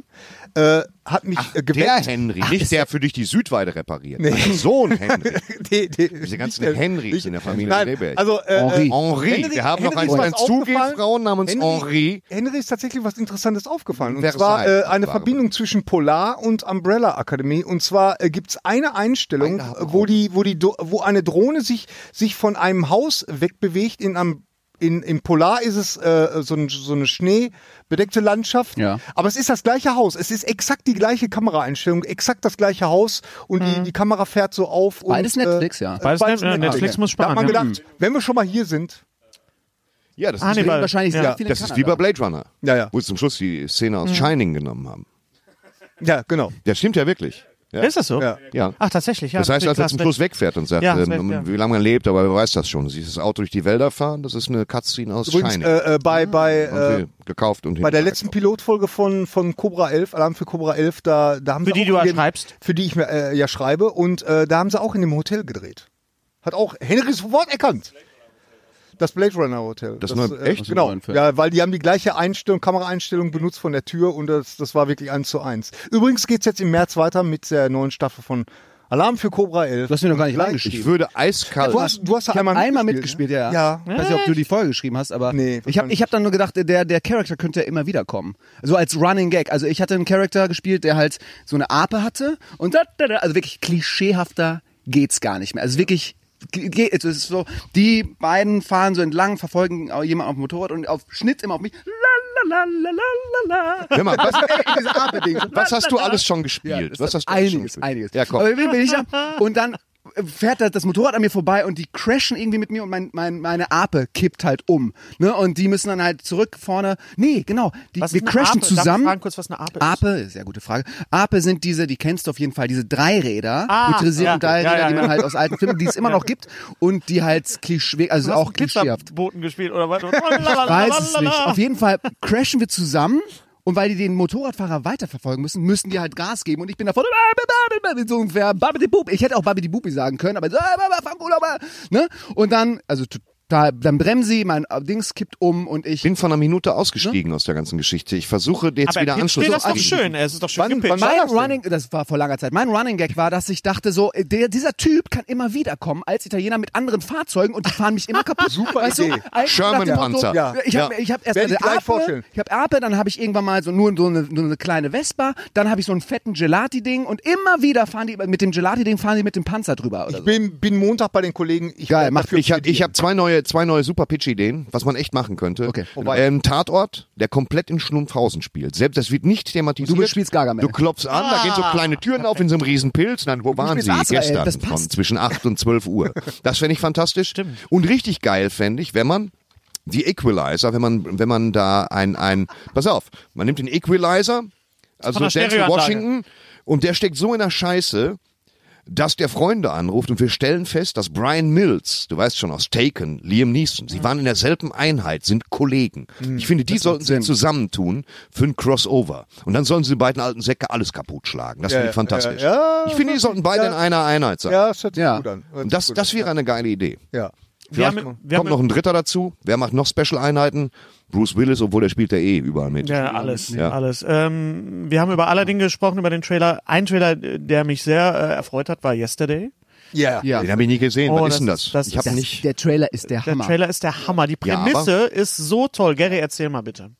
Speaker 3: äh, hat mich äh,
Speaker 2: Der
Speaker 3: geweckt.
Speaker 2: Henry, nicht der für dich die Südweide repariert. Mein Sohn Henry.
Speaker 3: <laughs> Die- die-
Speaker 2: Diese ganzen Henrys in der Familie
Speaker 3: Nein,
Speaker 2: Rehberg.
Speaker 3: also äh,
Speaker 6: Henri.
Speaker 3: äh,
Speaker 2: Henri. Wir haben noch
Speaker 3: ist
Speaker 2: einen-
Speaker 3: was
Speaker 2: einen Zugehend
Speaker 3: aufgefallen.
Speaker 2: Frauen namens Henri.
Speaker 3: Henry ist tatsächlich was Interessantes aufgefallen. Und
Speaker 2: Wäre
Speaker 3: zwar
Speaker 2: sein,
Speaker 3: äh, eine
Speaker 2: wahre
Speaker 3: Verbindung zwischen Polar und Umbrella Academy. Und zwar äh, gibt's eine Einstellung, äh, wo die, wo die, Do- wo eine Drohne sich sich von einem Haus wegbewegt in einem in, in Polar ist es äh, so, ein, so eine schneebedeckte Landschaft.
Speaker 6: Ja.
Speaker 3: Aber es ist das gleiche Haus. Es ist exakt die gleiche Kameraeinstellung, exakt das gleiche Haus und die, die Kamera fährt so auf.
Speaker 6: Beides
Speaker 3: und, äh,
Speaker 6: Netflix, ja.
Speaker 5: Mhm. Beides Netflix. Netflix muss
Speaker 3: Da hat man
Speaker 5: sparen, ja. Mhm.
Speaker 3: gedacht, wenn wir schon mal hier sind,
Speaker 2: Ja, das ist,
Speaker 5: Hannibal.
Speaker 6: Leben wahrscheinlich sehr
Speaker 5: Ja.
Speaker 6: viele
Speaker 2: das
Speaker 6: in
Speaker 2: ist wie bei
Speaker 6: Kanada.
Speaker 2: Blade Runner.
Speaker 3: Ja, ja.
Speaker 2: Wo sie zum Schluss die Szene
Speaker 5: Mhm.
Speaker 2: aus Shining genommen haben.
Speaker 3: ja genau.
Speaker 2: Das stimmt ja wirklich. Ja.
Speaker 5: Ist das so?
Speaker 3: Ja.
Speaker 2: Ähm, ja.
Speaker 5: Ach tatsächlich, ja.
Speaker 2: Das heißt, als er zum
Speaker 5: Nick
Speaker 2: Schluss wegfährt und sagt,
Speaker 5: Ja, das
Speaker 2: ähm,
Speaker 5: wär- ja.
Speaker 2: wie lange man lebt, aber wer weiß das schon. Siehst das Auto durch die Wälder fahren, das ist eine Cutscene aus
Speaker 3: Übrigens,
Speaker 2: Shining.
Speaker 3: äh, äh, bei, bei, äh,
Speaker 2: Und wir gekauft und
Speaker 3: bei der
Speaker 2: hinterher
Speaker 3: letzten
Speaker 2: gekauft.
Speaker 3: Pilotfolge von, von Cobra 11, Alarm für Cobra 11, da, da haben sie
Speaker 5: Für die
Speaker 3: auch
Speaker 5: du ja
Speaker 3: in dem,
Speaker 5: schreibst.
Speaker 3: Für die ich mir, äh, ja schreibe. Und äh, da haben sie auch in dem Hotel gedreht. Hat auch Henry sofort erkannt. Das Blade Runner Hotel.
Speaker 2: Das neue- echt?
Speaker 3: Genau.
Speaker 6: Das neue
Speaker 3: Ja, weil die haben die gleiche Einstellung, Kameraeinstellung benutzt von der Tür und das, das war wirklich eins zu eins. Übrigens geht's jetzt im März weiter mit der neuen Staffel von Alarm für Cobra 11.
Speaker 6: Du hast mir noch gar nicht
Speaker 2: Ich
Speaker 6: reingeschrieben.
Speaker 2: würde eiskalt.
Speaker 3: Du hast, du hast
Speaker 6: Ich habe einmal mitgespielt, ja.
Speaker 3: Ja.
Speaker 6: Ich weiß nicht, ob du die Folge geschrieben hast, aber
Speaker 3: Nee,
Speaker 6: ich habe
Speaker 3: wahrscheinlich
Speaker 6: ich hab dann nur gedacht, der, der Charakter könnte ja immer wieder kommen. So als Running Gag. Also ich hatte einen Charakter gespielt, der halt so eine Ape hatte und da, da, da, also wirklich klischeehafter geht's gar nicht mehr. Also wirklich geht, also es ist so, die beiden fahren so entlang, verfolgen jemanden auf dem Motorrad und auf Schnitt immer auf mich. La, la, la, la, la, la.
Speaker 2: Hör
Speaker 3: <laughs>
Speaker 2: mal, was,
Speaker 6: Diese Ape-Ding. So,
Speaker 2: <laughs> was hast du alles schon gespielt? was hast du alles schon
Speaker 6: einiges,
Speaker 2: gespielt?
Speaker 6: einiges.
Speaker 2: Ja, komm.
Speaker 6: Aber ich bin ich da, und dann fährt das- das Motorrad an mir vorbei und die crashen irgendwie mit mir und mein, mein, meine Ape kippt halt um. Ne? Und die müssen dann halt zurück vorne. Nee, genau. Die,
Speaker 5: Was
Speaker 6: wir
Speaker 5: ist eine
Speaker 6: crashen
Speaker 5: Ape? Darf ich
Speaker 6: zusammen.
Speaker 5: fragen kurz, was eine Ape ist?
Speaker 6: Ape, sehr gute Frage. Ape sind diese, die kennst du auf jeden Fall, diese Dreiräder,
Speaker 5: Ah,
Speaker 6: motorisierten
Speaker 5: ja.
Speaker 6: Dreiräder,
Speaker 5: Ja, ja,
Speaker 6: die
Speaker 5: <laughs>
Speaker 6: man
Speaker 5: ja.
Speaker 6: halt aus alten Filmen, die es immer noch gibt und die halt klischee, also
Speaker 5: Du hast
Speaker 6: auch
Speaker 5: auch
Speaker 6: klischeehaft.
Speaker 5: Glitterboten gespielt oder was?
Speaker 6: Weiß es nicht. Auf jeden Fall crashen wir zusammen. Und weil die den Motorradfahrer weiterverfolgen müssen, müssen die halt Gas geben. Und ich bin da vorne so ungefähr Babidi-Bub. Ich hätte auch Babidi-Bubi sagen können, aber so, äh, ne? Und dann, also total, dann bremsen sie, mein äh, Dings kippt um und ich...
Speaker 2: Ich bin von einer Minute
Speaker 3: Ne?
Speaker 2: ausgestiegen aus der ganzen Geschichte. Ich versuche jetzt
Speaker 5: Aber
Speaker 2: wieder
Speaker 5: Pitch
Speaker 2: Anschluss
Speaker 5: steht das
Speaker 2: zu
Speaker 5: doch
Speaker 2: finden.
Speaker 5: schön. Es ist doch schön
Speaker 2: Wann-
Speaker 5: gepitcht.
Speaker 2: wann war
Speaker 6: Mein
Speaker 2: das denn?
Speaker 6: Running, das war vor langer Zeit, mein Running Gag war, dass ich dachte so, äh, der, dieser Typ kann immer wiederkommen als Italiener mit anderen Fahrzeugen und die fahren mich immer
Speaker 3: <laughs>
Speaker 6: kaputt.
Speaker 3: Super Idee.
Speaker 6: eigentlich
Speaker 2: Sherman
Speaker 6: nach dem Motto,
Speaker 2: Panzer.
Speaker 3: Ja.
Speaker 6: Ich habe
Speaker 2: Ja.
Speaker 6: ich hab erst
Speaker 3: Werd
Speaker 6: eine
Speaker 3: ich gleich
Speaker 6: Ape,
Speaker 3: vorstellen.
Speaker 6: ich habe Ape, dann habe ich irgendwann mal so nur, so eine, nur eine kleine Vespa, dann habe ich so einen fetten Gelati-Ding und immer wieder fahren die, mit dem Gelati-Ding fahren die mit dem Panzer drüber oder
Speaker 3: Ich
Speaker 6: so.
Speaker 3: bin, bin Montag bei den Kollegen. Ich
Speaker 6: Geil,
Speaker 3: werd
Speaker 6: mach-
Speaker 3: dafür
Speaker 2: Ich habe ich
Speaker 3: plädieren.
Speaker 2: hab zwei neue, zwei neue super Pitch-Ideen, was man echt machen könnte.
Speaker 6: Okay.
Speaker 2: Ähm, Tatort, der komplett in Schlumpfhausen spielt. Selbst das wird nicht thematisiert.
Speaker 6: Du spielst Gargamel.
Speaker 2: Du klopfst an, da gehen so kleine Türen auf in so einem riesen Pilz. Dann, wo waren
Speaker 6: spielst
Speaker 2: sie?
Speaker 6: Azrael,
Speaker 2: Gestern.
Speaker 6: das passt.
Speaker 2: Von zwischen 8 und 12 Uhr. Das fände ich fantastisch. Stimmt. Und richtig geil fände ich, wenn man die Equalizer, wenn man, wenn man da ein, ein, pass auf, man nimmt den Equalizer, also
Speaker 5: Von der
Speaker 2: Denzel
Speaker 5: Stereoanlage.
Speaker 2: Washington, und der steckt so in der Scheiße, dass der Freunde anruft und wir stellen fest, dass Brian Mills, du weißt schon aus Taken, Liam Neeson, sie waren in derselben Einheit, sind Kollegen.
Speaker 3: Hm,
Speaker 2: Ich finde, die sollten sie zusammentun für ein Crossover. Und dann sollen sie die beiden alten Säcke alles kaputt schlagen. Das finde ich fantastisch.
Speaker 3: äh, ja,
Speaker 2: ich finde, die sollten beide in einer Einheit sein.
Speaker 3: Ja, das hört sich
Speaker 6: Ja.
Speaker 3: gut an. Hört
Speaker 2: Und
Speaker 3: sich
Speaker 2: das,
Speaker 3: gut
Speaker 2: das wäre eine geile Idee.
Speaker 3: an. ja.
Speaker 5: Wir
Speaker 2: Vielleicht
Speaker 5: haben- wir
Speaker 2: kommt
Speaker 5: haben-
Speaker 2: noch ein Dritter dazu. Wer macht noch Special-Einheiten? Bruce Willis, obwohl der spielt ja eh überall mit.
Speaker 5: Ja, alles,
Speaker 2: Ja.
Speaker 5: alles. Ähm, wir haben über Aladdin gesprochen, über den Trailer. Ein Trailer, der mich sehr äh, erfreut hat, war Yesterday.
Speaker 3: Ja.
Speaker 6: Ja.
Speaker 2: Den habe ich nie gesehen.
Speaker 5: Oh,
Speaker 2: Was ist denn
Speaker 5: das
Speaker 2: das?
Speaker 5: ist- das
Speaker 2: ich habe
Speaker 5: ist-
Speaker 2: nicht.
Speaker 6: der Trailer ist der,
Speaker 5: Der
Speaker 6: Hammer.
Speaker 5: Trailer ist der Hammer. Die
Speaker 2: Ja,
Speaker 5: Prämisse ist so toll. Gary, erzähl mal bitte.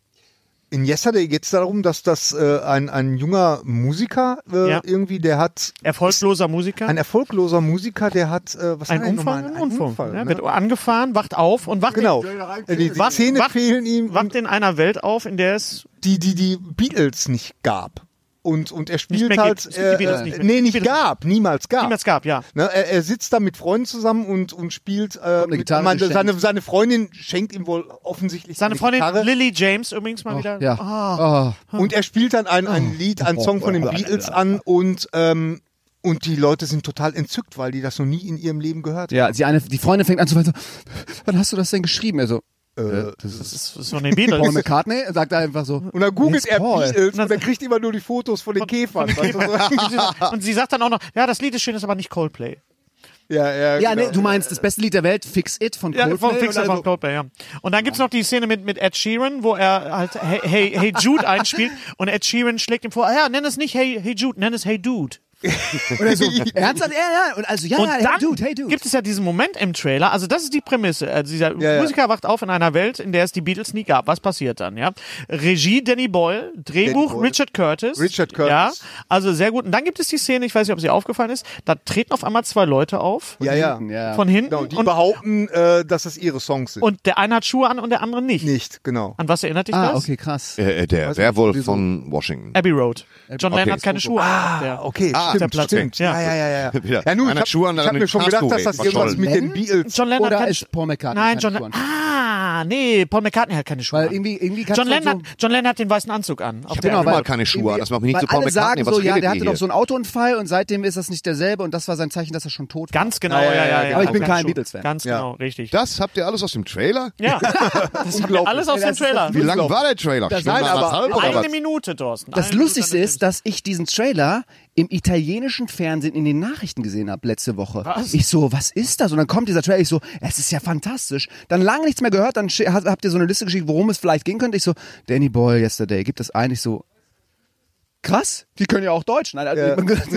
Speaker 3: In Yesterday geht es darum, dass das äh, ein, ein junger Musiker äh,
Speaker 5: Ja.
Speaker 3: irgendwie, der hat
Speaker 5: Erfolgloser Musiker.
Speaker 3: ein erfolgloser Musiker, der hat äh, was
Speaker 5: Ein
Speaker 3: hat er
Speaker 5: Unfall,
Speaker 3: nochmal?
Speaker 5: ein
Speaker 3: Ein
Speaker 5: Unfall. ja,
Speaker 3: ne?
Speaker 5: Wird angefahren, wacht auf und wacht,
Speaker 3: Genau.
Speaker 5: in,
Speaker 3: Äh, Die, die
Speaker 5: Wacht-
Speaker 3: Zähne
Speaker 5: wacht-
Speaker 3: fehlen ihm,
Speaker 5: wacht in einer Welt auf, in der es
Speaker 3: die die die Beatles nicht gab. Und, und er spielt
Speaker 5: mehr
Speaker 3: halt
Speaker 5: gibt. Es gibt die Beatles
Speaker 3: äh,
Speaker 5: nicht mehr.
Speaker 3: nee nicht
Speaker 5: Beatles-
Speaker 3: gab niemals gab
Speaker 5: niemals gab, ja.
Speaker 3: Ne, er, er sitzt da mit Freunden zusammen und, und spielt. Äh, mit,
Speaker 6: Gitarre
Speaker 3: meine-
Speaker 6: geschenkt.
Speaker 3: seine, seine Freundin schenkt ihm wohl offensichtlich
Speaker 5: Seine
Speaker 3: eine
Speaker 5: Freundin
Speaker 3: Gitarre.
Speaker 5: Lily James übrigens mal wieder.
Speaker 6: Ja. Oh.
Speaker 5: Ah.
Speaker 3: Und er spielt dann ein, ein Lied, einen Song von den Beatles an und, ähm, und die Leute sind total entzückt, weil die das noch nie in ihrem Leben gehört haben.
Speaker 6: Ja, die, eine, die Freundin fängt an zu fragen, so, wann hast du das denn geschrieben? Also, äh, das ist
Speaker 5: Das ist von
Speaker 3: <laughs>
Speaker 5: den <laughs>
Speaker 6: Paul
Speaker 5: Beatles.
Speaker 6: McCartney, sagt er einfach so.
Speaker 3: Und dann googelt
Speaker 6: "Hey,
Speaker 3: er
Speaker 6: Paul."
Speaker 3: Beatles und er kriegt immer nur die Fotos von den Käfern. weißt du, so.
Speaker 5: und sie sagt dann auch noch, ja, das Lied ist schön, ist aber nicht Coldplay.
Speaker 3: <laughs> ja, ja,
Speaker 6: Ja,
Speaker 3: genau.
Speaker 6: nee, du meinst das beste Lied der Welt, Fix It von
Speaker 5: Ja,
Speaker 6: Coldplay.
Speaker 5: vom Fixer
Speaker 6: oder
Speaker 5: von
Speaker 6: so.
Speaker 5: Coldplay, ja. Und dann gibt's noch die Szene mit, mit Ed Sheeran, wo er halt Hey, hey, hey Jude einspielt und Ed Sheeran schlägt ihm vor, ah, ja, nenn es nicht Hey, hey Jude, nenn es Hey Dude.
Speaker 6: Oder so. Ernsthaft? Ja, ja. Und also, ja,
Speaker 5: Und
Speaker 6: ja, hey,
Speaker 5: dann
Speaker 6: dude, hey, dude.
Speaker 5: gibt es ja diesen Moment im Trailer, also das ist die Prämisse. Also dieser
Speaker 3: ja.
Speaker 5: Musiker wacht auf in einer Welt, in der es die Beatles nie gab. Was passiert dann, ja? Regie Danny Boyle, Drehbuch
Speaker 3: Boyle.
Speaker 5: Richard Curtis.
Speaker 3: Richard Curtis.
Speaker 5: Ja, also sehr gut. Und dann gibt es die Szene, ich weiß nicht, ob sie aufgefallen ist, da treten auf einmal zwei Leute auf.
Speaker 3: ja, ja.
Speaker 6: ja.
Speaker 5: Von hinten.
Speaker 3: Genau, die
Speaker 5: und,
Speaker 3: behaupten, äh, dass das ihre Songs sind.
Speaker 5: und der eine hat Schuhe an und der andere nicht.
Speaker 3: nicht, genau.
Speaker 5: An was erinnert dich
Speaker 6: ah,
Speaker 5: das?
Speaker 6: okay, krass.
Speaker 2: Äh, äh, der Werwolf von Washington.
Speaker 5: Abbey Road. John Lennon hat keine Schuhe. Ah,
Speaker 3: Okay,
Speaker 2: Ah, der
Speaker 3: stimmt,
Speaker 5: Platz.
Speaker 3: stimmt.
Speaker 5: Ja.
Speaker 3: Ja, ja, ja, ja.
Speaker 2: Wieder
Speaker 3: ja, nun,
Speaker 2: einer
Speaker 3: ich
Speaker 2: Schuhe an,
Speaker 3: habe hab
Speaker 2: andere
Speaker 3: mir schon gedacht, dass
Speaker 2: Carstorey.
Speaker 3: das irgendwas
Speaker 2: Verschollen.
Speaker 3: mit den Beatles
Speaker 5: John Lennon
Speaker 6: Oder
Speaker 5: hat keine
Speaker 6: ist Paul McCartney?
Speaker 5: Nein,
Speaker 6: keine
Speaker 5: John
Speaker 6: Schuhe an?
Speaker 5: Lennon. Ah, nee, Paul McCartney hat keine Schuhe.
Speaker 6: Weil
Speaker 5: an.
Speaker 6: irgendwie, irgendwie kannst
Speaker 5: John
Speaker 6: du
Speaker 5: Lennon,
Speaker 6: so,
Speaker 5: John Lennon hat den weißen Anzug an. Auf
Speaker 2: Ich
Speaker 5: der-
Speaker 2: hab immer
Speaker 6: weil-
Speaker 2: keine Schuhe an, das macht mich nicht
Speaker 6: weil
Speaker 2: zu Paul
Speaker 6: alle
Speaker 2: McCartney.
Speaker 6: sagen
Speaker 2: Was
Speaker 6: so, ja,
Speaker 2: redet
Speaker 6: der
Speaker 2: ihr
Speaker 6: hatte
Speaker 2: hier?
Speaker 6: doch so einen Autounfall und seitdem ist das nicht derselbe und das war sein Zeichen, dass er schon tot war.
Speaker 5: Ganz genau, ja, ja, ja.
Speaker 6: Aber ich
Speaker 5: ja,
Speaker 6: bin
Speaker 5: ganz
Speaker 6: kein
Speaker 5: schon.
Speaker 6: Beatles-Fan.
Speaker 5: Ganz genau, richtig.
Speaker 2: Das habt ihr alles aus dem Trailer?
Speaker 6: <laughs>
Speaker 5: ja, das haben wir alles aus dem
Speaker 6: das ist
Speaker 5: Trailer.
Speaker 2: Wie lang war der Trailer?
Speaker 6: Das-
Speaker 2: Stunde
Speaker 6: nein, aber-
Speaker 2: anderthalb oder was?
Speaker 5: Eine Minute, Thorsten.
Speaker 6: Oh Das
Speaker 5: Eine
Speaker 6: Lustigste
Speaker 5: Minute.
Speaker 6: ist, dass ich diesen Trailer im italienischen Fernsehen in den Nachrichten gesehen habe letzte Woche.
Speaker 5: Was?
Speaker 6: Ich so, was ist das? Und dann kommt dieser Trailer, ich so, es ist ja fantastisch. Dann lange nichts mehr gehört, dann schi- habt ihr so eine Liste geschickt, worum es vielleicht gehen könnte. Ich so, Danny Boyle yesterday, gibt es ein? Ich so, krass, die können ja auch Deutsch. Nein, also, die <laughs>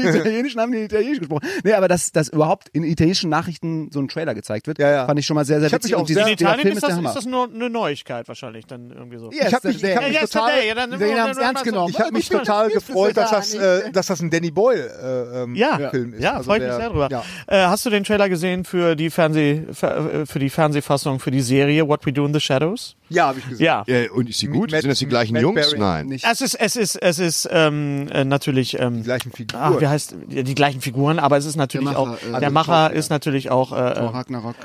Speaker 6: Italienischen haben die Italienisch gesprochen. Nee, aber dass, dass überhaupt in italienischen Nachrichten so ein Trailer gezeigt wird,
Speaker 3: Ja, ja.
Speaker 6: fand ich schon mal sehr, sehr
Speaker 3: Ich hab
Speaker 6: witzig.
Speaker 3: mich auch
Speaker 6: Und
Speaker 3: sehr-
Speaker 6: dieses-
Speaker 3: In
Speaker 6: der
Speaker 5: Italien
Speaker 6: Film
Speaker 5: ist,
Speaker 6: der
Speaker 5: das,
Speaker 6: Hammer.
Speaker 5: ist das nur eine Neuigkeit wahrscheinlich dann irgendwie so.
Speaker 3: Ich habe mich, ich hab
Speaker 5: Ja,
Speaker 3: mich total,
Speaker 5: yesterday, ja, dann nehmen wir
Speaker 6: den
Speaker 5: uns
Speaker 6: haben's
Speaker 5: dann
Speaker 6: ernst
Speaker 5: mal so-
Speaker 6: genommen.
Speaker 3: ich hab mich total gefreut, dass das, äh, dass das ein Danny Boyle äh, ähm,
Speaker 5: Ja,
Speaker 3: Film ist.
Speaker 5: ja,
Speaker 3: Also
Speaker 5: freue ich
Speaker 3: der-
Speaker 5: mich sehr drüber.
Speaker 3: Ja.
Speaker 5: Äh, hast du den Trailer gesehen für die Fernseh, für, äh, für die Fernsehfassung für die Serie What We Do in the Shadows?
Speaker 3: ja habe ich gesehen.
Speaker 5: Ja.
Speaker 2: Äh, und ist sie gut?
Speaker 3: Matt-
Speaker 2: Sind das die
Speaker 3: mit
Speaker 2: gleichen
Speaker 3: Matt
Speaker 2: Jungs?
Speaker 3: Berry.
Speaker 2: Nein.
Speaker 5: Es ist, es ist, es ist ähm, äh, natürlich. Ähm,
Speaker 3: Die gleichen Figuren.
Speaker 5: Ach, wie heißt ja, die gleichen Figuren, aber es ist natürlich
Speaker 6: Macher,
Speaker 5: auch
Speaker 6: äh,
Speaker 5: der
Speaker 6: also
Speaker 5: Macher ist natürlich auch
Speaker 6: Oh,
Speaker 5: äh, äh,
Speaker 6: Ragnarok.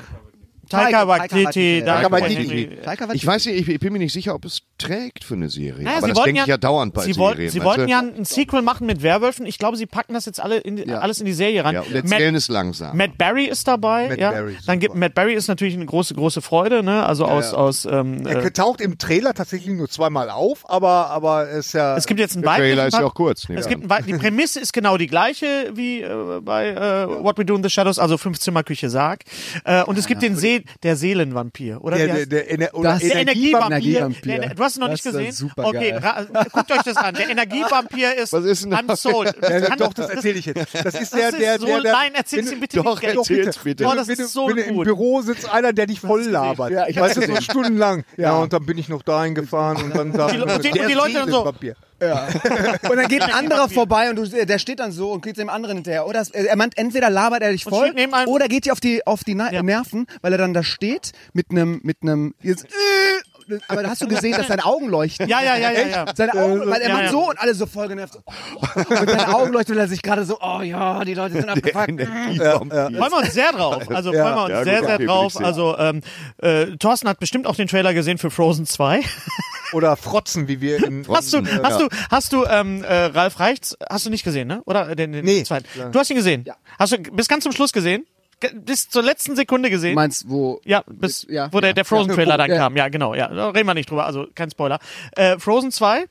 Speaker 5: Taika Waititi.
Speaker 6: Taika
Speaker 3: Waititi.
Speaker 6: Taika
Speaker 2: Ich weiß nicht, ich, ich bin mir nicht sicher, ob es trägt für eine Serie.
Speaker 5: Naja,
Speaker 2: Aber
Speaker 5: sie
Speaker 2: das
Speaker 5: wollten
Speaker 2: denke ich ja dauernd bei
Speaker 5: sie wollten-
Speaker 2: Serien.
Speaker 5: Sie
Speaker 2: weißt du?
Speaker 5: wollten ja ein Sequel machen mit Werwölfen. Ich glaube, sie packen das jetzt alle in, die-
Speaker 6: Ja.
Speaker 5: alles in die Serie ran.
Speaker 2: ja, und
Speaker 5: Matt-
Speaker 2: erzählen es langsam.
Speaker 5: Matt Barry ist dabei.
Speaker 3: Matt
Speaker 5: ja.
Speaker 3: Berry ist
Speaker 5: Dann gibt Matt Barry ist natürlich eine große, große Freude, ne? Also aus, aus ähm, äh,
Speaker 3: Er taucht im Trailer tatsächlich nur zweimal auf, aber aber es ist ja
Speaker 5: es gibt jetzt einen
Speaker 2: Der
Speaker 5: weiblichen.
Speaker 2: Trailer ist ja
Speaker 5: Part-
Speaker 2: auch kurz. ne? <laughs>
Speaker 5: Es gibt einen wei- die Prämisse ist genau die gleiche wie äh, bei äh, What We Do in the Shadows, also fünf Zimmer Küche Sarg. Äh, und es gibt den See der Seelenvampir, oder?
Speaker 3: der,
Speaker 5: Wie heißt-
Speaker 3: der, der, Ener oder
Speaker 6: Das-
Speaker 5: der
Speaker 3: Energie-
Speaker 5: Energievampir.
Speaker 6: Energievampir.
Speaker 5: Der, du hast ihn noch
Speaker 6: Das
Speaker 5: nicht
Speaker 6: ist
Speaker 5: gesehen?
Speaker 6: super
Speaker 5: okay,
Speaker 6: geil.
Speaker 5: ra- guckt euch das an. Der Energievampir ist,
Speaker 2: Was ist denn da?
Speaker 5: unsold.
Speaker 3: Ja,
Speaker 5: Kann-
Speaker 3: doch, das erzähle ich jetzt. Das ist der,
Speaker 5: Das
Speaker 3: der,
Speaker 5: ist so,
Speaker 3: der, der
Speaker 5: nein, erzähl's ihm bitte
Speaker 2: Doch,
Speaker 5: nicht. gell?
Speaker 2: erzähl's bitte.
Speaker 5: Oh, das
Speaker 3: wenn, du-
Speaker 5: ist so
Speaker 3: wenn du im
Speaker 5: gut.
Speaker 3: Büro sitzt einer, der dich voll labert.
Speaker 6: Ja, ich
Speaker 3: weißt du, so stundenlang. Ja. und dann bin ich noch dahin gefahren und dann da.
Speaker 5: Die- und die- und die Leute dann so-
Speaker 3: Papier.
Speaker 6: Und dann
Speaker 5: <laughs>
Speaker 6: geht ein anderer vorbei und du, äh, der steht dann so und geht dem anderen hinterher. Oder es- er meint, entweder labert er dich voll
Speaker 5: steht neben einem-
Speaker 6: oder geht dir auf die, auf die Na Nerven, weil er dann da steht mit einem, mit einem, jetzt, äh, aber hast du gesehen, dass seine Augen leuchten?
Speaker 5: Ja, ja, ja, ja, ja.
Speaker 6: Seine Augen, weil er
Speaker 5: Ja,
Speaker 6: macht
Speaker 5: ja.
Speaker 6: so und alle so voll genervt. so, Oh. Und seine Augen leuchten, weil er sich gerade so, oh ja, die Leute sind abgefuckt.
Speaker 2: Energievampir.
Speaker 5: Freuen wir uns sehr drauf. Also freuen wir uns
Speaker 2: Ja, gut,
Speaker 5: sehr,
Speaker 2: okay,
Speaker 5: sehr
Speaker 2: will ich
Speaker 5: drauf.
Speaker 2: sehen.
Speaker 5: Also ähm, äh, Thorsten hat bestimmt auch den Trailer gesehen für Frozen 2.
Speaker 3: Oder Frotzen, wie wir in.
Speaker 5: Hast du, hast du, hast du ähm, äh, Ralf Reichts, hast du nicht gesehen, ne? Oder äh, den, den
Speaker 3: Nee.
Speaker 5: zweiten? Du hast ihn gesehen?
Speaker 6: Ja.
Speaker 5: Hast du bis ganz zum Schluss gesehen? Ge- Bis zur letzten Sekunde gesehen?
Speaker 6: Meinst wo?
Speaker 5: Ja, bis,
Speaker 6: Ja,
Speaker 5: wo der, der Frozen-Trailer
Speaker 6: Ja.
Speaker 5: dann
Speaker 6: Ja.
Speaker 5: kam. Ja, genau. Ja, da reden wir nicht drüber, also kein Spoiler. Äh, Frozen 2,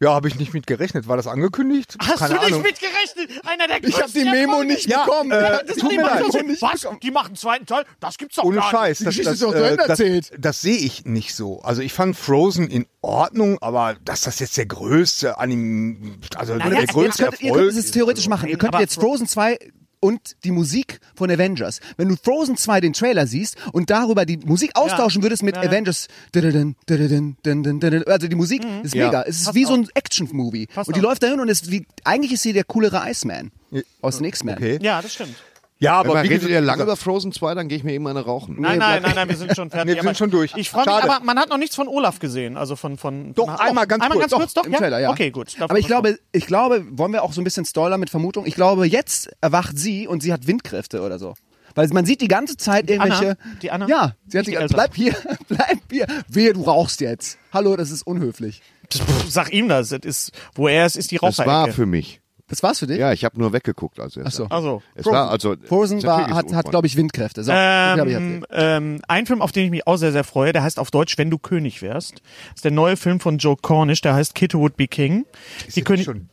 Speaker 3: Ja, habe ich nicht mit gerechnet. War das angekündigt?
Speaker 5: hast
Speaker 3: Keine
Speaker 5: du nicht
Speaker 3: Ahnung.
Speaker 5: mitgerechnet? Einer der
Speaker 6: Ich habe die Memo nicht bekommen.
Speaker 3: äh,
Speaker 5: Das
Speaker 3: tut
Speaker 5: die
Speaker 3: mir
Speaker 5: machen
Speaker 3: leid.
Speaker 5: so- Was? Die machen einen zweiten Teil? Das gibt's doch
Speaker 3: Ohne
Speaker 5: gar
Speaker 3: Scheiß.
Speaker 6: Die Geschichte ist doch zu Ende
Speaker 3: das,
Speaker 6: erzählt.
Speaker 3: das sehe ich nicht so. Also ich fand Frozen in Ordnung, aber dass das jetzt der größte Anim also
Speaker 6: Ihr
Speaker 3: der
Speaker 6: könnt- ihr
Speaker 3: größte
Speaker 6: könnt, ihr
Speaker 3: Erfolg
Speaker 6: könnt es theoretisch machen. Ihr könnt
Speaker 5: aber-
Speaker 6: jetzt Frozen 2 und die Musik von Avengers. Wenn du Frozen 2 den Trailer siehst und darüber die Musik austauschen würdest mit Avengers. Dun, dun, dun, dun, dun, dun, dun, dun. Also die Musik ist mega. Es ist wie so ein Action-Movie. Und die
Speaker 5: auf.
Speaker 6: läuft dahin und ist wie, eigentlich ist sie der coolere Iceman aus den X-Men.
Speaker 3: Okay.
Speaker 5: Ja, das stimmt.
Speaker 3: Ja, aber
Speaker 2: Aber
Speaker 3: wie
Speaker 2: redet
Speaker 3: gesagt,
Speaker 2: ihr lange über Frozen 2, dann gehe ich mir eben eine rauchen.
Speaker 5: Nein, nein, nein, nein, wir sind schon fertig.
Speaker 3: wir
Speaker 5: aber
Speaker 3: sind schon durch.
Speaker 5: Ich freue mich,
Speaker 3: Schade.
Speaker 5: aber man hat noch nichts von Olaf gesehen. Also von, von,
Speaker 3: Doch,
Speaker 5: von
Speaker 3: einmal ganz
Speaker 5: einmal
Speaker 3: kurz,
Speaker 5: Ganz kurz doch,
Speaker 6: Im
Speaker 5: ja?
Speaker 6: Trailer, ja.
Speaker 5: Okay, gut.
Speaker 6: Aber ich glaube, ich glaube, wollen wir auch so ein bisschen Stoiler mit Vermutung? Ich glaube, jetzt erwacht sie und sie hat Windkräfte oder so. Weil man sieht die ganze Zeit irgendwelche.
Speaker 5: Anna? Die Anna?
Speaker 6: Ja, sie
Speaker 5: Nicht
Speaker 6: hat die
Speaker 5: die
Speaker 6: ganze
Speaker 5: Elsa.
Speaker 6: Bleib hier, <laughs> bleib hier. Wehe, du rauchst jetzt. Hallo, das ist unhöflich.
Speaker 5: Pff, Sag ihm das. das ist, wo er ist, ist die
Speaker 2: Das
Speaker 5: Raucherecke.
Speaker 2: war für mich.
Speaker 6: Das war's für dich?
Speaker 2: Ja, ich habe nur weggeguckt. Also
Speaker 6: Ach so.
Speaker 5: Also.
Speaker 2: Es war also
Speaker 6: Frozen war,
Speaker 2: natürlich ist
Speaker 6: hat,
Speaker 2: es
Speaker 6: hat glaube ich, Windkräfte. So, das hab ich erzählt.
Speaker 5: Ähm, ähm, ein Film, auf den ich mich auch sehr, sehr freue, der heißt auf Deutsch Wenn du König wärst. Das ist der neue Film von Joe Cornish, der heißt Kid Who Would Be King. Ist die König
Speaker 3: schon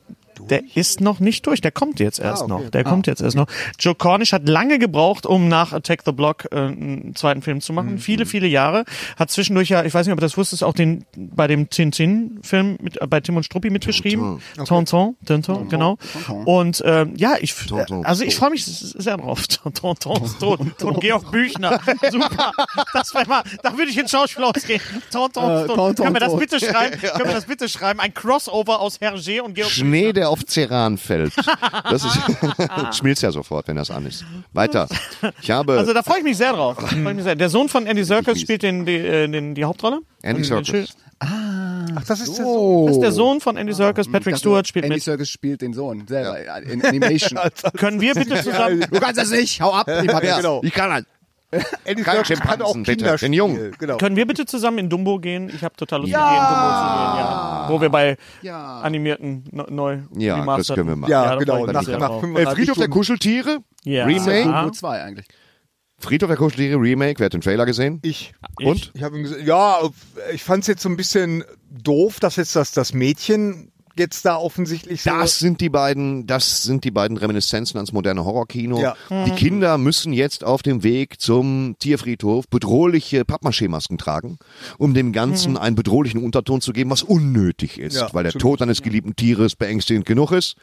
Speaker 5: Der ist noch nicht durch, der kommt jetzt erst noch. Der kommt jetzt erst noch. Joe Cornish hat lange gebraucht, um nach Attack the Block äh, einen zweiten Film zu machen. Viele, viele Jahre. Hat zwischendurch ja, ich weiß nicht, ob du das wusstest, auch den bei dem Tintin-Film mit, äh, bei Tim und Struppi mitgeschrieben. Tonton, Tintin, genau. Und ähm, ja, ich, f-
Speaker 2: Tonton.
Speaker 5: also ich freue mich sehr drauf. Tonton ist tot. Und Georg Büchner. Super. Das war mal, da würde ich ins Schauspielhaus gehen. Tonton
Speaker 6: Äh,
Speaker 5: ist tot.
Speaker 6: Tonton
Speaker 5: Können wir das
Speaker 6: tot.
Speaker 5: bitte <laughs> schreiben? Können wir das bitte schreiben? Ein Crossover aus Hergé und Georg
Speaker 2: Schnee, der auf Ceran fällt. Das ist <laughs> schmilzt ja sofort, wenn das an ist. Weiter. Ich habe
Speaker 5: Also da freue ich mich sehr drauf. Da Freu ich mich sehr. Der Sohn von Andy Serkis spielt den, die, äh, den, die Hauptrolle.
Speaker 2: Andy
Speaker 5: Den Schild-
Speaker 2: Circus.
Speaker 3: Ach, das ist so.
Speaker 6: Oh.
Speaker 5: Das ist der Sohn von Andy Serkis. Patrick Stewart spielt
Speaker 6: Andy
Speaker 5: mit.
Speaker 6: Circus spielt den Sohn selber in
Speaker 2: <laughs>
Speaker 6: Animation.
Speaker 5: Können wir bitte zusammen...
Speaker 6: du kannst das nicht, hau ab. Ich genau. mach
Speaker 2: Also- Ja, genau.
Speaker 6: das.
Speaker 2: ich kann ein.
Speaker 3: Andy
Speaker 2: Kein
Speaker 3: Serkis kann auch
Speaker 2: Schimpansen, bitte.
Speaker 3: Kinder
Speaker 2: Den Jungen.
Speaker 3: Genau.
Speaker 5: Können wir bitte zusammen in Dumbo gehen? Ich habe total Lust, mit dir in Dumbo zu gehen. Ja. Wo wir bei
Speaker 6: Ja.
Speaker 5: animierten ne- neu
Speaker 2: Ja, das
Speaker 5: remasterten-
Speaker 2: können wir machen.
Speaker 3: Ja,
Speaker 5: da freu
Speaker 3: genau.
Speaker 5: ich mich
Speaker 3: Nach,
Speaker 5: sehr
Speaker 3: nach
Speaker 5: drauf.
Speaker 3: 35
Speaker 2: Äh, Friedhof der Kuscheltiere?
Speaker 5: Ja.
Speaker 2: Remake?
Speaker 5: Ja.
Speaker 6: Nur zwei eigentlich.
Speaker 2: Friedhof der Kuscheltiere Remake, wer hat den Trailer gesehen?
Speaker 3: Ich.
Speaker 2: Und?
Speaker 3: Ich habe ihm gesagt, ja, ich fand es jetzt so ein bisschen doof, dass jetzt das, das Mädchen jetzt da offensichtlich so.
Speaker 2: Das sind die beiden, das sind die beiden Reminiszenzen ans moderne Horrorkino.
Speaker 3: Ja.
Speaker 5: Mhm.
Speaker 2: Die Kinder müssen jetzt auf dem Weg zum Tierfriedhof bedrohliche Pappmaché-Masken tragen, um dem
Speaker 5: Mhm.
Speaker 2: Ganzen einen bedrohlichen Unterton zu geben, was unnötig ist,
Speaker 3: Ja,
Speaker 2: weil der
Speaker 3: absolut.
Speaker 2: Tod eines geliebten Tieres beängstigend genug ist.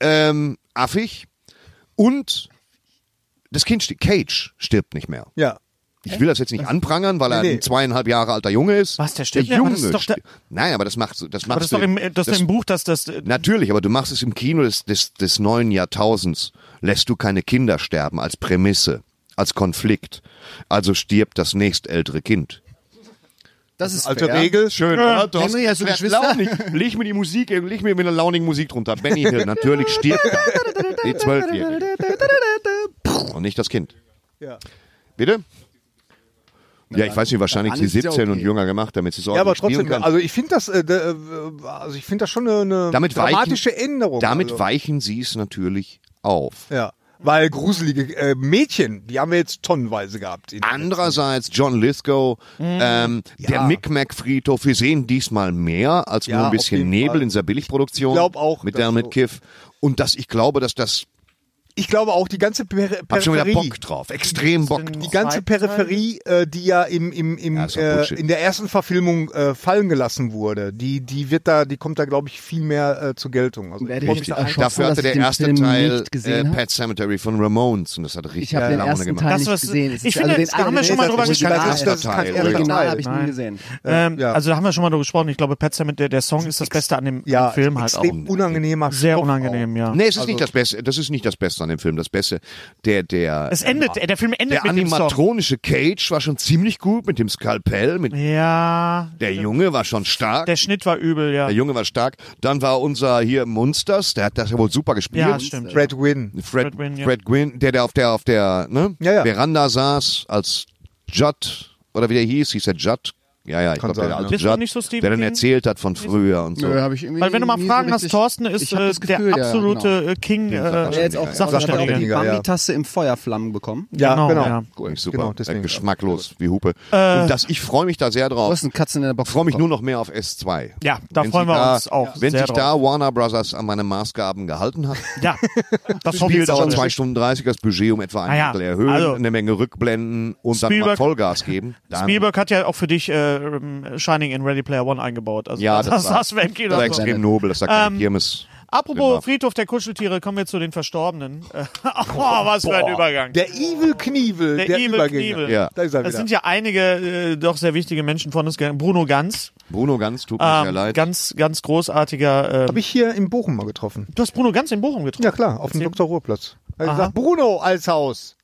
Speaker 2: Ähm, affig. Und das Kind, sti- Cage, stirbt nicht mehr.
Speaker 3: ja. Äh.
Speaker 2: Ich will das jetzt nicht anprangern, weil er
Speaker 3: Nee, nee.
Speaker 2: ein zweieinhalb Jahre alter Junge ist.
Speaker 5: Was, der stirbt
Speaker 2: Der
Speaker 5: nicht? Aber
Speaker 2: Junge.
Speaker 5: das ist doch der-
Speaker 2: stirbt. Nein, aber das macht so- das
Speaker 5: Aber
Speaker 2: machst
Speaker 5: das ist doch
Speaker 2: du-
Speaker 5: im, äh, das ist im Buch, dass das. äh,
Speaker 2: Natürlich, aber du machst es im Kino des, des, des neuen Jahrtausends. Lässt du keine Kinder sterben als Prämisse, als Konflikt. Also stirbt das nächstältere Kind.
Speaker 6: Das ist
Speaker 3: Alte
Speaker 6: fair.
Speaker 3: Regel. Schön.
Speaker 2: Ja, du
Speaker 6: Henry, hast du Geschwister?
Speaker 2: Leg mir die Musik, äh, leg mir mit einer launigen Musik drunter. Benny Hill, natürlich stirbt er. Die Zwölfjährige. Und nicht das Kind.
Speaker 3: Ja.
Speaker 2: Bitte? Ja, ich weiß nicht, wahrscheinlich
Speaker 6: dann
Speaker 2: die
Speaker 6: ist ja
Speaker 2: 17 und
Speaker 6: okay.
Speaker 2: jünger gemacht, damit sie es
Speaker 3: Ja, aber
Speaker 2: ordentlich spielen
Speaker 3: trotzdem,
Speaker 2: kann.
Speaker 3: also ich finde das, äh, d- äh, also ich finde das schon eine, eine
Speaker 2: damit
Speaker 3: dramatische
Speaker 2: weichen,
Speaker 3: Änderung.
Speaker 2: Damit
Speaker 3: also.
Speaker 2: weichen sie es natürlich auf.
Speaker 3: Ja. Weil gruselige äh, Mädchen, die haben wir jetzt tonnenweise gehabt. In
Speaker 2: Andererseits John Lithgow, ähm, der Micmac-Friedhof, wir sehen diesmal mehr als
Speaker 3: Ja,
Speaker 2: nur ein
Speaker 3: auf
Speaker 2: bisschen
Speaker 3: jeden
Speaker 2: Nebel
Speaker 3: Fall.
Speaker 2: in dieser Billigproduktion.
Speaker 3: Ich glaub auch,
Speaker 2: Mit
Speaker 3: dass
Speaker 2: Dermot
Speaker 3: so-
Speaker 2: Kiff. Und das, ich glaube, dass das,
Speaker 3: ich glaube auch die ganze Per-
Speaker 2: hab schon wieder
Speaker 3: Peripherie.
Speaker 2: Bock drauf, extrem Bock
Speaker 5: Die
Speaker 2: drauf.
Speaker 3: die ganze Peripherie, äh, die ja im, im, im,
Speaker 2: Ja, ist doch
Speaker 3: äh,
Speaker 2: Bullshit.
Speaker 3: in der ersten Verfilmung äh, fallen gelassen wurde, die, die wird da, die kommt da, glaube ich, viel mehr äh, zur Geltung. Also,
Speaker 6: Werde ich
Speaker 2: Richtig.
Speaker 6: mich erschossen,
Speaker 2: Dafür
Speaker 6: dass
Speaker 2: hatte der
Speaker 6: ich den
Speaker 2: erste
Speaker 6: Film
Speaker 2: Teil
Speaker 6: nicht gesehen
Speaker 2: äh,
Speaker 6: habe?
Speaker 2: Pet Cemetery von Ramones und das hat richtig
Speaker 6: Ich habe den
Speaker 2: Laune
Speaker 6: ersten
Speaker 2: gemacht.
Speaker 6: Teil
Speaker 5: Das,
Speaker 6: nicht
Speaker 5: was-
Speaker 6: gesehen. Es
Speaker 5: ich
Speaker 6: ist-
Speaker 5: finde,
Speaker 6: den
Speaker 5: da haben wir
Speaker 6: einen-
Speaker 5: schon mal drüber
Speaker 6: original-
Speaker 5: gesprochen.
Speaker 3: das, das, das kann
Speaker 2: Teil,
Speaker 3: ich
Speaker 6: Das
Speaker 3: ehrlich
Speaker 5: Original
Speaker 6: Original
Speaker 3: sagen.
Speaker 6: habe ich nie gesehen.
Speaker 5: ähm,
Speaker 3: ja.
Speaker 5: Also da haben wir schon mal drüber gesprochen. Ich glaube, Pet Sematary, der Song ist das Beste an dem
Speaker 3: Ja,
Speaker 5: Film halt auch.
Speaker 3: extrem
Speaker 2: <laughs>
Speaker 3: unangenehmer
Speaker 5: Sehr
Speaker 3: Stoff
Speaker 5: unangenehm, ja.
Speaker 2: Nee, es ist nicht das Beste, das ist nicht das Beste an dem Film. Das Beste, der, der,
Speaker 5: Es endet, der Film endet
Speaker 2: der
Speaker 5: mit dem Song.
Speaker 2: animatronische Cage war schon ziemlich gut mit dem Skalpell, mit
Speaker 5: Ja,
Speaker 2: der Junge war schon stark.
Speaker 5: der Schnitt war übel, ja.
Speaker 2: Der Junge war stark. Dann war unser hier Munsters, der hat das ja wohl super gespielt.
Speaker 5: Ja, stimmt.
Speaker 3: Auch. Red Win.
Speaker 2: Fred,
Speaker 5: Fred
Speaker 2: Fred, Gwynn,
Speaker 5: Gwynn, ja.
Speaker 2: der, der auf der, auf der ne,
Speaker 3: Ja, ja.
Speaker 2: Veranda saß, als Judd, oder wie der hieß, hieß der Judd. Ja, ja, ich glaube,
Speaker 3: sein,
Speaker 2: der
Speaker 3: ja.
Speaker 2: alte
Speaker 5: Bist du
Speaker 2: Judd,
Speaker 5: nicht so Stephen
Speaker 2: der dann
Speaker 5: King?
Speaker 2: erzählt hat von früher und so.
Speaker 6: Nö, hab ich irgendwie
Speaker 5: Weil wenn du mal
Speaker 6: nie so
Speaker 5: Fragen hast,
Speaker 6: richtig-
Speaker 5: Thorsten ist
Speaker 6: Ich hab
Speaker 5: äh,
Speaker 6: das Gefühl,
Speaker 5: der
Speaker 6: ja,
Speaker 5: absolute
Speaker 6: genau.
Speaker 5: äh, King.
Speaker 6: Der
Speaker 5: Äh,
Speaker 6: jetzt auch,
Speaker 5: Sachverständiger,
Speaker 6: der hat auch die
Speaker 3: ja.
Speaker 6: Bambi-Tasse im Feuerflammen bekommen.
Speaker 5: ja, genau,
Speaker 3: genau.
Speaker 5: ja.
Speaker 2: Cool, super,
Speaker 3: Genau,
Speaker 2: Äh,
Speaker 3: deswegen.
Speaker 2: geschmacklos wie Hupe.
Speaker 5: Äh,
Speaker 2: und das, ich freue mich da sehr
Speaker 6: Du
Speaker 2: drauf.
Speaker 6: hast eine Katze in der Box.
Speaker 2: Ich freue mich
Speaker 6: bekommen.
Speaker 2: nur noch mehr auf S2.
Speaker 5: Ja, da
Speaker 2: Wenn
Speaker 5: freuen
Speaker 2: sich
Speaker 5: wir
Speaker 2: da,
Speaker 5: uns auch
Speaker 2: Wenn
Speaker 5: sehr
Speaker 2: sich
Speaker 5: drauf.
Speaker 2: da Warner Brothers an meine Maßgaben gehalten hat,
Speaker 5: Ja, das
Speaker 2: Spiel
Speaker 5: Spiel
Speaker 2: dauert
Speaker 5: dauert
Speaker 2: zwei Stunden 30, das Budget um etwa ein
Speaker 5: Ah ja,
Speaker 2: Drittel erhöhen,
Speaker 5: also-
Speaker 2: eine Menge Rückblenden und dann mal
Speaker 5: Spielberg-
Speaker 2: Vollgas geben. Dann,
Speaker 5: <laughs> Spielberg hat ja auch für dich äh, ähm, Shining in Ready Player One eingebaut. Also
Speaker 2: Ja,
Speaker 5: das,
Speaker 2: das war-
Speaker 5: das, das
Speaker 2: das war
Speaker 5: das
Speaker 2: extrem nobel, das sagt
Speaker 5: Ähm,
Speaker 2: keine Kirmes.
Speaker 5: Apropos
Speaker 2: Genau.
Speaker 5: Friedhof der Kuscheltiere, kommen wir zu den Verstorbenen. <laughs> Äh, oh, was für ein Übergang.
Speaker 3: Der Evil Knievel,
Speaker 5: Der
Speaker 3: der,
Speaker 5: Evil
Speaker 3: Übergänger.
Speaker 5: Knievel.
Speaker 2: Ja.
Speaker 3: Da ist er
Speaker 5: Es
Speaker 3: wieder.
Speaker 5: sind ja einige äh, doch sehr wichtige Menschen von uns gegangen. Bruno Ganz,
Speaker 2: Bruno Ganz, tut mir sehr
Speaker 5: ähm,
Speaker 2: leid.
Speaker 5: ganz, ganz großartiger.
Speaker 3: Habe
Speaker 5: Äh,
Speaker 3: ich hier in Bochum mal getroffen.
Speaker 5: du hast Bruno Ganz in Bochum getroffen.
Speaker 3: Ja klar, auf dem
Speaker 5: Erzähl.
Speaker 3: Dr. Ruhrplatz. Er
Speaker 5: Aha.
Speaker 3: sagt Bruno als Haus.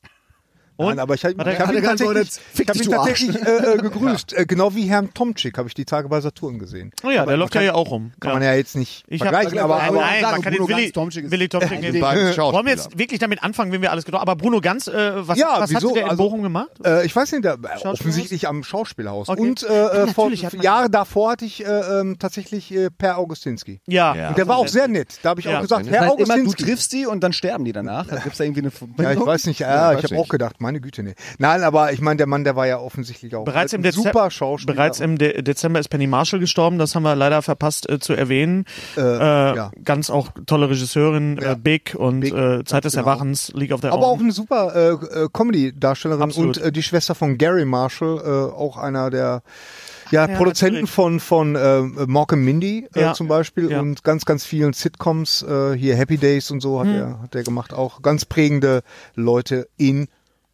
Speaker 5: Und?
Speaker 3: Nein, aber ich habe
Speaker 5: Hat er-
Speaker 3: ich hab
Speaker 5: hat
Speaker 3: ihn
Speaker 6: er geantwortet,
Speaker 3: tatsächlich,
Speaker 6: fick
Speaker 3: ich hab
Speaker 6: dich,
Speaker 3: ihn
Speaker 6: du
Speaker 3: tatsächlich äh, äh,
Speaker 5: <laughs>
Speaker 3: gegrüßt. Äh, genau wie Herrn Tomczyk habe ich die Tage bei Saturn gesehen.
Speaker 5: Oh ja,
Speaker 3: Aber
Speaker 5: der
Speaker 3: man
Speaker 5: läuft
Speaker 3: kann-
Speaker 5: ja hier auch rum.
Speaker 3: Kann
Speaker 5: ja.
Speaker 3: man ja jetzt nicht
Speaker 5: ich hab, also
Speaker 3: vergleichen, aber,
Speaker 5: nein,
Speaker 3: aber
Speaker 5: nein,
Speaker 6: sagen,
Speaker 5: man kann
Speaker 6: Bruno
Speaker 5: den Willi,
Speaker 6: Ganz, Tomczyk ist-
Speaker 5: Willi Tomczyk
Speaker 2: Die
Speaker 5: nicht.
Speaker 2: beiden
Speaker 5: Wollen wir
Speaker 2: Schauspieler.
Speaker 5: jetzt wirklich damit anfangen, wen wir alles getroffen haben? Aber Bruno Ganz, äh, was,
Speaker 3: Ja,
Speaker 5: was
Speaker 3: wieso?
Speaker 5: hat der in
Speaker 3: Also-
Speaker 5: Bochum gemacht?
Speaker 3: Äh, ich weiß nicht, da, äh,
Speaker 5: Schauspielhaus?
Speaker 3: offensichtlich am Schauspielhaus.
Speaker 5: Okay.
Speaker 3: Und äh, äh, vor
Speaker 5: natürlich hat man-
Speaker 3: Jahre davor hatte ich äh, ähm, tatsächlich äh, Per Augustinski.
Speaker 5: Ja.
Speaker 2: Ja.
Speaker 3: Und der war auch sehr nett. Da habe ich
Speaker 5: Ja.
Speaker 3: auch gesagt,
Speaker 6: Das
Speaker 3: Herr
Speaker 6: heißt halt immer, du
Speaker 3: Augustinski.
Speaker 6: triffst die und dann sterben die danach. Da gibt's da irgendwie eine Verbindung.
Speaker 3: Ja, ich weiß nicht,
Speaker 2: Ja,
Speaker 3: ja,
Speaker 2: weiß
Speaker 3: ich habe
Speaker 2: nicht.
Speaker 3: auch gedacht, meine Güte, nee. Nein, aber ich meine, der Mann, der war ja offensichtlich auch
Speaker 5: Bereits im,
Speaker 3: ein
Speaker 5: Dezember,
Speaker 3: super Schauspieler.
Speaker 5: bereits im De Dezember ist Penny Marshall gestorben, das haben wir leider verpasst äh, zu erwähnen. Äh,
Speaker 3: ja.
Speaker 5: Ganz auch tolle Regisseurin,
Speaker 3: Ja.
Speaker 5: äh, Big und
Speaker 3: Big,
Speaker 5: äh, Zeit des
Speaker 3: genau.
Speaker 5: Erwachens, League of Their
Speaker 3: aber auch
Speaker 5: Own.
Speaker 3: eine super äh, äh, Comedy-Darstellerin
Speaker 5: Absolut.
Speaker 3: und äh, die Schwester von Gary Marshall, äh, auch einer der ja,
Speaker 5: ja,
Speaker 3: Produzenten
Speaker 5: natürlich.
Speaker 3: von von äh, Mork and Mindy äh,
Speaker 5: Ja.
Speaker 3: zum Beispiel
Speaker 5: Ja.
Speaker 3: und ganz ganz vielen Sitcoms äh, hier Happy Days und
Speaker 5: Hm.
Speaker 3: so hat er hat er gemacht auch ganz prägende Leute in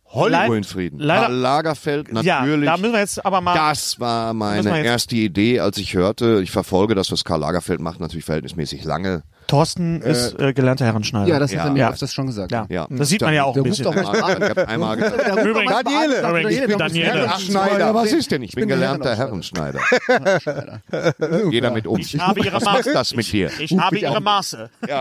Speaker 2: Hollywood
Speaker 5: Leid-
Speaker 2: in Frieden.
Speaker 5: leider-
Speaker 2: Karl Lagerfeld,
Speaker 5: ja,
Speaker 2: natürlich.
Speaker 5: da müssen wir jetzt aber mal.
Speaker 2: das war
Speaker 5: müssen wir
Speaker 2: meine
Speaker 5: jetzt-
Speaker 2: erste Idee, als ich hörte, ich verfolge das, was Karl Lagerfeld macht, natürlich verhältnismäßig
Speaker 5: <laughs>
Speaker 2: lange.
Speaker 5: Thorsten ist äh, gelernter Herrenschneider.
Speaker 6: Ja, das hat
Speaker 2: Ja.
Speaker 6: er mir
Speaker 5: Ja.
Speaker 6: öfters schon gesagt.
Speaker 5: ja.
Speaker 2: Ja.
Speaker 5: das sieht man ja auch
Speaker 6: Der
Speaker 5: ein
Speaker 6: ruft
Speaker 5: bisschen.
Speaker 6: doch
Speaker 2: Ich habe einmal gedacht,
Speaker 5: Übrigens,
Speaker 3: Daniele.
Speaker 5: Übrigens,
Speaker 6: Daniele,
Speaker 5: Daniele.
Speaker 3: Schneider.
Speaker 2: was ist denn? Ich bin
Speaker 6: bin
Speaker 2: gelernter Herrenschneider.
Speaker 5: <laughs>
Speaker 2: Jeder mit uns.
Speaker 5: Ich habe ihre
Speaker 2: was macht
Speaker 5: Maße.
Speaker 2: das mit dir?
Speaker 5: Ich habe ihre Maße. <laughs>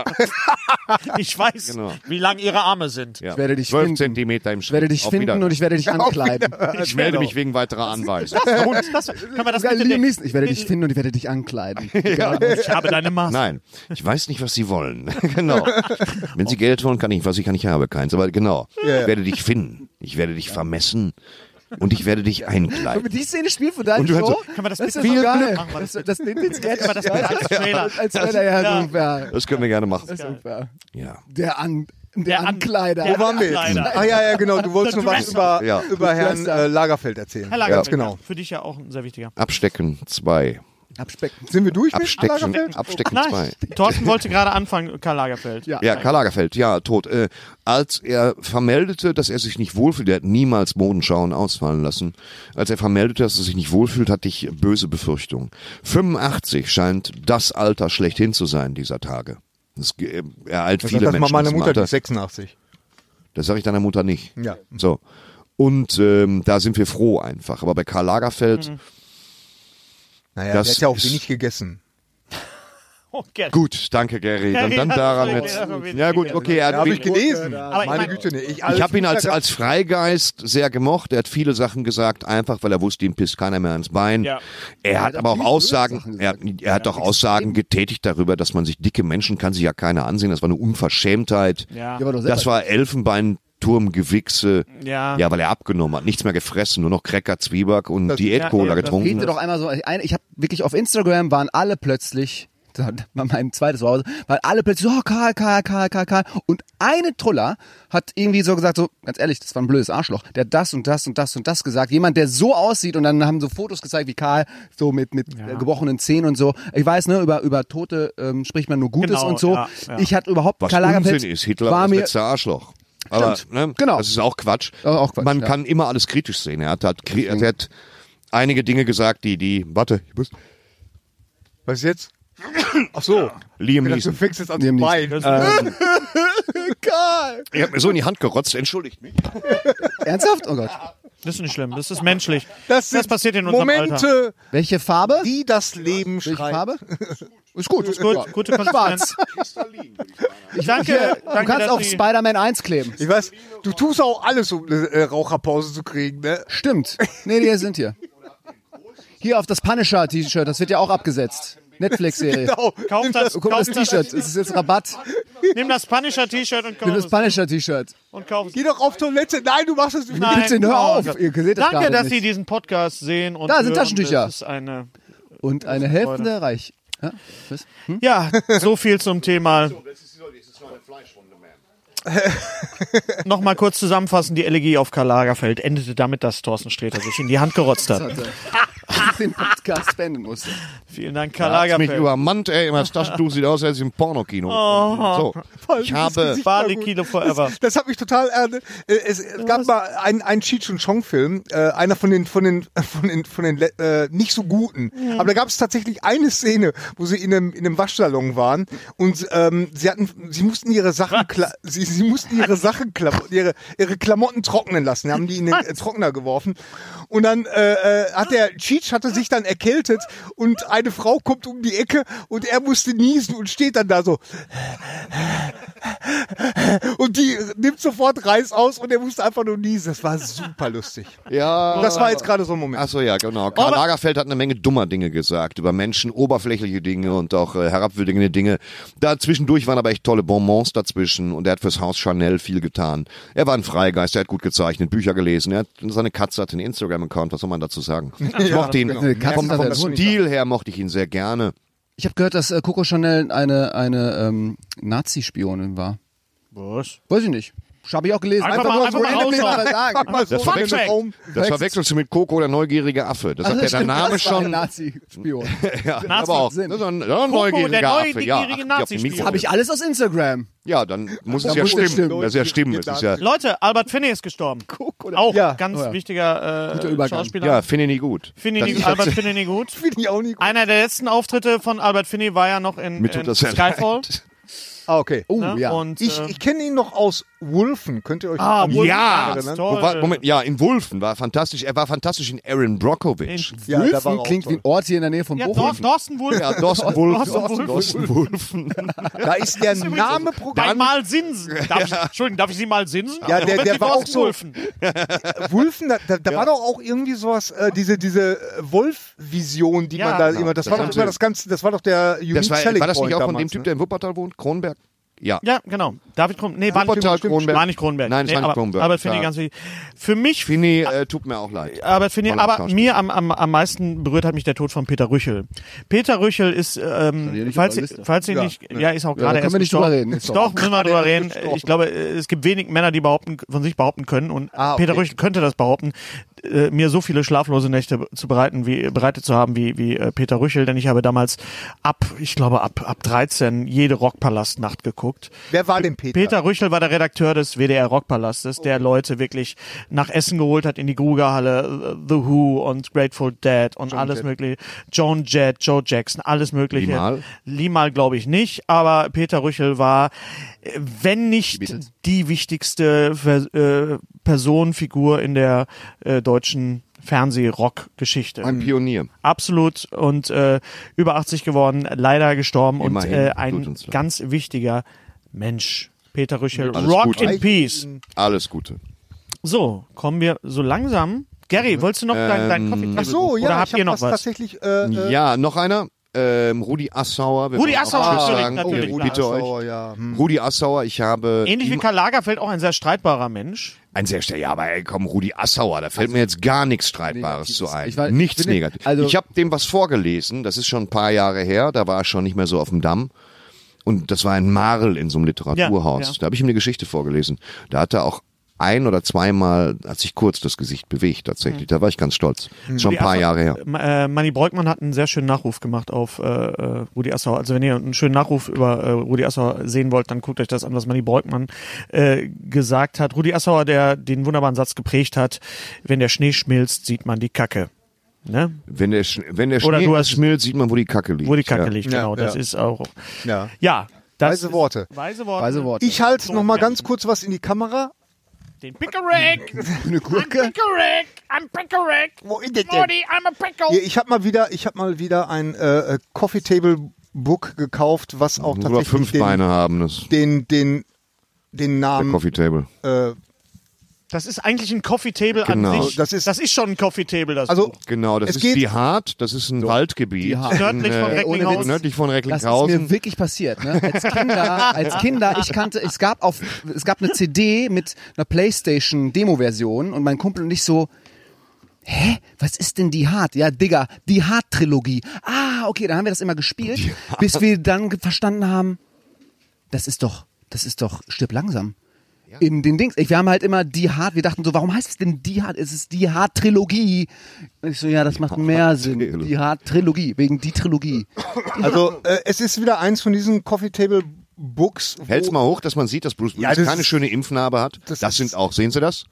Speaker 5: Ich weiß,
Speaker 2: Genau.
Speaker 5: wie lang ihre Arme sind.
Speaker 2: Ja.
Speaker 6: werde dich
Speaker 2: 12
Speaker 6: finden.
Speaker 2: Zentimeter im
Speaker 6: Ich werde dich
Speaker 2: Auf
Speaker 6: finden
Speaker 2: Wiedersehen.
Speaker 6: und ich werde dich ankleiden.
Speaker 2: Ich melde
Speaker 5: <laughs>
Speaker 2: mich wegen weiterer Anweisung.
Speaker 5: Das, das, können wir das bitte
Speaker 6: Liam
Speaker 5: den-
Speaker 6: Neeson, Ich werde
Speaker 5: <laughs>
Speaker 6: dich finden und ich werde dich ankleiden.
Speaker 5: Ich habe deine Maße.
Speaker 2: Nein, ich weiß nicht, was Sie wollen. <laughs> genau. Wenn Sie Geld wollen, kann ich, was ich kann, ich habe keins. Aber genau, ich werde dich finden. Ich werde dich vermessen. und ich werde dich einkleiden.
Speaker 6: Können wir die Szene spielen für deine
Speaker 2: Und du
Speaker 6: Show?
Speaker 2: hörst so,
Speaker 5: können wir das
Speaker 6: ist
Speaker 5: bitte
Speaker 6: so
Speaker 5: machen?
Speaker 6: geil.
Speaker 5: Machen wir das
Speaker 6: das, das, den, den Sketch.
Speaker 5: Aber das bitte als Trailer.
Speaker 6: als Trailer, ja,
Speaker 5: Ja.
Speaker 6: super.
Speaker 2: Das können wir gerne machen.
Speaker 6: super.
Speaker 2: Ja.
Speaker 6: Der, An, der,
Speaker 5: An-
Speaker 6: Ankleider.
Speaker 5: der
Speaker 6: Wo waren wir?
Speaker 5: Ankleider. Leider.
Speaker 3: Ah ja, ja, genau. Du wolltest
Speaker 5: The
Speaker 3: nur was
Speaker 5: Dresser.
Speaker 3: über,
Speaker 2: Ja.
Speaker 3: über Herrn
Speaker 6: Dresser.
Speaker 3: äh, Lagerfeld erzählen.
Speaker 5: Herr Lagerfeld,
Speaker 3: Ja, genau.
Speaker 5: Für dich ja auch ein sehr wichtiger.
Speaker 2: Abstecken 2.
Speaker 6: Abspecken.
Speaker 3: Sind wir durch mit Herrn
Speaker 2: Abstecken,
Speaker 3: Lagerfeld?
Speaker 2: Abstecken
Speaker 5: Nein,
Speaker 2: 2.
Speaker 5: Thorsten wollte gerade anfangen, Karl Lagerfeld.
Speaker 6: Ja.
Speaker 2: Ja, Karl Lagerfeld, ja, tot. Äh, als er vermeldete, dass er sich nicht wohlfühlt, der hat niemals Modenschauen ausfallen lassen, als er vermeldete, dass er sich nicht wohlfühlt, hatte ich böse Befürchtungen. 85 scheint das Alter schlechthin zu sein dieser Tage. Das ge- äh, ereilt
Speaker 3: Das
Speaker 2: viele
Speaker 3: hat mal
Speaker 2: Menschen.
Speaker 3: meine
Speaker 2: zum
Speaker 3: Mutter, die
Speaker 2: Alter.
Speaker 3: ist 86.
Speaker 2: Das sage ich deiner Mutter nicht.
Speaker 3: Ja.
Speaker 2: So. Und ähm, da sind wir froh einfach. Aber bei Karl Lagerfeld,
Speaker 3: Mhm. Naja,
Speaker 2: Das
Speaker 3: das hat ja auch
Speaker 2: ist-
Speaker 3: wenig gegessen.
Speaker 5: Oh, Gerd.
Speaker 2: gut, danke Gary. Dann,
Speaker 5: Gary
Speaker 2: dann
Speaker 5: hat
Speaker 2: daran
Speaker 5: das
Speaker 2: jetzt.
Speaker 5: wirklich-
Speaker 2: Ja gut, okay, er
Speaker 3: Ja,
Speaker 2: hat
Speaker 3: habe ich
Speaker 2: wenig-
Speaker 3: gelesen.
Speaker 5: ich
Speaker 3: meine
Speaker 5: mein-
Speaker 3: Güte, nee. Ich,
Speaker 2: Ich habe ihn als,
Speaker 3: Mutter-
Speaker 2: als Freigeist sehr gemocht. Er hat viele Sachen gesagt, einfach weil er wusste, ihm pisst keiner mehr ins Bein.
Speaker 5: Ja.
Speaker 2: Er hat aber auch
Speaker 6: viele blöde
Speaker 2: Aussagen,
Speaker 6: Sachen
Speaker 2: er, er hat auch Aussagen getätigt darüber, dass man sich dicke Menschen kann sich ja keiner ansehen. Das war eine Unverschämtheit.
Speaker 5: Ja.
Speaker 6: aber doch selber-
Speaker 2: Das war Elfenbeinturmgewichse.
Speaker 5: Ja.
Speaker 2: ja, weil er abgenommen hat, nichts mehr gefressen, nur noch Cracker, Zwieback und
Speaker 5: ja,
Speaker 2: Diätcola
Speaker 5: Hm, das
Speaker 2: getrunken.
Speaker 6: Fehlte doch einmal so ein, ich habe wirklich auf Instagram waren alle plötzlich <laughs> da war mein zweites Zuhause, waren alle plötzlich so, oh, Karl, Karl, Karl, Karl, Karl. Und eine Troller hat irgendwie so gesagt, so, ganz ehrlich, das war ein blödes Arschloch. Der hat das und das und das und das gesagt. Jemand, der so aussieht und dann haben so Fotos gezeigt, wie Karl, so mit, mit äh, gebrochenen Zähnen und so. Ich weiß, ne, über, über Tote ähm, spricht man nur Gutes
Speaker 5: Genau,
Speaker 6: und so.
Speaker 5: ja, ja.
Speaker 6: Ich hatte überhaupt
Speaker 2: Was
Speaker 6: Karl Lagerfeld.
Speaker 2: Unsinn ist, Hitler war
Speaker 6: war
Speaker 2: das
Speaker 6: mir,
Speaker 2: letzte Arschloch. Aber
Speaker 6: Stimmt,
Speaker 2: ne,
Speaker 6: genau.
Speaker 2: das ist auch Quatsch.
Speaker 6: Das ist auch Quatsch,
Speaker 2: Man
Speaker 6: ja.
Speaker 2: kann immer alles kritisch sehen. Er hat, hat, kri- er hat einige Dinge gesagt, die, die, warte, ich muss,
Speaker 3: Was jetzt? Ach so.
Speaker 2: Liam
Speaker 3: Ich dachte, Du
Speaker 2: Neeson.
Speaker 3: fängst jetzt an
Speaker 6: Liam
Speaker 3: zu
Speaker 6: Neeson.
Speaker 3: weinen.
Speaker 2: Ich hab mir so in die Hand gerotzt, entschuldigt mich.
Speaker 6: Ernsthaft? Oh Gott.
Speaker 5: Das ist nicht schlimm, das ist menschlich.
Speaker 3: Das sind
Speaker 5: passiert in unserem Alter.
Speaker 3: Momente,
Speaker 6: Welche Farbe?
Speaker 3: die das Leben
Speaker 6: Welche
Speaker 3: schreiben.
Speaker 6: Farbe? Ist gut, ist
Speaker 5: Gut, gute
Speaker 6: Schwarz.
Speaker 5: Konsistenz. Ich danke,
Speaker 6: Du
Speaker 5: danke,
Speaker 6: kannst
Speaker 5: dass
Speaker 6: auf
Speaker 5: Sie-
Speaker 6: Spider-Man 1 kleben.
Speaker 3: Ich weiß, du tust auch alles, um eine äh, Raucherpause zu kriegen, ne?
Speaker 6: Stimmt. Nee, die sind hier. Hier auf das Punisher-T-Shirt, das wird ja auch abgesetzt. Netflix-Serie.
Speaker 3: Genau.
Speaker 5: Kauf das,
Speaker 6: Guck mal,
Speaker 5: kauf
Speaker 6: das T-Shirt, es ist jetzt Rabatt.
Speaker 5: Nimm das Punisher-T-Shirt und
Speaker 6: Nimm das
Speaker 5: kauf es.
Speaker 6: Punisher-T-Shirt.
Speaker 5: Und kauf es.
Speaker 3: Geh doch auf Toilette. Nein, du machst es nicht.
Speaker 5: Nein. Oh
Speaker 6: Bitte, hör auf, ihr seht das
Speaker 5: Danke,
Speaker 6: gerade
Speaker 5: dass
Speaker 6: nicht.
Speaker 5: Sie diesen Podcast sehen. Und
Speaker 6: Da sind
Speaker 5: hören.
Speaker 6: Taschentücher.
Speaker 5: Das ist eine
Speaker 6: Und eine helfende Reich. Ja? was? Hm?
Speaker 5: ja, so viel zum Thema. Nochmal kurz zusammenfassen, die Elegie auf Karl Lagerfeld endete damit, dass Thorsten Sträter sich in die Hand gerotzt hat.
Speaker 6: <laughs> Den Podcast beenden musste.
Speaker 5: Vielen Dank, Karl
Speaker 2: Hat mich
Speaker 5: Lagerfeld.
Speaker 2: übermannt, ey, das Taschentuch sieht aus, als im Pornokino.
Speaker 6: Oh,
Speaker 2: so, ich habe,
Speaker 5: Barley Kilo Forever.
Speaker 3: Das hat mich total. Äh, äh, es es gab mal einen, einen Cheech und Chong Film, äh, einer von den von den <laughs> von den von den le- äh, nicht so guten. Aber da gab es tatsächlich eine Szene, wo sie in einem in einem Waschsalon waren und ähm, sie hatten sie mussten ihre Sachen kla- sie, sie mussten ihre Sachen Klam- ihre ihre Klamotten trocknen lassen, haben die in den äh, Trockner geworfen und dann äh, äh, hat der Cheech hatte sich dann erkältet und eine Frau kommt um die Ecke und er musste niesen und steht dann da so und die nimmt sofort Reis aus und er musste einfach nur niesen. Das war super lustig.
Speaker 2: ja.
Speaker 3: Das war jetzt gerade so ein Moment.
Speaker 2: Achso, ja, genau. Karl Lagerfeld hat eine Menge dummer Dinge gesagt über Menschen, oberflächliche Dinge und auch äh, herabwürdigende Dinge. Da zwischendurch waren aber echt tolle Bonbons dazwischen und er hat fürs Haus Chanel viel getan. Er war ein Freigeist, er hat gut gezeichnet, Bücher gelesen, er hat, seine Katze hat einen Instagram-Account, was soll man dazu sagen? Ich mochte ihn,
Speaker 6: Eine genau. Katze
Speaker 2: vom,
Speaker 6: hat er
Speaker 2: vom
Speaker 6: als Hund.
Speaker 2: Stil her mochte ich ihn sehr gerne.
Speaker 6: Ich habe gehört, dass äh, Coco Chanel eine, eine ähm, Nazi-Spionin war.
Speaker 5: Was?
Speaker 6: Weiß ich nicht. Habe ich auch gelesen.
Speaker 5: Einfach mal- einfach mal raushauen.
Speaker 6: sagen.
Speaker 3: Mal so
Speaker 2: Das
Speaker 3: in
Speaker 2: verwechselt-
Speaker 3: den Raum.
Speaker 2: Das verwechselst du mit Coco, der neugierige Affe. Das hat ja der Name schon.
Speaker 6: Nazi-Spion.
Speaker 2: Ja, aber auch.
Speaker 6: Sinn.
Speaker 2: Das ist ein, das ist ein neugieriger Affe.
Speaker 5: neugierige
Speaker 2: Ja, ach, die auf dem
Speaker 5: Nazi-Spion.
Speaker 2: Mikro.
Speaker 6: Habe ich alles aus Instagram.
Speaker 2: Ja, dann muss es
Speaker 6: Dann
Speaker 2: ja
Speaker 6: muss
Speaker 2: stimmen.
Speaker 6: es stimmen.
Speaker 2: Das ist ja stimmen. Es ist ja,
Speaker 5: Leute, Albert Finney ist gestorben. Auch
Speaker 3: Ja.
Speaker 5: ganz
Speaker 6: Oh ja.
Speaker 5: wichtiger
Speaker 6: Guter
Speaker 5: äh,
Speaker 6: Übergang.
Speaker 5: Schauspieler.
Speaker 2: ja finde ich nicht gut.
Speaker 5: Finney,
Speaker 2: Das- also
Speaker 5: nicht- Albert Finney nicht
Speaker 6: <laughs>
Speaker 5: gut.
Speaker 3: Finde ich auch nicht gut.
Speaker 5: Einer der letzten Auftritte von Albert Finney war ja noch in,
Speaker 2: Mir tut
Speaker 5: in
Speaker 2: das sehr
Speaker 5: äh, Skyfall.
Speaker 3: Ah, okay.
Speaker 6: Oh
Speaker 5: Ne?
Speaker 6: <laughs> ja.
Speaker 5: Und,
Speaker 3: Ich,
Speaker 5: äh,
Speaker 3: ich kenne ihn noch aus Wolfen. Könnt ihr euch
Speaker 5: Ah,
Speaker 3: an
Speaker 5: Wolfen,
Speaker 2: ja,
Speaker 5: ganz
Speaker 6: ne?
Speaker 3: erinnern?
Speaker 5: toll.
Speaker 2: <laughs> Wo war, Moment, ja, in Wulfen war fantastisch. Er war fantastisch in Aaron Brockovich.
Speaker 3: Ja, da war er
Speaker 6: Wülfen
Speaker 3: auch
Speaker 6: klingt wie
Speaker 3: toll.
Speaker 6: ein Ort hier in der Nähe von
Speaker 5: Ja, Thor-
Speaker 6: Bochum.
Speaker 5: Thorsten Wolf.
Speaker 2: ja, Dawson Wulfen.
Speaker 5: <laughs> Dawson
Speaker 2: Dawson Wulfen.
Speaker 3: Da ist der Name
Speaker 5: Dann
Speaker 3: Programm. <laughs>
Speaker 5: mal Sinsen. Darf ich, Entschuldigung, darf ich Sie mal Sinsen?
Speaker 3: Ja, der-
Speaker 5: Wenn
Speaker 3: der
Speaker 5: Sie
Speaker 3: war
Speaker 5: Thorsten
Speaker 3: auch so-
Speaker 5: Wulfen.
Speaker 3: Wolfen, da, da, da war doch auch irgendwie sowas, äh, diese, diese äh, Wolf-Vision, die
Speaker 5: Ja.
Speaker 3: man da immer, das war doch immer das Ganze, das war doch der Unique
Speaker 2: Das war,
Speaker 3: Selling
Speaker 2: war das nicht
Speaker 3: Point
Speaker 2: auch von
Speaker 3: damals,
Speaker 2: dem Typ,
Speaker 3: ne?
Speaker 2: der in Wuppertal wohnt? Kronberg? Ja.
Speaker 5: Ja, genau. David Kronberg. Nee, war
Speaker 2: Wuppertal
Speaker 5: nicht,
Speaker 2: Kronberg.
Speaker 5: war nicht Kronberg.
Speaker 2: Nein, es
Speaker 5: nee,
Speaker 2: war nicht
Speaker 5: aber,
Speaker 2: Kronberg,
Speaker 5: Aber finde ich
Speaker 2: klar.
Speaker 5: ganz wichtig. Für mich
Speaker 2: Fini, äh, tut mir auch leid.
Speaker 5: aber, finde ich,
Speaker 2: Voller
Speaker 5: aber
Speaker 2: Schauspiel.
Speaker 5: mir am, am, am meisten berührt hat mich der Tod von Peter Rüchel. Peter Rüchel ist, ähm,
Speaker 6: nicht
Speaker 5: falls,
Speaker 6: auf
Speaker 5: ihr-
Speaker 6: der Liste?
Speaker 5: falls ihr
Speaker 3: Ja,
Speaker 5: nicht,
Speaker 3: ne.
Speaker 5: ja, ist auch
Speaker 6: da
Speaker 5: gerade
Speaker 6: können wir nicht drüber reden. Ist
Speaker 5: Doch,
Speaker 6: doch-
Speaker 5: müssen
Speaker 6: <laughs>
Speaker 5: wir drüber reden.
Speaker 3: gestorben.
Speaker 5: Ich glaube, äh, es gibt wenig Männer, die behaupten, von sich behaupten können und
Speaker 2: Ah,
Speaker 5: Peter
Speaker 2: okay.
Speaker 5: Rüchel könnte das behaupten, äh, mir so viele schlaflose Nächte be- zu bereiten, wie, bereitet zu haben, wie, wie äh, Peter Rüchel, denn ich habe damals ab, ich glaube, ab, ab 13 jede Rockpalastnacht geguckt.
Speaker 3: Wer war denn Peter?
Speaker 5: Peter Rüchel war der Redakteur des WDR Rockpalastes, der Leute wirklich nach Essen geholt hat in die Grugerhalle, äh, The Who und Grateful Dead und alles mögliche. Joan Jett, Joe Jackson, alles mögliche.
Speaker 2: Limal?
Speaker 5: Limal glaube ich nicht, aber Peter Rüchel war, äh, wenn nicht
Speaker 2: Beatles?
Speaker 5: die wichtigste Ver- äh, Person, Figur in der äh, deutschen Fernseh-Rock-Geschichte.
Speaker 2: Ein Pionier.
Speaker 5: Absolut und äh, über 80 geworden, leider gestorben
Speaker 2: Immerhin,
Speaker 5: und äh,
Speaker 2: tut
Speaker 5: ein
Speaker 2: uns leid.
Speaker 5: ganz wichtiger Mensch. Peter Rüchel,
Speaker 2: Alles
Speaker 5: Rock
Speaker 2: Gute.
Speaker 5: in Peace.
Speaker 2: Alles Gute.
Speaker 5: So, kommen wir so langsam.
Speaker 2: Mhm.
Speaker 5: Gary, wolltest du noch dein,
Speaker 2: Ähm,
Speaker 5: dein Coffee
Speaker 3: Ach so, ja,
Speaker 5: Oder habt
Speaker 3: ich hab
Speaker 5: ihr noch
Speaker 3: was
Speaker 5: was?
Speaker 3: tatsächlich äh, äh,
Speaker 2: Ja, noch einer. Ähm, Rudi Assauer. Wir
Speaker 5: Rudi
Speaker 2: wollen auch
Speaker 5: Assauer,
Speaker 2: Tschüss
Speaker 5: natürlich,
Speaker 2: sagen.
Speaker 5: natürlich,
Speaker 2: Ich
Speaker 5: klar.
Speaker 2: bitte euch.
Speaker 3: Assauer, ja. Hm.
Speaker 2: Rudi Assauer, ich habe
Speaker 5: Ähnlich wie
Speaker 2: ihm
Speaker 5: Karl Lagerfeld, auch ein sehr streitbarer Mensch.
Speaker 2: ein sehr schnell, ja, aber ey, komm, Rudi Assauer, da fällt mir jetzt gar nichts Streitbares zu ein.
Speaker 6: Ich weiß-
Speaker 2: nichts
Speaker 6: ich bin-
Speaker 2: Negatives.
Speaker 6: also-
Speaker 2: ich habe dem was vorgelesen, das ist schon ein paar Jahre her, da war er schon nicht mehr so auf dem Damm. Und das war ein Marl in so einem Literaturhaus.
Speaker 5: Ja, ja.
Speaker 2: Da habe ich ihm eine Geschichte vorgelesen. Da hat er auch ein oder zweimal, hat sich kurz das Gesicht bewegt tatsächlich.
Speaker 5: Mhm.
Speaker 2: Da war ich ganz stolz. Ist Schon ein paar
Speaker 5: Assauer-
Speaker 2: Jahre her.
Speaker 5: Ma- Äh, Manny Breukmann hat einen sehr schönen Nachruf gemacht auf äh, äh, Rudi Assauer. Also wenn ihr einen schönen Nachruf über äh, Rudi Assauer sehen wollt, dann guckt euch das an, was Manny Breukmann äh, gesagt hat. Rudi Assauer, der den wunderbaren Satz geprägt hat, wenn der Schnee schmilzt, sieht man die Kacke. Ne?
Speaker 2: Wenn der, Sch- wenn der
Speaker 5: Oder
Speaker 2: Schnee
Speaker 5: du hast-
Speaker 2: schmilzt, sieht man, wo die Kacke liegt.
Speaker 5: Wo die Kacke
Speaker 2: ja.
Speaker 5: liegt,
Speaker 3: Ja,
Speaker 5: genau. Das
Speaker 3: ja.
Speaker 5: ist auch.
Speaker 3: Ja.
Speaker 5: Ja. Das
Speaker 3: Weise
Speaker 5: ist-
Speaker 3: Worte.
Speaker 5: Weise Worte.
Speaker 6: Weise Worte.
Speaker 3: Ich halte noch mal
Speaker 5: ja.
Speaker 3: ganz Mhm. kurz was in die Kamera.
Speaker 5: Den Pickerack.
Speaker 6: eine Gurke.
Speaker 5: Pickerack. I'm Pickerack.
Speaker 3: Wo ist das denn?
Speaker 5: Morty, I'm a Pickle.
Speaker 3: Hier, Ich habe mal wieder, ich habe mal wieder ein äh, äh, Coffee Table Book gekauft, was auch
Speaker 2: Nur
Speaker 3: tatsächlich
Speaker 2: fünf
Speaker 3: den,
Speaker 2: Beine haben, das ist
Speaker 3: den den den
Speaker 2: der
Speaker 3: Namen.
Speaker 2: Coffee Table.
Speaker 3: Äh,
Speaker 5: Das ist eigentlich ein Coffee Table an
Speaker 2: Genau.
Speaker 5: sich.
Speaker 3: Das ist-
Speaker 5: das ist schon ein Coffee Table, das
Speaker 3: also
Speaker 5: Buch.
Speaker 2: Genau, das
Speaker 3: Es
Speaker 2: ist
Speaker 3: geht-
Speaker 2: die Hart, das ist ein Waldgebiet.
Speaker 6: Die Hart.
Speaker 5: Nördlich
Speaker 2: In,
Speaker 5: von
Speaker 2: äh,
Speaker 5: Recklinghausen.
Speaker 2: ohne Witz, Nördlich von
Speaker 6: Das ist mir
Speaker 2: Recklinghausen.
Speaker 6: wirklich passiert. Ne? Als Kinder, als Kinder, ich kannte, es gab auf, es gab eine CD mit einer PlayStation Demo-Version und mein Kumpel und ich so, hä, was ist denn die Hard? Ja, Digga, die Hard-Trilogie. Ah, okay, dann haben wir das immer gespielt, bis wir dann ge- verstanden haben, das ist doch, das ist doch, stirb langsam. In den Dings. Ich, wir haben halt immer die Hard, wir dachten so, warum heißt es denn die Hard? Es ist die Hard-Trilogie. Und ich so, ja, das macht mehr Sinn.
Speaker 2: Hard-Trilogie.
Speaker 6: Die Hard-Trilogie, wegen die Trilogie.
Speaker 3: also äh, es ist wieder eins von diesen Coffee Table Books. wo-
Speaker 2: Hält's mal hoch, dass man sieht, dass Bruce Willis
Speaker 3: das
Speaker 2: keine
Speaker 3: ist-
Speaker 2: schöne Impfnarbe hat. Das,
Speaker 3: das ist-
Speaker 2: sind auch, sehen Sie das?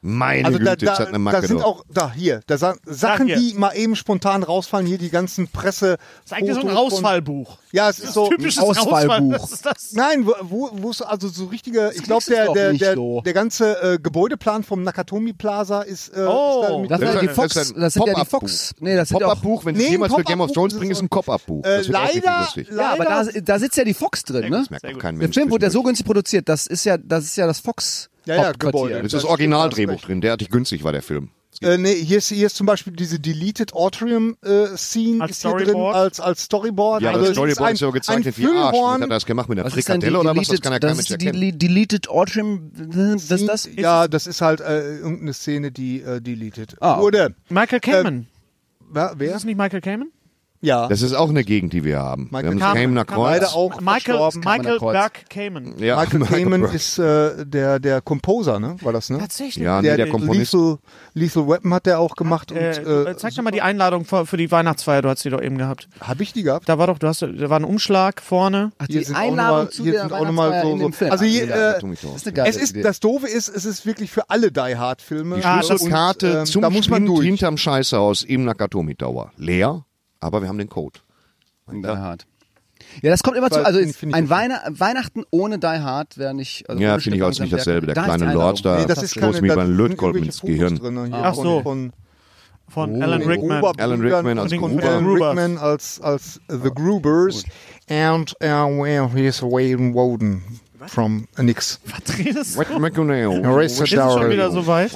Speaker 2: Meine
Speaker 3: Also da,
Speaker 2: Güte,
Speaker 3: da,
Speaker 2: jetzt hat eine
Speaker 3: da
Speaker 2: Macke
Speaker 3: sind
Speaker 2: dort.
Speaker 3: auch da hier, da sa Sachen,
Speaker 5: hier.
Speaker 3: die mal eben spontan rausfallen, hier die ganzen Presse.
Speaker 5: Das ist eigentlich so ein
Speaker 3: Fotos von-
Speaker 5: Rausfallbuch.
Speaker 3: Ja, es ist so
Speaker 5: Typisches
Speaker 6: Ausfallbuch.
Speaker 5: Rausfall. Das ist
Speaker 3: <laughs>
Speaker 5: das.
Speaker 3: Nein, wo- wo, wo ist also so richtige, ich glaube
Speaker 6: kriegst du
Speaker 3: der
Speaker 6: doch
Speaker 3: der,
Speaker 6: nicht
Speaker 3: der,
Speaker 6: so.
Speaker 3: der ganze äh, Gegebäudeplan vom Nakatomi Plaza ist, äh,
Speaker 5: Oh.
Speaker 3: ist da mit
Speaker 2: Das
Speaker 6: Das, sind
Speaker 2: ist
Speaker 6: ja die
Speaker 2: ein- das
Speaker 6: Fox. Das,
Speaker 2: ist ein
Speaker 6: sind ja die
Speaker 2: Pop-Up-Buch.
Speaker 6: Fox. Nee, das sind ja auch.
Speaker 2: Pop-Up-Buch, wenn Sie
Speaker 3: Nee, ein
Speaker 2: jemals für Game of
Speaker 3: Pop-Up-Buch
Speaker 2: Jones
Speaker 3: ist
Speaker 2: bringen, ist
Speaker 3: so-
Speaker 2: ein Pop-Up-Buch.
Speaker 3: äh,
Speaker 2: Das wird auch richtig
Speaker 3: leider,
Speaker 2: lustig.
Speaker 3: leider
Speaker 6: Ja, aber da, da sitzt ja die Fox drin, ne?
Speaker 2: Das merkt doch kein
Speaker 6: Der
Speaker 2: Mensch.
Speaker 6: Film wurde ja so
Speaker 2: zwischendurch.
Speaker 6: günstig produziert. Das ist ja, das ist ja das Fox.
Speaker 3: Ja, ja,
Speaker 6: Hauptquartier.
Speaker 3: Gebäude.
Speaker 2: Das
Speaker 3: Das
Speaker 2: ist
Speaker 3: stimmt,
Speaker 2: das
Speaker 3: hast
Speaker 2: Originaldrehbuch
Speaker 3: recht.
Speaker 2: drin, derartig günstig war der Film.
Speaker 3: Äh, nee, hier ist, hier ist zum Beispiel diese Deleted Autrium äh, Scene
Speaker 5: Als
Speaker 3: ist hier drin
Speaker 5: Storyboard?
Speaker 3: als, als Storyboard.
Speaker 2: Ja,
Speaker 3: also
Speaker 2: das
Speaker 3: es
Speaker 2: Storyboard ist,
Speaker 3: ein,
Speaker 2: ja
Speaker 3: ein
Speaker 2: gezeichnet wie Arsch. Und
Speaker 3: Füllhorn.
Speaker 2: Hat er das gemacht mit einer
Speaker 6: Was ist denn die
Speaker 2: Frikadelle oder was? Das
Speaker 6: deleted,
Speaker 2: kann ja
Speaker 6: das,
Speaker 2: kein
Speaker 6: ist
Speaker 2: Mensch
Speaker 6: die
Speaker 2: erkennen.
Speaker 6: dele- deleted Autumn, was ist das?
Speaker 3: Ja, das ist halt äh, irgendeine Szene, die äh, deleted
Speaker 6: Ah.
Speaker 3: wurde.
Speaker 5: Michael
Speaker 3: Ähm,
Speaker 5: Kamen.
Speaker 3: Wer?
Speaker 5: ist
Speaker 3: wer?
Speaker 5: das nicht Michael Kamen?
Speaker 3: Ja.
Speaker 2: Das ist auch eine Gegend, die wir haben. Wir
Speaker 3: Michael
Speaker 2: haben das
Speaker 3: Kamen.
Speaker 2: Kamener Kreuz.
Speaker 3: Beide auch
Speaker 5: Michael,
Speaker 3: verstorben.
Speaker 5: Michael
Speaker 6: Kreuz.
Speaker 5: Berg Kamen.
Speaker 2: Ja, <laughs>
Speaker 3: Michael Kamen
Speaker 2: Berg.
Speaker 3: ist äh, der, der Composer, ne? War das, ne?
Speaker 5: Tatsächlich.
Speaker 2: Ja, nee,
Speaker 3: Der,
Speaker 2: der Komponist.
Speaker 3: Lethal, Lethal Weapon hat der auch gemacht.
Speaker 5: Äh,
Speaker 3: und äh,
Speaker 5: zeig doch mal die Einladung für, für die Weihnachtsfeier, du hast die doch eben gehabt.
Speaker 3: habe ich die gehabt?
Speaker 5: Da war doch, du hast, da war ein Umschlag vorne.
Speaker 6: Ach,
Speaker 3: Hier
Speaker 6: die
Speaker 3: sind auch
Speaker 6: Einladung
Speaker 3: nochmal-
Speaker 6: zu
Speaker 3: hier
Speaker 6: der
Speaker 3: sind auch nochmal
Speaker 6: Weihnachtsfeier
Speaker 3: so-
Speaker 6: in
Speaker 3: so-
Speaker 6: dem Film.
Speaker 3: also hier,
Speaker 6: Ja,
Speaker 3: äh,
Speaker 6: das ist eine geile
Speaker 3: Es ist,
Speaker 6: Idee.
Speaker 3: das Doofe ist, es ist wirklich für alle Die Hard Filme.
Speaker 2: Die
Speaker 5: Ah, das-
Speaker 2: Schlüsselkarte
Speaker 3: und, ähm,
Speaker 2: zum
Speaker 3: da muss man
Speaker 2: Spind
Speaker 3: durch.
Speaker 2: hinterm Scheißhaus im Nakatomi Tower. Leer, aber wir haben den Code.
Speaker 6: Die Hard. Ja, das kommt immer zu.
Speaker 3: Weil
Speaker 6: Also
Speaker 3: Infinity
Speaker 6: ein Weihna Weihnachten ohne Die Hard wäre nicht. Also
Speaker 2: Ja,
Speaker 6: ohne
Speaker 2: finde ich
Speaker 6: Stirb
Speaker 2: auch
Speaker 6: langsam
Speaker 2: nicht
Speaker 6: wär-
Speaker 2: dasselbe. Der
Speaker 6: da ist
Speaker 2: kleine
Speaker 6: die
Speaker 2: Lord
Speaker 6: Einladung.
Speaker 2: da-
Speaker 3: Nee, das ist
Speaker 2: Stoß
Speaker 3: keine,
Speaker 2: mir
Speaker 3: da
Speaker 2: beim
Speaker 3: sind
Speaker 2: Lötkolben
Speaker 3: irgendwelche
Speaker 2: ins
Speaker 3: Fotos
Speaker 2: Gehirn.
Speaker 3: Drin, hier
Speaker 5: Ach
Speaker 3: von,
Speaker 5: so.
Speaker 3: Von
Speaker 5: Von Alan Rickman.
Speaker 3: Oh, Ober-
Speaker 2: Alan Rickman als
Speaker 3: und
Speaker 2: Gruber.
Speaker 3: Alan
Speaker 5: Gruber.
Speaker 3: Rickman als, als The Grubers. And uh, where is Wayne Woden? from äh, nix.
Speaker 5: <laughs> Was redest du?
Speaker 2: Red McNeil.
Speaker 3: Erased
Speaker 5: Ist es schon wieder so weit?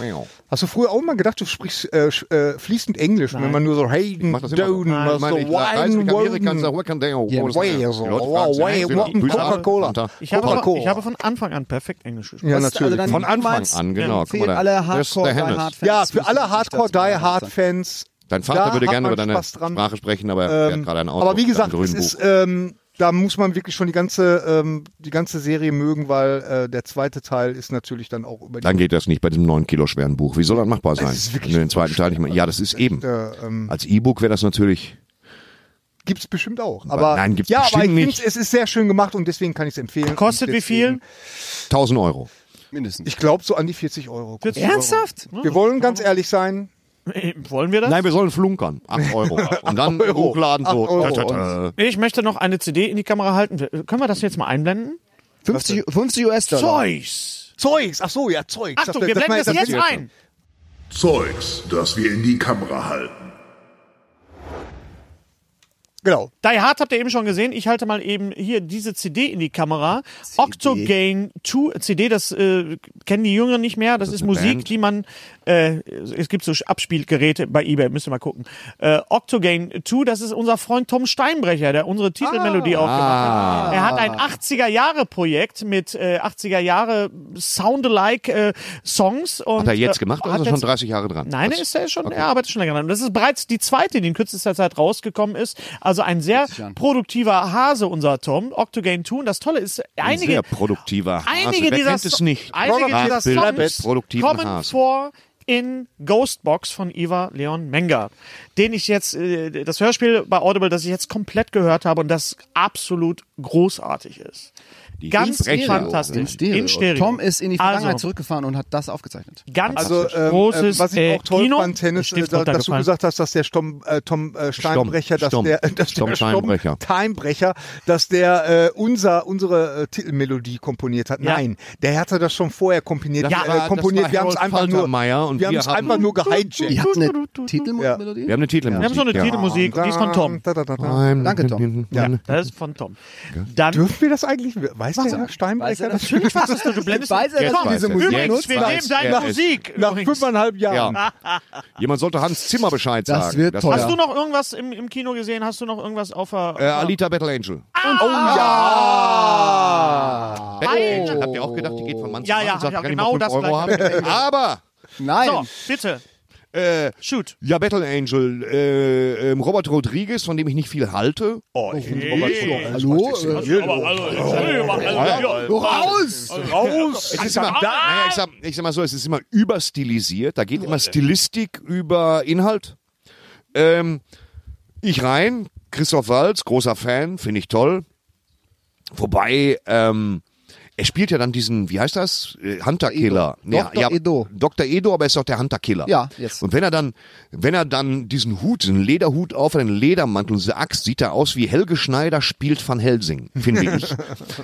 Speaker 3: Hast du früher auch mal gedacht, du sprichst äh, sch- äh, fließend Englisch, wenn man nur so Hayden,
Speaker 2: mach das immer.
Speaker 3: Doden,
Speaker 2: Nein,
Speaker 3: so
Speaker 2: Mann, ich reise
Speaker 3: Wine,
Speaker 2: nach Amerika und sag,
Speaker 3: Woden.
Speaker 2: where can they go?
Speaker 3: Yeah,
Speaker 2: Wo ist der?
Speaker 3: way,
Speaker 2: Die
Speaker 3: so.
Speaker 2: Leute
Speaker 3: Wow,
Speaker 2: fragen sich,
Speaker 3: way,
Speaker 2: hey, will
Speaker 3: what-
Speaker 2: die Bücher
Speaker 3: Coca-Cola.
Speaker 2: haben?
Speaker 5: Ich habe, von,
Speaker 3: Coca-Cola.
Speaker 5: ich habe von Anfang an perfekt Englisch gesprochen.
Speaker 3: Ja,
Speaker 6: Das ist
Speaker 3: natürlich.
Speaker 6: dann
Speaker 2: Von Anfang
Speaker 6: niemals-
Speaker 2: an, genau. Guck mal,
Speaker 6: Für
Speaker 2: da-
Speaker 6: alle
Speaker 2: da ist der
Speaker 6: Hardcore, Die
Speaker 2: Hennes.
Speaker 6: Hard
Speaker 3: Ja,
Speaker 6: Fans.
Speaker 3: für alle
Speaker 6: müssen sich dazu
Speaker 3: Hardcore-Die
Speaker 6: bereit sein.
Speaker 3: Hard-Fans.
Speaker 2: Dein Vater
Speaker 3: da
Speaker 2: würde
Speaker 3: hat
Speaker 2: gerne
Speaker 3: man
Speaker 2: über deine
Speaker 3: Spaß dran. Ähm,
Speaker 2: Sprache sprechen, aber er hat gerade einen Ausdruck,
Speaker 3: Aber wie gesagt,
Speaker 2: einen
Speaker 3: es
Speaker 2: grünen
Speaker 3: ist,
Speaker 2: Buch.
Speaker 3: ähm, da muss man wirklich schon die ganze, ähm, die ganze Serie mögen, weil äh, der zweite Teil ist natürlich dann auch über die.
Speaker 2: Dann geht das nicht bei diesem 9 Kilo schweren Buch. Wie soll das machbar sein? Wenn du den zweiten Teil nicht mehr. Ja, das ist eben.
Speaker 3: ähm,
Speaker 2: Als E-Book wäre das natürlich.
Speaker 3: Gibt's bestimmt auch. Aber
Speaker 2: Nein, gibt's
Speaker 3: ja, aber ich
Speaker 2: bestimmt
Speaker 3: find's, es ist sehr schön gemacht und deswegen kann ich es empfehlen.
Speaker 5: Kostet
Speaker 3: Und
Speaker 5: wie viel?
Speaker 3: deswegen-
Speaker 2: 1000 Euro.
Speaker 6: Mindestens.
Speaker 3: Ich glaube so an die 40 Euro.
Speaker 5: 40
Speaker 6: Ernsthaft?
Speaker 3: Wir wollen ganz ehrlich sein.
Speaker 5: Ne? Äh, Wollen wir das?
Speaker 2: Nein, wir sollen flunkern.
Speaker 5: <laughs>
Speaker 2: 8 Euro. Und dann hochladen so.
Speaker 3: Acht Euro.
Speaker 2: Tö, tö, tö.
Speaker 5: Ich möchte noch eine CD in die Kamera halten. Wir- Können wir das jetzt mal einblenden?
Speaker 6: 50, 50 US-Dollar.
Speaker 5: Zeugs!
Speaker 3: Zeugs, ach so, ja, Zeugs.
Speaker 5: Achtung, wir blenden das, jetzt ein!
Speaker 7: Zeugs, das wir in die Kamera halten.
Speaker 3: Genau.
Speaker 5: Die Hard habt ihr eben schon gesehen. Ich halte mal eben hier diese CD in die Kamera. Octogain 2 CD, das äh, kennen die Jüngeren nicht mehr. Das, ist,
Speaker 2: eine
Speaker 5: Musik,
Speaker 2: Band?
Speaker 5: die man. Äh, es gibt so Abspielgeräte bei eBay, müsst ihr mal gucken. Äh, Octogain 2, das ist unser Freund Tom Steinbrecher, der unsere Titelmelodie
Speaker 2: Ah.
Speaker 5: aufgemacht hat. Er hat ein 80er-Jahre-Projekt mit äh, 80er-Jahre-Soundalike-Songs.
Speaker 2: Hat er jetzt gemacht oder
Speaker 5: äh, hat
Speaker 2: ist er schon
Speaker 5: jetzt-
Speaker 2: 30 Jahre dran?
Speaker 5: Nein,
Speaker 2: Das-
Speaker 5: er ist ja schon, er arbeitet schon länger dran. Und Das ist bereits die zweite, die in kürzester Zeit rausgekommen ist. Also ein sehr produktiver Hase, unser Tom, Octogain 2. Und das Tolle ist,
Speaker 2: Ein
Speaker 5: einige,
Speaker 2: sehr produktiver Hase.
Speaker 5: einige
Speaker 2: Wer
Speaker 5: dieser,
Speaker 2: kennt es
Speaker 5: So-
Speaker 2: nicht?
Speaker 5: Einige dieser
Speaker 2: Radbild des
Speaker 5: Songs
Speaker 2: produktiven
Speaker 5: kommen
Speaker 2: Hasen.
Speaker 5: vor in Ghostbox von Iva Leon Menger, den ich jetzt, äh, das Hörspiel bei Audible, das ich jetzt komplett gehört habe und das absolut großartig ist.
Speaker 2: Die
Speaker 5: Ganz
Speaker 2: Sprecher.
Speaker 5: fantastisch.
Speaker 6: In Stereo.
Speaker 5: In Stereo.
Speaker 6: Tom ist in die Vergangenheit
Speaker 5: Also.
Speaker 6: zurückgefahren und hat das aufgezeichnet.
Speaker 5: Ganz
Speaker 3: Also ähm,
Speaker 5: großes
Speaker 3: äh, was ich
Speaker 5: äh,
Speaker 3: auch toll
Speaker 5: Kino.
Speaker 3: fand, Tennis,
Speaker 5: Stift
Speaker 3: äh, da, dass du
Speaker 5: runtergefallen.
Speaker 3: gesagt hast, dass der Stom, äh, Tom äh, Steinbrecher, dass
Speaker 2: Stomm,
Speaker 3: der, <laughs> dass
Speaker 2: Stomm
Speaker 3: der
Speaker 2: Steinbrecher.
Speaker 3: Steinbrecher, dass der äh, unser unsere äh, Titelmelodie komponiert hat.
Speaker 5: Ja.
Speaker 3: Nein, der hatte das schon vorher komponiert.
Speaker 2: Das
Speaker 3: äh,
Speaker 2: war- das
Speaker 3: komponiert.
Speaker 2: war
Speaker 3: wir haben es
Speaker 2: Harold
Speaker 3: einfach nur,
Speaker 2: Faltermeier und
Speaker 3: wir haben
Speaker 2: wir
Speaker 3: es
Speaker 2: haben-
Speaker 3: einfach
Speaker 2: <laughs>
Speaker 3: nur
Speaker 6: Die
Speaker 3: gehijackt.
Speaker 6: hat eine
Speaker 3: Ja.
Speaker 6: Titelmelodie?
Speaker 2: Wir haben eine Titelmusik.
Speaker 5: Wir haben so eine
Speaker 2: ja.
Speaker 5: Titelmusik und die ist von Tom.
Speaker 3: Da, da, da, da.
Speaker 2: Ein-
Speaker 6: Danke, Tom.
Speaker 2: Ja.
Speaker 5: Das ist von Tom. Dann
Speaker 3: Dürfen wir das eigentlich? Weiß der Herr
Speaker 6: Weiß
Speaker 3: Steinbrecher
Speaker 6: er
Speaker 3: das?
Speaker 6: natürlich was
Speaker 5: hast du, du blendest
Speaker 6: Weiß er,
Speaker 2: Jetzt
Speaker 6: dass wir
Speaker 2: weiß
Speaker 6: diese
Speaker 2: er's.
Speaker 6: Musik
Speaker 2: Jetzt
Speaker 6: benutzen?
Speaker 5: wir
Speaker 2: weiß
Speaker 5: nehmen deine
Speaker 2: er's.
Speaker 5: Musik.
Speaker 3: Nach
Speaker 5: übrigens.
Speaker 3: fünfeinhalb Jahren.
Speaker 2: Ja. Jemand sollte Hans Zimmer Bescheid
Speaker 6: Das
Speaker 2: sagen.
Speaker 6: wird teuer.
Speaker 5: Hast du noch irgendwas im, im Kino gesehen? Hast du noch irgendwas auf der.
Speaker 2: Äh, Alita Battle Angel.
Speaker 5: Ah!
Speaker 2: Oh
Speaker 6: Ja!
Speaker 2: Battle Angel, habt ihr auch gedacht, die geht von Mann
Speaker 5: Ja,
Speaker 2: zu Mann
Speaker 5: ja,
Speaker 2: und sagt,
Speaker 5: ja,
Speaker 2: kann
Speaker 5: genau
Speaker 2: ich mal
Speaker 5: das
Speaker 2: fünf Euro
Speaker 5: gleiche.
Speaker 2: haben? Aber,
Speaker 6: Nein.
Speaker 5: so, bitte.
Speaker 2: äh,
Speaker 5: Shoot.
Speaker 2: ja, Battle Angel, äh, ähm, Robert Rodriguez, von dem ich nicht viel halte.
Speaker 3: Oh, ich finde
Speaker 6: Hallo?
Speaker 5: Aber also, also,
Speaker 6: Raus!
Speaker 3: Oh. raus!
Speaker 2: Es ist immer, naja, ich, sag, ich sag mal so, es ist immer überstilisiert. Da geht immer Stilistik über Inhalt. Ähm, ich rein, Christoph Walz, großer Fan, finde ich toll. Wobei, ähm, er spielt ja dann diesen, wie heißt das? Äh, Hunter-Killer.
Speaker 6: Edo. Dr. Edo.
Speaker 2: Dr. Edo, aber er ist doch der Hunter-Killer.
Speaker 6: Ja, yes.
Speaker 2: Und wenn er dann, wenn er dann diesen Hut, diesen Lederhut auf, einen Ledermantel und diese Axt, sieht er aus wie Helge Schneider spielt Van Helsing, finde ich.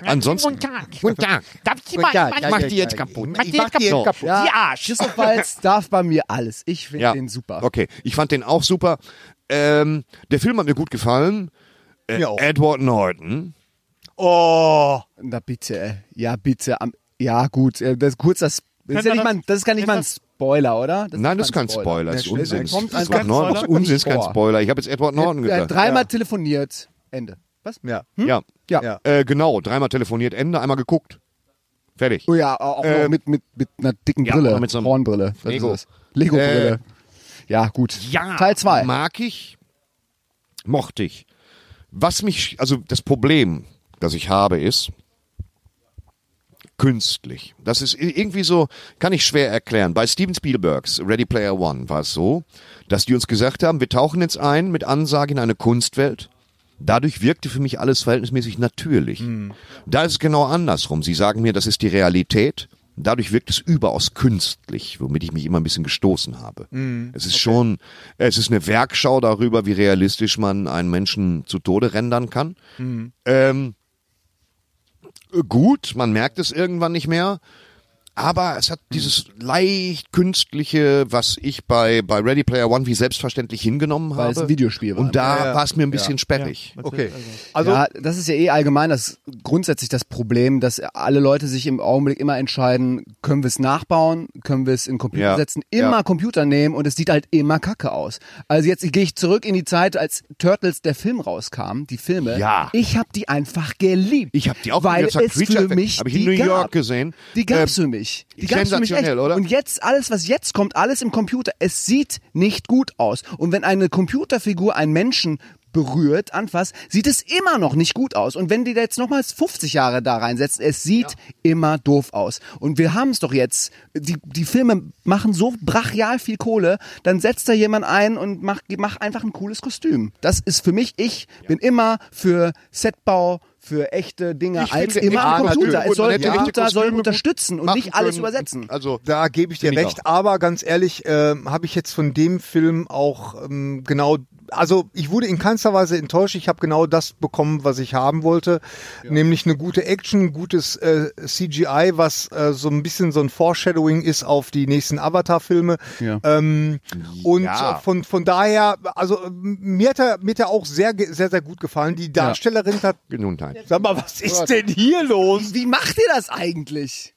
Speaker 2: Ansonsten.
Speaker 5: Guten Tag.
Speaker 2: Guten Tag.
Speaker 5: Darf ich die
Speaker 6: Ja, ja,
Speaker 5: mal.
Speaker 6: ja,
Speaker 2: Mach
Speaker 6: ja,
Speaker 2: die
Speaker 6: ja.
Speaker 2: jetzt kaputt.
Speaker 5: Mach die jetzt
Speaker 2: So.
Speaker 5: kaputt.
Speaker 6: Ja.
Speaker 5: Die Arsch.
Speaker 6: Christoph Walz darf bei mir alles. Ich finde den super.
Speaker 2: Okay, ich fand den auch super. Ähm, der Film hat mir gut gefallen. Äh,
Speaker 3: auch.
Speaker 2: Edward Norton.
Speaker 3: Oh,
Speaker 6: Na bitte, ey. ja bitte. Am, ja gut, äh, das kurz das. Das
Speaker 5: wir
Speaker 6: ist, ja nicht
Speaker 5: das-
Speaker 6: mal, ein- das ist gar nicht mal ein Spoiler, oder?
Speaker 2: Nein, das ist kein Spoiler. Das ist
Speaker 6: Nee,
Speaker 2: Unsinn.
Speaker 6: da kommt
Speaker 2: Das
Speaker 6: ein
Speaker 2: ist Edward Norton
Speaker 6: Spoiler.
Speaker 2: ist Unsinn, ist kein
Speaker 6: Vor.
Speaker 2: Spoiler. Ich habe jetzt Edward Norton
Speaker 6: Er hat
Speaker 2: gesagt.
Speaker 6: dreimal telefoniert. Ende. Was?
Speaker 3: äh, ja.
Speaker 2: Ja,
Speaker 6: Ja.
Speaker 3: Ja.
Speaker 2: äh, genau. Dreimal telefoniert, Ende, einmal geguckt. Fertig.
Speaker 6: Oh ja, auch noch
Speaker 2: Äh,
Speaker 6: mit, mit, mit einer dicken
Speaker 2: ja,
Speaker 6: Brille.
Speaker 2: aber mit so einem
Speaker 6: Hornbrille. Das
Speaker 2: Lego.
Speaker 6: ist es. Lego-Brille.
Speaker 2: Äh,
Speaker 6: ja, gut.
Speaker 2: Ja.
Speaker 6: Teil 2.
Speaker 2: Mag ich, mochte ich. Was mich, also das Problem, das ich habe, ist künstlich. Das ist i- irgendwie so, kann ich schwer erklären. Bei Steven Spielbergs Ready Player One war es so, dass die uns gesagt haben, wir tauchen jetzt ein mit Ansage in eine Kunstwelt. Dadurch wirkte für mich alles verhältnismäßig natürlich. Da ist es genau andersrum. Sie sagen mir, das ist die Realität. Dadurch wirkt es überaus künstlich, womit ich mich immer ein bisschen gestoßen habe. Es ist schon, es ist eine Werkschau darüber, wie realistisch man einen Menschen zu Tode rendern kann. Ähm, gut, man merkt es irgendwann nicht mehr. aber es hat dieses leicht künstliche, was ich bei, bei Ready Player One wie selbstverständlich hingenommen
Speaker 6: Weil
Speaker 2: habe.
Speaker 6: es ein Videospiel war.
Speaker 2: Und da war es mir ein bisschen sperrig.
Speaker 3: Okay.
Speaker 6: Also, ja, das ist ja eh allgemein das grundsätzlich das Problem, dass alle Leute sich im Augenblick immer entscheiden, können wir es nachbauen, können wir es in den Computer
Speaker 2: Ja,
Speaker 6: setzen,
Speaker 2: ja.
Speaker 6: immer Computer nehmen und es sieht halt immer kacke aus. Also jetzt gehe ich zurück in die Zeit, als Turtles der Film rauskam, die Filme.
Speaker 2: Ja.
Speaker 6: Ich habe die einfach geliebt.
Speaker 2: Ich habe die auch
Speaker 6: weil
Speaker 2: jetzt hat
Speaker 6: es für mich
Speaker 2: habe ich in
Speaker 6: die
Speaker 2: New
Speaker 6: gab.
Speaker 2: York gesehen.
Speaker 6: Die gab's
Speaker 2: Ähm,
Speaker 6: für mich. Die gab's für mich echt.
Speaker 2: sensationell, oder?
Speaker 6: Und jetzt alles, was jetzt kommt, alles im Computer. Es sieht nicht gut aus. Und wenn eine Computerfigur einen Menschen berührt, anfasst, sieht es immer noch nicht gut aus. Und wenn die da jetzt nochmals 50 Jahre da reinsetzen, es sieht immer doof aus. Und wir haben es doch jetzt. Die, die Filme machen so brachial viel Kohle, dann setzt da jemand ein und macht mach einfach ein cooles Kostüm. Das ist für mich, ich bin immer für Setbau, für echte Dinge
Speaker 2: Ich
Speaker 6: als
Speaker 2: finde,
Speaker 6: immer
Speaker 2: ja,
Speaker 6: am Computer.
Speaker 2: natürlich.
Speaker 6: Es soll,
Speaker 2: Und
Speaker 6: der
Speaker 2: hätte
Speaker 6: Computer
Speaker 2: echte
Speaker 6: soll
Speaker 2: Kostüme
Speaker 6: unterstützen und
Speaker 2: machen
Speaker 6: nicht alles
Speaker 2: können.
Speaker 6: übersetzen.
Speaker 2: Also
Speaker 3: Da gebe ich dir
Speaker 2: Finde ich
Speaker 3: recht,
Speaker 2: auch.
Speaker 3: aber ganz ehrlich, äh, habe ich jetzt von dem Film auch ähm, genau, also ich wurde in keinster Weise enttäuscht. Ich habe genau das bekommen, was ich haben wollte, nämlich eine gute Action, gutes äh, CGI, was äh, so ein bisschen so ein Foreshadowing ist auf die nächsten Avatar-Filme.
Speaker 6: Ja.
Speaker 3: Ähm, und
Speaker 2: Ja.
Speaker 3: äh, von von daher, also ähm, mir hat er, mir hat er auch sehr ge- sehr sehr gut gefallen. Die Darstellerin hat,
Speaker 2: Nun, nein.
Speaker 3: sag mal, was ist denn hier los?
Speaker 6: Wie macht ihr das eigentlich?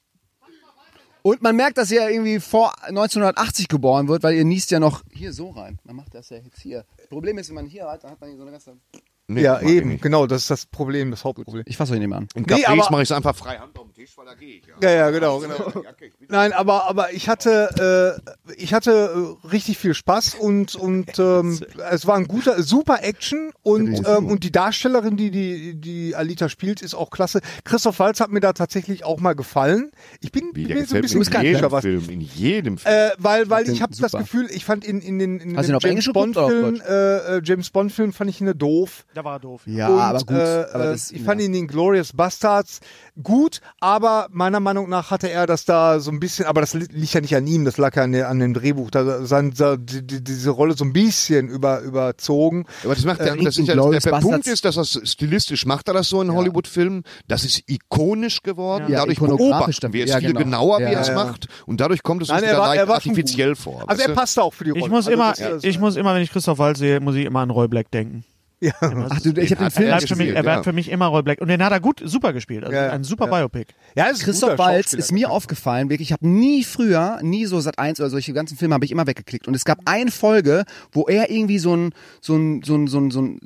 Speaker 6: Und man merkt, dass ihr irgendwie vor 1980 geboren wird, weil ihr niest ja noch hier so rein. Man macht das ja jetzt hier. Das Problem ist, wenn man hier hat, dann hat man hier so eine ganze...
Speaker 2: Nee,
Speaker 3: ja,
Speaker 2: mach ich
Speaker 3: eben,
Speaker 2: nicht.
Speaker 3: genau, das ist das Problem, das Hauptproblem.
Speaker 6: Ich fasse euch nicht mehr an.
Speaker 2: In
Speaker 3: Nee,
Speaker 2: Cafés
Speaker 3: aber-
Speaker 2: mache ich es einfach frei Hand auf den Tisch, weil da gehe ich. Ja.
Speaker 3: Ja, ja, genau, genau. Nein, aber aber ich hatte äh, ich hatte äh, richtig viel Spaß und
Speaker 6: <laughs>
Speaker 3: und ähm, es war ein guter super Action und ähm, und die Darstellerin, die die die Alita spielt, ist auch klasse. Christoph Walz hat mir da tatsächlich auch mal gefallen. Ich bin,
Speaker 2: Wie
Speaker 3: bin
Speaker 2: der
Speaker 3: mir jetzt ein
Speaker 2: gefällt
Speaker 3: bisschen
Speaker 2: mir in jedem
Speaker 3: skeptischer, was
Speaker 2: Film. In jedem Film.
Speaker 3: äh, weil weil
Speaker 6: den
Speaker 3: ich habe das
Speaker 6: super.
Speaker 3: Gefühl, ich fand in in den, in
Speaker 6: Hast du ihn
Speaker 3: den
Speaker 6: auf Englisch
Speaker 3: James
Speaker 6: geguckt
Speaker 3: Bond
Speaker 6: oder auf
Speaker 3: Film äh, äh, James Bond Film fand ich ihn doof.
Speaker 5: Da war er doof.
Speaker 6: Ja,
Speaker 3: Und,
Speaker 6: Ah, aber gut.
Speaker 3: Äh,
Speaker 6: aber das,
Speaker 3: ich fand ihn in Glorious Bastards gut, aber meiner Meinung nach hatte er das da so ein bisschen, aber das li- liegt ja nicht an ihm, das lag ja an, der- an dem Drehbuch, da sein, da, die, die, diese Rolle so ein bisschen über, überzogen.
Speaker 2: Aber das macht ja, das ist ja der
Speaker 6: Inglourious
Speaker 2: Punkt
Speaker 6: äh, Bastards.
Speaker 2: ist, dass das stilistisch macht er das so in Hollywood-Filmen. Das ist ikonisch geworden.
Speaker 6: Ja,
Speaker 2: dadurch
Speaker 6: ikonografisch
Speaker 2: beobachten wir es
Speaker 6: dann- ja,
Speaker 2: viel
Speaker 6: genau.
Speaker 2: genauer, wie
Speaker 6: Ja,
Speaker 2: er es
Speaker 6: ja.
Speaker 2: macht. Und dadurch kommt es uns
Speaker 3: Nein, er
Speaker 2: wieder
Speaker 3: war,
Speaker 2: leicht
Speaker 3: er war schon
Speaker 2: artifiziell
Speaker 3: gut.
Speaker 2: vor.
Speaker 3: Also
Speaker 2: weißt
Speaker 3: er
Speaker 2: du?
Speaker 3: passte auch für die Rolle.
Speaker 5: Ich muss
Speaker 3: also
Speaker 5: immer,
Speaker 3: das- das-
Speaker 5: ich muss immer, wenn ich Christoph Waltz sehe, muss ich immer an Roy Black denken.
Speaker 6: Ach, du,
Speaker 2: hat
Speaker 5: Er
Speaker 6: ich habe den Film
Speaker 2: er
Speaker 5: bleibt
Speaker 6: nicht
Speaker 5: für mich,
Speaker 2: gespielt,
Speaker 5: er bleibt
Speaker 2: ja.
Speaker 5: für mich immer Roy Black. Und den hat er gut, super gespielt. Also
Speaker 3: genau. Ja,
Speaker 5: ein super Biopic.
Speaker 3: ja, das ist ein
Speaker 6: Christoph
Speaker 3: guter
Speaker 6: Walz
Speaker 3: Schauspieler.
Speaker 6: ist mir aufgefallen, wirklich, ich habe nie früher, nie so Sat 1 oder solche ganzen Filme habe ich immer weggeklickt. Und es gab eine Folge, wo er irgendwie so ein, so ein, so ein, so ein, so ein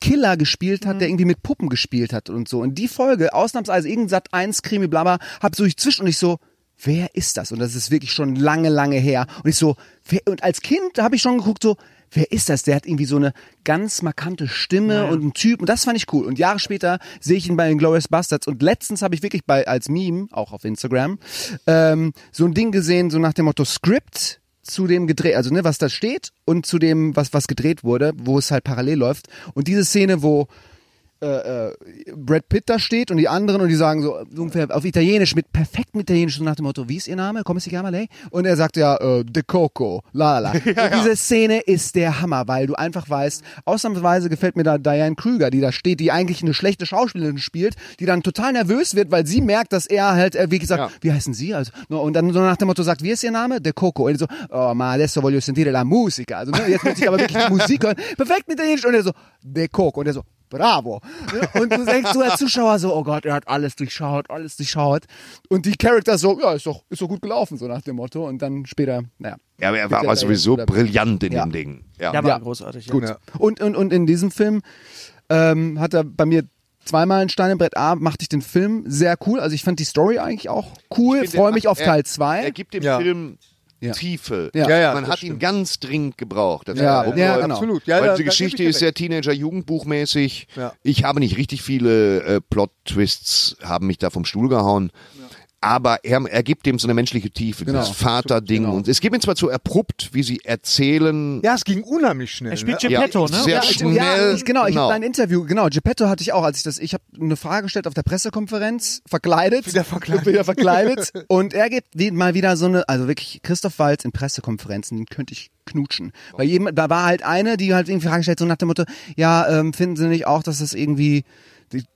Speaker 6: Killer gespielt hat, der irgendwie mit Puppen gespielt hat und so. Und die Folge, ausnahmsweise irgendein Sat 1 Krimi, bla, bla, hab so durchzwischen und ich so, wer ist das? Und das ist wirklich schon lange, lange her. Und ich so, wer, und als Kind habe ich schon geguckt, so, wer ist das? Der hat irgendwie so eine ganz markante Stimme und einen Typ. Und das fand ich cool. Und Jahre später sehe ich ihn bei den Glorious Bastards. Und letztens habe ich wirklich bei, als Meme, auch auf Instagram, ähm, so ein Ding gesehen, so nach dem Motto Script zu dem gedreht, also ne, was da steht und zu dem, was, was gedreht wurde, wo es halt parallel läuft. Und diese Szene, wo Brad Pitt da steht und die anderen und die sagen so äh, ungefähr auf Italienisch mit perfektem Italienisch so nach dem Motto, wie ist ihr Name? Come si chiama lei? Und er sagt ja, äh, De Coco, la la la. Und Diese Szene ist der Hammer, weil du einfach weißt, ausnahmsweise gefällt mir da Diane Krüger, die da steht, die eigentlich eine schlechte Schauspielerin spielt, die dann total nervös wird, weil sie merkt, dass er halt, äh, wie gesagt, wie heißen sie? Also, no, und dann so nach dem Motto sagt, wie ist ihr Name? De Coco. Und er so, oh ma adesso voglio sentire la musica. Also ne, jetzt möchte ich aber wirklich die Musik hören. Perfekt mit Italienisch. Und er so, De Coco. Und er so, Bravo. Ne? Und du denkst so als Zuschauer so, oh Gott, er hat alles durchschaut, alles durchschaut. Und die Charakter so, ja, ist doch, ist doch gut gelaufen, so nach dem Motto. Und dann später, naja.
Speaker 2: Ja, aber er war aber
Speaker 6: Ja,
Speaker 2: sowieso
Speaker 6: ja.
Speaker 2: brillant in
Speaker 6: Ja.
Speaker 2: dem Ding. Ja.
Speaker 5: Der war
Speaker 6: Ja.
Speaker 5: großartig.
Speaker 6: Gut. Und, und, und in diesem Film ähm, hat er bei mir zweimal ein Stein im Brett. A, machte ich den Film sehr cool. Also ich fand die Story eigentlich auch cool.
Speaker 2: Ich finde,
Speaker 6: Freue mich
Speaker 2: er-
Speaker 6: auf Teil
Speaker 2: Er
Speaker 6: 2.
Speaker 2: gibt dem
Speaker 3: Ja.
Speaker 2: Film
Speaker 6: Ja.
Speaker 2: Tiefe.
Speaker 6: Ja. Ja,
Speaker 3: ja,
Speaker 2: Man
Speaker 3: das
Speaker 2: hat ihn ganz dringend gebraucht. dass
Speaker 6: Ja,
Speaker 2: er da
Speaker 6: ja,
Speaker 2: rumläuft.
Speaker 6: genau.
Speaker 3: Absolut. Ja,
Speaker 2: Weil
Speaker 3: da-
Speaker 2: diese
Speaker 3: da geb ich
Speaker 2: Geschichte
Speaker 3: dir
Speaker 2: ist
Speaker 3: recht.
Speaker 2: sehr Teenager-Jugendbuchmäßig.
Speaker 3: Ja.
Speaker 2: Ich habe nicht richtig viele äh, Plot-Twists, haben mich da vom Stuhl gehauen. Aber er, er gibt dem so eine menschliche Tiefe,
Speaker 6: Genau.
Speaker 2: dieses Vater-Ding. Und es geht mir zwar zu abrupt, wie sie erzählen.
Speaker 3: Ja, es ging unheimlich schnell.
Speaker 5: Er spielt
Speaker 3: ne?
Speaker 2: Ja,
Speaker 5: Geppetto, ne?
Speaker 2: Sehr
Speaker 5: Ja,
Speaker 6: ich-
Speaker 2: schnell.
Speaker 6: Ja, ich, genau, ich habe ein Interview, genau, Geppetto hatte ich auch, als ich das, ich habe eine Frage gestellt auf der Pressekonferenz, verkleidet.
Speaker 3: Wieder verkleidet.
Speaker 6: Wieder verkleidet.
Speaker 3: <laughs>
Speaker 6: und er gibt wie- mal wieder so eine, also wirklich, Christoph Walz in Pressekonferenzen, den könnte ich knutschen. Weil jedem, da war halt eine, die halt irgendwie Fragen stellt, so nach dem Motto, ja, ähm, finden Sie nicht auch, dass das irgendwie,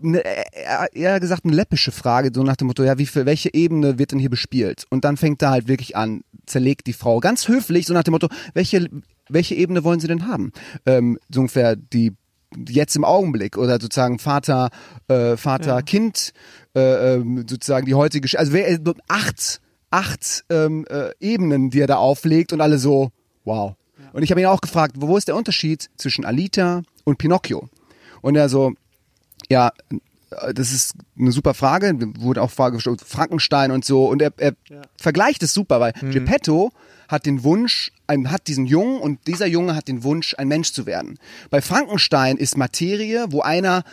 Speaker 6: ne, eher eher gesagt eine läppische Frage, so nach dem Motto, ja, wie für welche Ebene wird denn hier bespielt? Und dann fängt da halt wirklich an, zerlegt die Frau ganz höflich, so nach dem Motto, welche, welche Ebene wollen sie denn haben? Ähm, so ungefähr die jetzt im Augenblick oder sozusagen Vater, äh, Vater, Kind, äh, ähm, sozusagen die heutige, Gesch- also wer, so acht, acht ähm, äh, Ebenen, die er da auflegt und alle so, wow. Und ich habe ihn auch gefragt, wo ist der Unterschied zwischen Alita und Pinocchio? Und er so, ja, äh, das ist eine super Frage, wurde auch Frage gestellt, Frankenstein und so. Und er, er vergleicht es super, weil
Speaker 2: Mhm.
Speaker 6: Geppetto hat den Wunsch, ein, hat diesen Jungen und dieser Junge hat den Wunsch, ein Mensch zu werden. Bei Frankenstein ist Materie, wo einer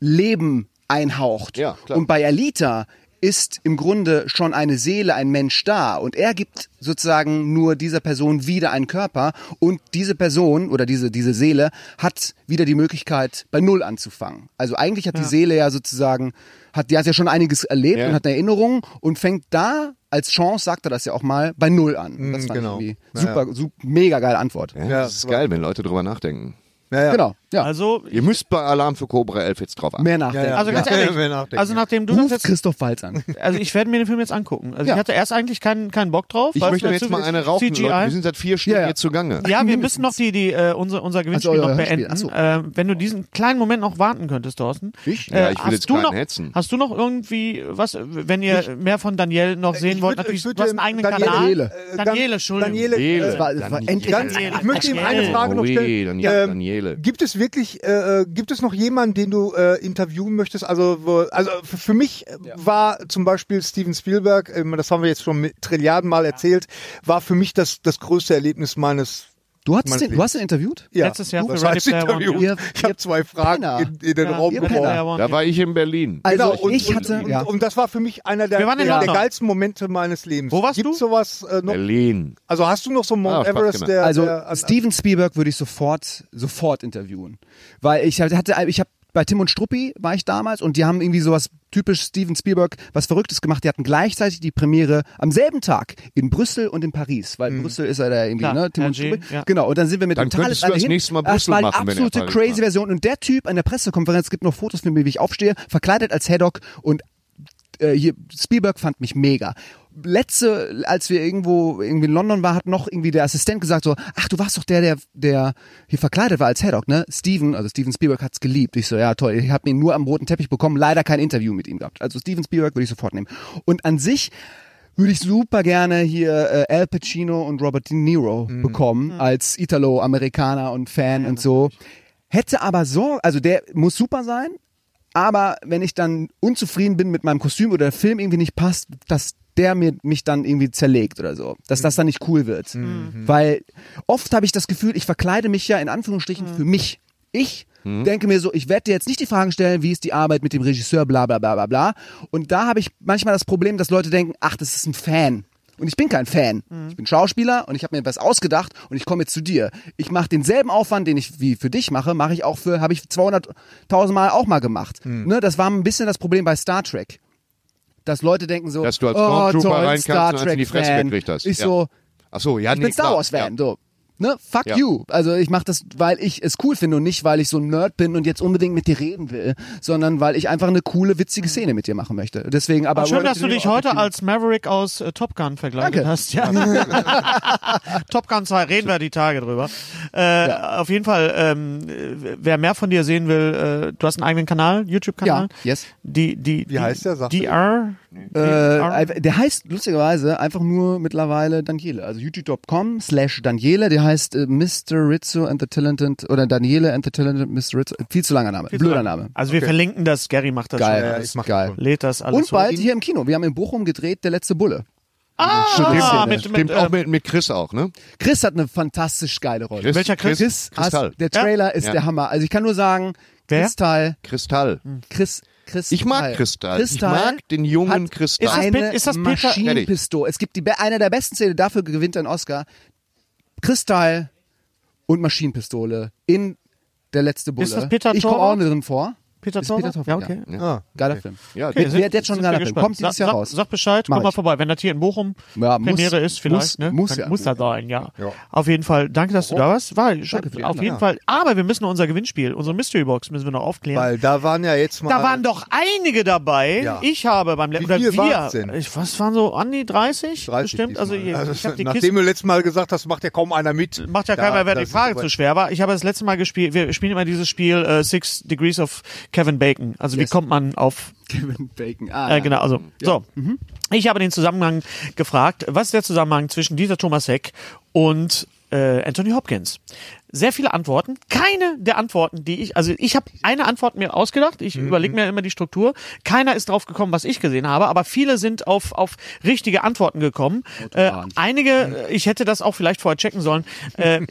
Speaker 6: Leben einhaucht.
Speaker 2: Ja, klar.
Speaker 6: Und bei Alita ist im Grunde schon eine Seele, ein Mensch da und er gibt sozusagen nur dieser Person wieder einen Körper und diese Person oder diese, diese Seele hat wieder die Möglichkeit, bei Null anzufangen. Also eigentlich hat die Seele ja sozusagen, hat, die hat ja schon einiges erlebt
Speaker 2: Ja.
Speaker 6: und hat eine Erinnerung und fängt da als Chance, sagt er das ja auch mal, bei Null an. Das
Speaker 1: Mm,
Speaker 6: fand
Speaker 1: genau.
Speaker 6: ich irgendwie super, super, mega geile Antwort.
Speaker 2: Ja, das ist geil, wenn Leute drüber nachdenken.
Speaker 6: Genau, ja.
Speaker 5: Also,
Speaker 2: Ihr müsst bei Alarm für Cobra 11 jetzt drauf achten.
Speaker 6: Mehr nachdenken.
Speaker 5: also ganz
Speaker 1: wir
Speaker 5: ehrlich,
Speaker 1: nachdenken.
Speaker 5: also nachdem du das
Speaker 6: Ruf
Speaker 5: jetzt
Speaker 6: Christoph Walz an.
Speaker 5: Also ich werde mir den Film jetzt angucken. Also
Speaker 6: Ja.
Speaker 5: ich hatte erst eigentlich keinen keinen Bock drauf.
Speaker 2: Ich
Speaker 5: weil
Speaker 2: möchte
Speaker 5: mir
Speaker 2: jetzt
Speaker 5: zu-
Speaker 2: mal eine rauchen,
Speaker 5: CGI.
Speaker 2: Leute. Wir sind seit vier Stunden
Speaker 6: Ja, ja.
Speaker 2: hier zugange.
Speaker 5: ja, wir müssen noch die, die äh, unser, unser Gewinnspiel
Speaker 6: Also euer
Speaker 5: noch
Speaker 6: Hörspiel,
Speaker 5: beenden.
Speaker 6: ach so.
Speaker 5: Äh, wenn du diesen kleinen Moment noch warten könntest, Thorsten. äh,
Speaker 2: Ich? Ja, ich will
Speaker 5: hast
Speaker 2: jetzt
Speaker 5: du
Speaker 2: keinen
Speaker 5: noch,
Speaker 2: hetzen.
Speaker 5: Hast du noch irgendwie was, äh, wenn ihr mehr von Daniel noch sehen wollt,
Speaker 1: würd-
Speaker 5: natürlich,
Speaker 1: ich würd
Speaker 5: du hast einen
Speaker 1: dem
Speaker 5: eigenen
Speaker 1: Daniele-
Speaker 5: Kanal.
Speaker 1: äh, Dan-
Speaker 5: Daniele, Entschuldigung.
Speaker 1: Daniele,
Speaker 2: Daniele.
Speaker 1: äh,
Speaker 6: war- das war endlich-
Speaker 1: ganz, ich möchte ihm eine Frage noch
Speaker 2: Ui,
Speaker 1: stellen.
Speaker 2: Daniele,
Speaker 1: Ähm,
Speaker 2: Oh, Daniele.
Speaker 1: Gibt es wirklich, äh, äh, gibt es noch jemanden, den du äh, interviewen möchtest? Also, wo, also f- für mich äh, war zum Beispiel Steven Spielberg, ähm, das haben wir jetzt schon mit Trilliarden Mal erzählt, war für mich das, das größte Erlebnis meines
Speaker 6: Du hast,
Speaker 1: Mein
Speaker 6: den, du
Speaker 1: Blick.
Speaker 6: hast ihn interviewt?
Speaker 1: ja,
Speaker 5: Letztes Jahr
Speaker 1: das
Speaker 5: für Ready
Speaker 1: heißt
Speaker 5: Player One,
Speaker 1: Interview.
Speaker 6: ja. Ihr-
Speaker 1: <laughs> Ich habe zwei Fragen
Speaker 6: Penner.
Speaker 1: in, in den
Speaker 5: Ja,
Speaker 1: Raum
Speaker 5: ihr
Speaker 1: geworfen.
Speaker 5: Penner, ja.
Speaker 2: Da war ich in Berlin.
Speaker 6: Also
Speaker 1: Genau, und,
Speaker 6: ich
Speaker 1: und-
Speaker 6: hatte,
Speaker 1: und,
Speaker 6: ja.
Speaker 1: und das war für mich einer der,
Speaker 5: Wir waren in
Speaker 1: der, der
Speaker 5: London.
Speaker 1: geilsten Momente meines Lebens.
Speaker 5: Wo warst
Speaker 1: Gibt's
Speaker 5: du?
Speaker 1: sowas äh, noch?
Speaker 2: Berlin.
Speaker 1: Also hast du noch so einen Mount
Speaker 2: Ah, Spaß
Speaker 1: Everest,
Speaker 2: gemacht.
Speaker 1: der,
Speaker 6: Also
Speaker 1: der an-
Speaker 6: Steven Spielberg würde ich sofort, sofort interviewen. Weil ich hatte, ich habe bei Tim und Struppi war ich damals und die haben irgendwie sowas typisch Steven Spielberg, was Verrücktes gemacht. Die hatten gleichzeitig die Premiere am selben Tag in Brüssel und in Paris,
Speaker 1: Mhm.
Speaker 6: weil Brüssel ist ja da irgendwie,
Speaker 5: Klar,
Speaker 6: ne? Tim
Speaker 5: Herr
Speaker 6: und
Speaker 5: G,
Speaker 6: Struppi.
Speaker 5: ja.
Speaker 6: Genau, und dann sind wir mit
Speaker 2: Dann
Speaker 6: dem Thales
Speaker 2: könntest du das
Speaker 6: dahin.
Speaker 2: nächste Mal Brüssel
Speaker 6: Ah, war die
Speaker 2: machen, wenn er
Speaker 6: absolute
Speaker 2: Paris
Speaker 6: crazy
Speaker 2: war.
Speaker 6: Version und der Typ an der Pressekonferenz gibt noch Fotos von mir, wie ich aufstehe, verkleidet als Haddock und äh, hier, Spielberg fand mich mega. Letzte, als wir irgendwo irgendwie in London waren, hat noch irgendwie der Assistent gesagt so, ach, du warst doch der, der, der hier verkleidet war als Haddock, ne? Steven, also Steven Spielberg hat's geliebt. Ich so, ja toll, ich habe ihn nur am roten Teppich bekommen, leider kein Interview mit ihm gehabt. Also Steven Spielberg würde ich sofort nehmen. Und an sich würde ich super gerne hier äh, Al Pacino und Robert De Niro bekommen als Italo-Amerikaner und Fan und so. Hätte aber so, also der muss super sein, aber wenn ich dann unzufrieden bin mit meinem Kostüm oder der Film irgendwie nicht passt, dass der mir mich dann irgendwie zerlegt oder so, dass das dann nicht cool wird, weil oft habe ich das Gefühl, ich verkleide mich ja in Anführungsstrichen für mich. Ich denke mir so, ich werde dir jetzt nicht die Fragen stellen, wie ist die Arbeit mit dem Regisseur, bla bla bla bla bla. Und da habe ich manchmal das Problem, dass Leute denken, ach, das ist ein Fan. Und ich bin kein Fan.
Speaker 2: Mhm.
Speaker 6: Ich bin Schauspieler und ich habe mir was ausgedacht und ich komme jetzt zu dir. Ich mache denselben Aufwand, den ich wie für dich mache, mache ich auch für, habe ich 200.000 Mal auch mal gemacht.
Speaker 2: Mhm.
Speaker 6: Ne, das war ein bisschen das Problem bei Star Trek. Dass Leute denken so,
Speaker 2: Dass du als
Speaker 6: oh,
Speaker 2: Stormtrooper
Speaker 6: toll,
Speaker 2: reinkamst
Speaker 6: Star
Speaker 2: und als
Speaker 6: Trek
Speaker 2: in die Fresse
Speaker 6: Fan.
Speaker 2: gekriegt hast.
Speaker 6: Ich
Speaker 2: Ja.
Speaker 6: so,
Speaker 2: Ach so, ja,
Speaker 6: ich
Speaker 2: nee,
Speaker 6: bin Star
Speaker 2: klar.
Speaker 6: Wars Fan,
Speaker 2: Ja.
Speaker 6: so. Ne? Fuck
Speaker 2: Ja.
Speaker 6: you. Also ich mache das, weil ich es cool finde und nicht, weil ich so ein Nerd bin und jetzt unbedingt mit dir reden will, sondern weil ich einfach eine coole,
Speaker 2: Mhm.
Speaker 6: witzige Szene mit dir machen möchte. Deswegen aber.
Speaker 5: Aber schön,
Speaker 6: Robert
Speaker 5: dass du
Speaker 6: De Niro
Speaker 5: dich
Speaker 6: auch
Speaker 5: heute
Speaker 6: mit
Speaker 5: als Maverick aus äh, Top Gun vergleitet
Speaker 6: Danke.
Speaker 5: hast.
Speaker 6: <laughs>
Speaker 5: Ja. Top Gun 2, reden wir die Tage drüber. Äh, Auf jeden Fall, ähm, äh, wer mehr von dir sehen will, äh, du hast einen eigenen Kanal, YouTube-Kanal.
Speaker 6: Ja, yes.
Speaker 5: Die, die, Wie die,
Speaker 1: heißt der? Sag
Speaker 5: DR?
Speaker 6: Äh, der heißt lustigerweise einfach nur mittlerweile Daniele. Also youtube.com slash Daniele. Der heißt äh, Mr. Rizzo and the Talented oder Daniele and the Talented Mr. Rizzo. Viel zu langer Name. Blöder Name.
Speaker 5: Also wir verlinken das, Gary macht das
Speaker 6: Geil.
Speaker 5: schon.
Speaker 6: ist geil.
Speaker 5: Lädt das alles
Speaker 6: Und bald
Speaker 5: hoch.
Speaker 6: hier im Kino. Wir haben in Bochum gedreht, der letzte Bulle.
Speaker 5: Ah,
Speaker 6: Schlüsselszene.
Speaker 5: mit, mit,
Speaker 2: Stimmt
Speaker 5: äh,
Speaker 2: auch mit, mit Chris auch, ne?
Speaker 6: Chris hat eine fantastisch geile Rolle.
Speaker 2: Chris,
Speaker 5: Welcher Chris?
Speaker 6: Chris,
Speaker 2: Kristall.
Speaker 6: Ast- der Trailer ist
Speaker 2: Ja.
Speaker 6: der Hammer. Also ich kann nur sagen,
Speaker 5: Wer?
Speaker 6: Kristall,
Speaker 2: Kristall.
Speaker 6: Chris, Chris.
Speaker 2: Ich mag Kristall.
Speaker 6: Kristall
Speaker 2: Ich mag den jungen
Speaker 6: hat
Speaker 2: Kristall.
Speaker 5: Ist das
Speaker 6: Eine
Speaker 5: Pe- ist das Peter-
Speaker 6: Maschinenpistole. Es gibt die be- eine der besten Szenen, dafür gewinnt er einen Oscar. Kristall und Maschinenpistole in der letzte Bulle.
Speaker 5: Ist das Peter
Speaker 6: ich komme auch
Speaker 5: Torwart?
Speaker 6: drin vor.
Speaker 5: Peter
Speaker 6: Ist
Speaker 5: Zorfer?
Speaker 6: Peter Zorfer,
Speaker 5: ja, okay.
Speaker 6: ja.
Speaker 3: Ah,
Speaker 6: Geiler Film.
Speaker 2: Ja,
Speaker 5: Okay,
Speaker 2: okay.
Speaker 5: sind-
Speaker 6: Wird jetzt schon
Speaker 5: sind
Speaker 6: ein
Speaker 5: wir
Speaker 6: geiler Film.
Speaker 5: gespannt.
Speaker 6: Kommt dieses
Speaker 5: Sag-
Speaker 6: Jahr raus.
Speaker 5: Sag, sag Bescheid,
Speaker 6: Mach
Speaker 5: komm mal
Speaker 6: ich.
Speaker 5: vorbei. Wenn das hier in Bochum
Speaker 6: Ja, muss-
Speaker 5: Premiere ist, vielleicht.
Speaker 6: muss-
Speaker 5: ne?
Speaker 6: muss
Speaker 5: Dann
Speaker 6: ja.
Speaker 5: muss das sein, ja.
Speaker 6: Ja.
Speaker 5: Auf jeden Fall. Danke, dass du da warst. War schon,
Speaker 6: für die
Speaker 5: auf jeden
Speaker 6: Einladung.
Speaker 5: Fall. Aber wir müssen noch unser Gewinnspiel, unsere Mystery Box müssen wir noch aufklären.
Speaker 3: Weil da waren ja jetzt mal.
Speaker 5: da waren doch einige dabei.
Speaker 3: Ja.
Speaker 5: Ich habe beim letzten
Speaker 3: Wie viel
Speaker 5: oder
Speaker 3: waren's denn?
Speaker 5: wir, ich, was waren so an die 30?
Speaker 3: 30
Speaker 5: Bestimmt, also ich,
Speaker 3: diesmal.
Speaker 5: ich habe die
Speaker 3: nachdem
Speaker 5: Kiste
Speaker 3: du letztes Mal gesagt hast, macht ja kaum einer mit.
Speaker 5: macht ja keiner mehr,
Speaker 3: das
Speaker 5: die
Speaker 3: ist
Speaker 5: Frage
Speaker 3: aber-
Speaker 5: zu schwer war. Ich habe das letzte Mal gespielt, wir spielen immer dieses Spiel äh, Six Degrees of Kevin Bacon. Also wie kommt man auf
Speaker 6: Kevin Bacon.
Speaker 5: äh,
Speaker 6: Ah, ja.
Speaker 5: genau, also so. Ich habe den Zusammenhang gefragt, was ist der Zusammenhang zwischen dieser Thomas Heck und äh, Anthony Hopkins? Sehr viele Antworten. Keine der Antworten, die ich, also ich habe eine Antwort mir ausgedacht. Ich überlege mir immer die Struktur. Keiner ist drauf gekommen, was ich gesehen habe, aber viele sind auf, auf richtige Antworten gekommen. Äh, einige, äh, ich hätte das auch vielleicht vorher checken sollen. Äh,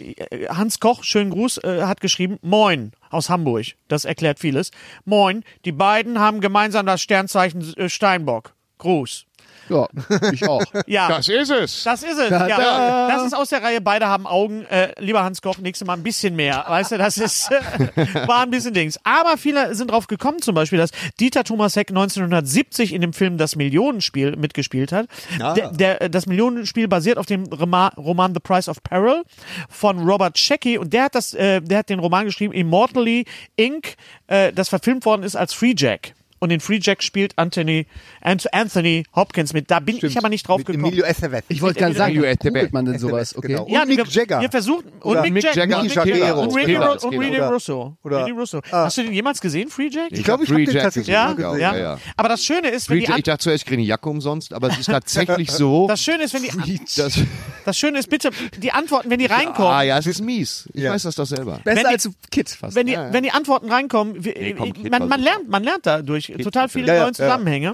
Speaker 5: Hans Koch, schönen Gruß, äh, hat geschrieben, moin aus Hamburg. Das erklärt vieles. Moin, die beiden haben gemeinsam das Sternzeichen äh, Steinbock. Gruß.
Speaker 6: Ja, ich auch.
Speaker 5: Ja.
Speaker 2: Das ist es.
Speaker 5: das ist es. Ja, das ist aus der Reihe. Beide haben Augen. Äh, lieber Hans Koch, nächstes Mal ein bisschen mehr. Weißt du, das ist <laughs> äh, war ein bisschen Dings. Aber viele sind drauf gekommen, zum Beispiel, dass Dieter Thomas Heck 1970 in dem Film Das Millionenspiel mitgespielt hat.
Speaker 3: Ah.
Speaker 5: Der, der, äh, das Millionenspiel basiert auf dem Rema Roman The Price of Peril von Robert Shecky und der hat das, äh, der hat den Roman geschrieben Immortally Inc. Äh, das verfilmt worden ist als Free Jack. Und den Free Jack spielt Anthony, Ant- Anthony Hopkins mit. Da bin ich aber nicht drauf
Speaker 3: Mit
Speaker 5: gekommen.
Speaker 3: Emilio Estevez.
Speaker 5: <laughs>
Speaker 6: Ich wollte gerade sagen,
Speaker 2: Emilio
Speaker 6: wie
Speaker 2: Estevez.
Speaker 6: googelt man denn sowas,
Speaker 3: Estevez,
Speaker 6: okay?
Speaker 3: genau.
Speaker 6: Genau.
Speaker 3: Und Mick
Speaker 5: wir-
Speaker 3: Jagger.
Speaker 5: Wir versuchen und
Speaker 3: Oder
Speaker 5: Mick,
Speaker 2: Mick
Speaker 5: Jagger
Speaker 2: Jagger
Speaker 5: und
Speaker 2: und
Speaker 5: Mick
Speaker 2: Jagger.
Speaker 5: Jagger und Rene,
Speaker 2: Jagger.
Speaker 5: Ru- und Rene
Speaker 2: Oder-
Speaker 5: Russo.
Speaker 3: oder-
Speaker 5: Rene Russo.
Speaker 3: Ah.
Speaker 5: Hast du den jemals gesehen, Free Jack?
Speaker 3: Ich glaube, ich habe den
Speaker 2: Reject
Speaker 3: tatsächlich
Speaker 2: gesehen,
Speaker 5: ja,
Speaker 3: mal gesehen.
Speaker 5: ja,
Speaker 2: Ja, ja.
Speaker 5: Aber das Schöne ist, wenn die
Speaker 2: Reject- Ich
Speaker 5: An-
Speaker 2: dachte zuerst, ich kriege eine Jacke umsonst, aber es ist
Speaker 6: <laughs>
Speaker 2: tatsächlich so.
Speaker 5: das Schöne ist, wenn die An-
Speaker 2: dass,
Speaker 5: das Schöne ist, bitte die Antworten, wenn die reinkommen.
Speaker 2: ah ja, es ist mies. Ich weiß das doch selber.
Speaker 6: Besser
Speaker 5: Wenn die-
Speaker 6: als Kid fast.
Speaker 5: Wenn die, wenn die Antworten reinkommen, wir,
Speaker 2: komm, Kid
Speaker 5: man,
Speaker 2: war
Speaker 5: man
Speaker 2: super.
Speaker 5: lernt, man lernt dadurch total viele
Speaker 3: Ja, ja,
Speaker 5: neue
Speaker 3: <laughs>
Speaker 5: Zusammenhänge.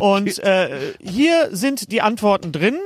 Speaker 5: Und äh, hier sind die Antworten
Speaker 2: <coughs>
Speaker 5: drin.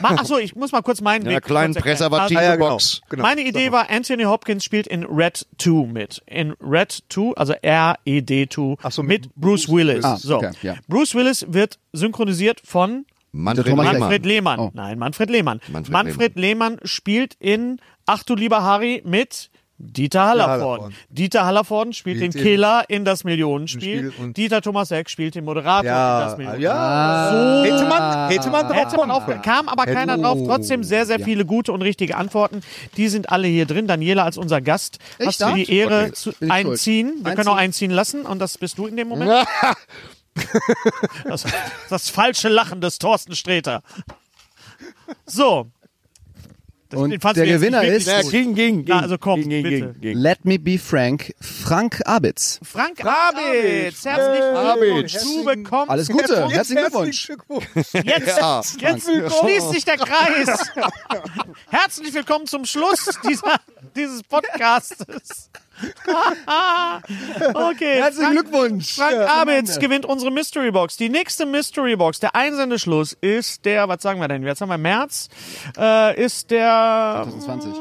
Speaker 5: Ma- Achso, ich muss mal kurz meinen
Speaker 2: In einer
Speaker 5: Weg
Speaker 2: kleinen
Speaker 5: kurz erklären. Also-
Speaker 2: präservativen
Speaker 3: Ah, ja, genau.
Speaker 2: Box.
Speaker 5: Meine Idee war, Anthony Hopkins spielt in Red 2 mit. In Red 2, also R-E-D 2,
Speaker 3: Ach so,
Speaker 5: mit,
Speaker 3: mit
Speaker 5: Bruce Willis.
Speaker 6: Ah,
Speaker 5: so.
Speaker 6: okay, ja.
Speaker 5: Bruce Willis wird synchronisiert von
Speaker 2: Manfred
Speaker 6: Der Thomas
Speaker 2: Lehmann.
Speaker 5: Manfred Lehmann.
Speaker 6: Oh.
Speaker 5: Nein, Manfred Lehmann. Manfred,
Speaker 2: Manfred
Speaker 5: Lehmann. spielt in Ach du lieber Harry mit Dieter Hallervorden.
Speaker 3: Hallervorden.
Speaker 5: Dieter Hallervorden spielt
Speaker 3: Spielt
Speaker 5: den
Speaker 3: in-
Speaker 5: Killer in das Millionenspiel.
Speaker 3: Spiel und-
Speaker 5: Dieter Thomas Heck spielt den Moderator in das
Speaker 3: Ja,
Speaker 5: Millionenspiel.
Speaker 3: ja.
Speaker 5: So
Speaker 3: Hätte man, Äh, hätte man drauf
Speaker 5: Hätte man
Speaker 3: kommen
Speaker 5: auch,
Speaker 3: können.
Speaker 5: kam aber keiner drauf. Trotzdem sehr, sehr viele gute und richtige Antworten. Die sind alle hier drin. Daniela als unser Gast. Hast du
Speaker 6: da?
Speaker 5: die Ehre
Speaker 6: Okay.
Speaker 5: zu
Speaker 6: Bin ich
Speaker 5: einziehen? Wir
Speaker 6: schuld.
Speaker 5: können auch
Speaker 6: Einziehen.
Speaker 5: einziehen lassen und das bist du in dem Moment. Das, das falsche Lachen des Thorsten Sträter. So. Das-
Speaker 6: Und
Speaker 5: den fandst
Speaker 6: der
Speaker 5: du jetzt
Speaker 6: Gewinner
Speaker 5: nicht
Speaker 6: ist-
Speaker 5: wirklich
Speaker 6: Ja,
Speaker 5: gut.
Speaker 2: ging,
Speaker 5: Na, also komm, bitte.
Speaker 6: Let me be Frank. Frank Abitz.
Speaker 5: Frank Abitz, herzlich willkommen. Du bekommst
Speaker 6: Alles Gute. Herzlichen
Speaker 3: Herzlichen
Speaker 6: Glückwunsch.
Speaker 3: Glückwunsch. <laughs>
Speaker 5: Jetzt,
Speaker 2: Ja.
Speaker 5: jetzt schließt sich der Kreis. <laughs> Herzlich willkommen zum Schluss dieser, dieses Podcastes. <laughs> okay.
Speaker 6: Herzlichen
Speaker 5: Frank-
Speaker 6: Glückwunsch.
Speaker 5: Frank
Speaker 6: Ja.
Speaker 5: Abitz gewinnt unsere Mystery Box. Die nächste Mystery Box, der Einsendeschluss ist der, was sagen wir denn? Jetzt haben wir März, äh, ist der,
Speaker 6: 2020.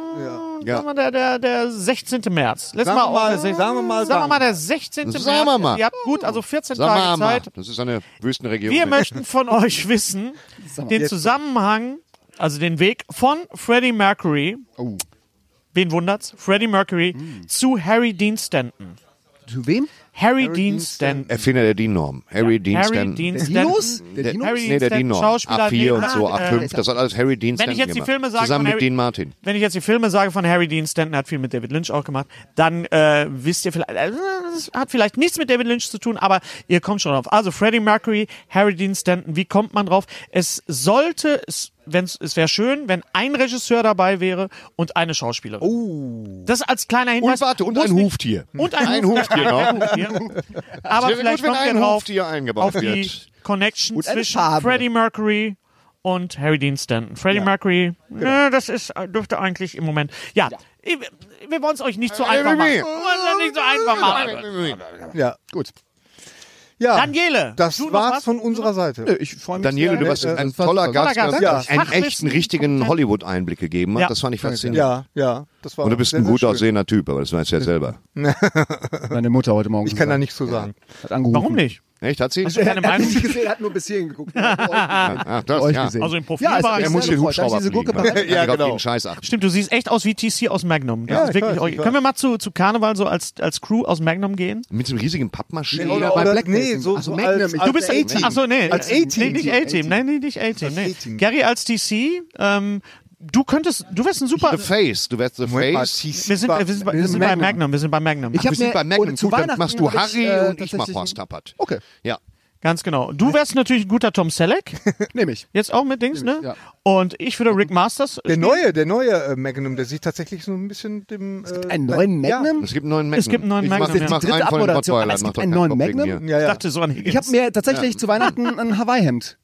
Speaker 5: sagen wir, der, der, der 16. März. Letztes
Speaker 3: Sagen wir
Speaker 5: Mal,
Speaker 3: mal,
Speaker 5: sagen
Speaker 3: sagen wir mal,
Speaker 5: wir
Speaker 3: sagen
Speaker 5: mal der 16.
Speaker 2: Sagen
Speaker 5: März.
Speaker 2: wir mal.
Speaker 5: Ihr habt gut, also 14 Tage
Speaker 2: Samama.
Speaker 5: Zeit.
Speaker 2: Das ist eine Wüstenregion.
Speaker 5: Wir möchten von <laughs> euch wissen, den Zusammenhang, also den Weg von Freddie Mercury, wen wundert's, Freddie Mercury zu Harry Dean Stanton.
Speaker 6: Zu wem?
Speaker 5: Mm. Harry, Dean Stanton.
Speaker 2: Erfinder der DIN-Norm. Harry Dean
Speaker 5: Harry
Speaker 2: Stanton.
Speaker 5: Dean
Speaker 6: Der
Speaker 5: Stanton.
Speaker 6: Dinos? Der Dinos?
Speaker 5: Harry
Speaker 2: nee, der
Speaker 5: Stanton,
Speaker 2: DIN-Norm.
Speaker 5: Schauspieler,
Speaker 2: A4 und
Speaker 5: Dean-
Speaker 2: so,
Speaker 5: Ah,
Speaker 2: A5.
Speaker 5: äh,
Speaker 2: das hat alles Harry Dean
Speaker 5: Wenn
Speaker 2: Stanton
Speaker 5: ich jetzt die
Speaker 2: gemacht.
Speaker 5: Filme sage
Speaker 2: Zusammen
Speaker 5: von
Speaker 2: mit
Speaker 5: Harry-
Speaker 2: Dean Martin.
Speaker 5: Wenn ich jetzt die Filme sage von Harry Dean Stanton, hat viel mit David Lynch auch gemacht, dann äh, wisst ihr vielleicht, äh, das hat vielleicht nichts mit David Lynch zu tun, aber ihr kommt schon drauf. Also Freddie Mercury, Harry Dean Stanton, wie kommt man drauf? Es sollte, es, wenn's, es wäre schön, wenn ein Regisseur dabei wäre und eine Schauspielerin. Oh. Das als kleiner Hinweis.
Speaker 2: Und warte, und
Speaker 5: Muss
Speaker 2: ein
Speaker 5: nicht-
Speaker 2: Huftier.
Speaker 5: Und ein,
Speaker 2: Ein Huftier genau. noch.
Speaker 5: ein
Speaker 3: <laughs>
Speaker 5: <laughs> Huftier. Aber
Speaker 2: Wäre
Speaker 5: vielleicht
Speaker 2: gut, wenn
Speaker 5: kommt ihr
Speaker 2: ein
Speaker 5: drauf
Speaker 2: Huftier eingebaut
Speaker 5: auf die
Speaker 2: wird.
Speaker 5: Connection
Speaker 6: eine
Speaker 5: zwischen
Speaker 6: Farbe.
Speaker 5: Freddie Mercury und Harry Dean Stanton. Freddie Mercury,
Speaker 3: Genau.
Speaker 5: nö, das ist, äh, dürfte eigentlich im Moment. Ja, ich- wir wollen es euch nicht so einfach machen.
Speaker 2: nee.
Speaker 5: Wir wollen es nicht so einfach machen.
Speaker 3: Ja.
Speaker 6: Gut.
Speaker 3: ja.
Speaker 5: Daniele,
Speaker 3: Das
Speaker 5: du noch was?
Speaker 3: war's von unserer Seite.
Speaker 6: Ich freue mich.
Speaker 2: Daniele, du warst
Speaker 5: äh,
Speaker 2: ein toller Gast,
Speaker 5: Gast,
Speaker 2: der
Speaker 5: ja.
Speaker 2: uns einen
Speaker 5: Fachwissen,
Speaker 2: echten, richtigen Hollywood-Einblick gegeben hat.
Speaker 5: Ja.
Speaker 2: Das fand ich faszinierend.
Speaker 3: Ja, ja. Das war
Speaker 2: Und du bist
Speaker 3: sehr,
Speaker 2: ein
Speaker 3: sehr
Speaker 2: gut
Speaker 3: schön.
Speaker 2: aussehender Typ, aber das weißt du ja selber.
Speaker 6: Meine Mutter heute Morgen.
Speaker 3: Ich kann da
Speaker 6: gesagt,
Speaker 3: nichts zu sagen.
Speaker 6: Hat angerufen.
Speaker 5: Warum nicht?
Speaker 2: Echt, hat sie?
Speaker 5: Hast
Speaker 3: <laughs>
Speaker 5: du keine
Speaker 6: Er <laughs> hat
Speaker 5: Meinung?
Speaker 6: mich nicht gesehen, er hat nur bis hierhin geguckt. Er hat nur euch gesehen.
Speaker 2: Ah, das,
Speaker 6: Euch
Speaker 2: ja.
Speaker 6: gesehen.
Speaker 5: Also im Profil
Speaker 6: Ja, es-
Speaker 5: war
Speaker 2: Er
Speaker 5: er.
Speaker 6: es-
Speaker 2: muss den
Speaker 6: gefreut, dass
Speaker 2: Hubschrauber
Speaker 6: ich diese Gurke
Speaker 2: fliegen.
Speaker 6: bereit-
Speaker 2: ja,
Speaker 6: Ja,
Speaker 2: genau.
Speaker 6: genau.
Speaker 2: auf jeden Scheiß achten.
Speaker 5: Stimmt, du siehst echt aus wie TC aus Magnum. Das
Speaker 3: Ja,
Speaker 5: ist
Speaker 3: ich
Speaker 5: wirklich
Speaker 3: weiß, ich
Speaker 5: original.
Speaker 3: weiß.
Speaker 5: Können wir mal zu, zu Karneval so als, als Crew aus Magnum gehen?
Speaker 2: Mit diesem riesigen Pappmaschine.
Speaker 6: Nee, oder-
Speaker 2: bei-
Speaker 6: Black
Speaker 3: nee,
Speaker 6: Mason.
Speaker 3: so,
Speaker 5: Also
Speaker 6: Ach,
Speaker 3: so
Speaker 6: Magnum,
Speaker 3: als,
Speaker 6: ich
Speaker 3: als
Speaker 6: dachte,
Speaker 3: A-Team.
Speaker 5: Achso, nee.
Speaker 3: Als
Speaker 5: äh,
Speaker 3: A-Team.
Speaker 5: Nee, nicht A-Team. Nee, nee, nicht A-Team. Nee.
Speaker 3: A-Team.
Speaker 5: Gary als TC. Ähm, du könntest, du wärst ein super.
Speaker 2: The
Speaker 6: Also
Speaker 2: Face, du wärst The
Speaker 3: Moment mal,
Speaker 2: Face.
Speaker 3: TC
Speaker 5: Wir sind, wir sind, bei- wir sind bei
Speaker 6: Magnum.
Speaker 5: Magnum. Wir sind bei Magnum.
Speaker 6: Ich hab
Speaker 2: Wir sind
Speaker 6: mir-
Speaker 2: bei Magnum.
Speaker 6: oder zu
Speaker 2: Gut, dann
Speaker 6: Weihnachten
Speaker 2: machst du
Speaker 6: hab ich,
Speaker 2: Harry
Speaker 6: äh,
Speaker 2: und ich mach
Speaker 6: tatsächlich-
Speaker 2: Horst Tappert.
Speaker 6: Okay,
Speaker 2: Ja.
Speaker 5: Ganz genau. Du wärst natürlich ein guter Tom Selleck.
Speaker 6: nehme ich.
Speaker 5: Jetzt auch mit Dings, ne? Und ich würde Rick Masters.
Speaker 3: Der
Speaker 5: spielen.
Speaker 3: neue, der neue äh, Magnum, der sieht tatsächlich so ein bisschen dem. äh, Es
Speaker 6: Einen neuen Magnum?
Speaker 2: Es gibt einen neuen Magnum.
Speaker 5: Es gibt einen neuen
Speaker 2: ich mach-
Speaker 5: Magnum,
Speaker 2: Ich
Speaker 5: ja.
Speaker 2: mach
Speaker 6: Die dritte
Speaker 2: einen von den
Speaker 6: Abmoderation,
Speaker 2: Rottweilern.
Speaker 6: aber es
Speaker 2: mach
Speaker 6: gibt
Speaker 2: doch
Speaker 6: einen
Speaker 2: keinen
Speaker 6: neuen
Speaker 2: Kopf wegen
Speaker 6: Magnum?
Speaker 2: mir.
Speaker 3: Ja,
Speaker 5: Ich
Speaker 3: ja.
Speaker 5: dachte so an Higgins.
Speaker 6: Ich habe mir tatsächlich zu Weihnachten ein Hawaii-Hemd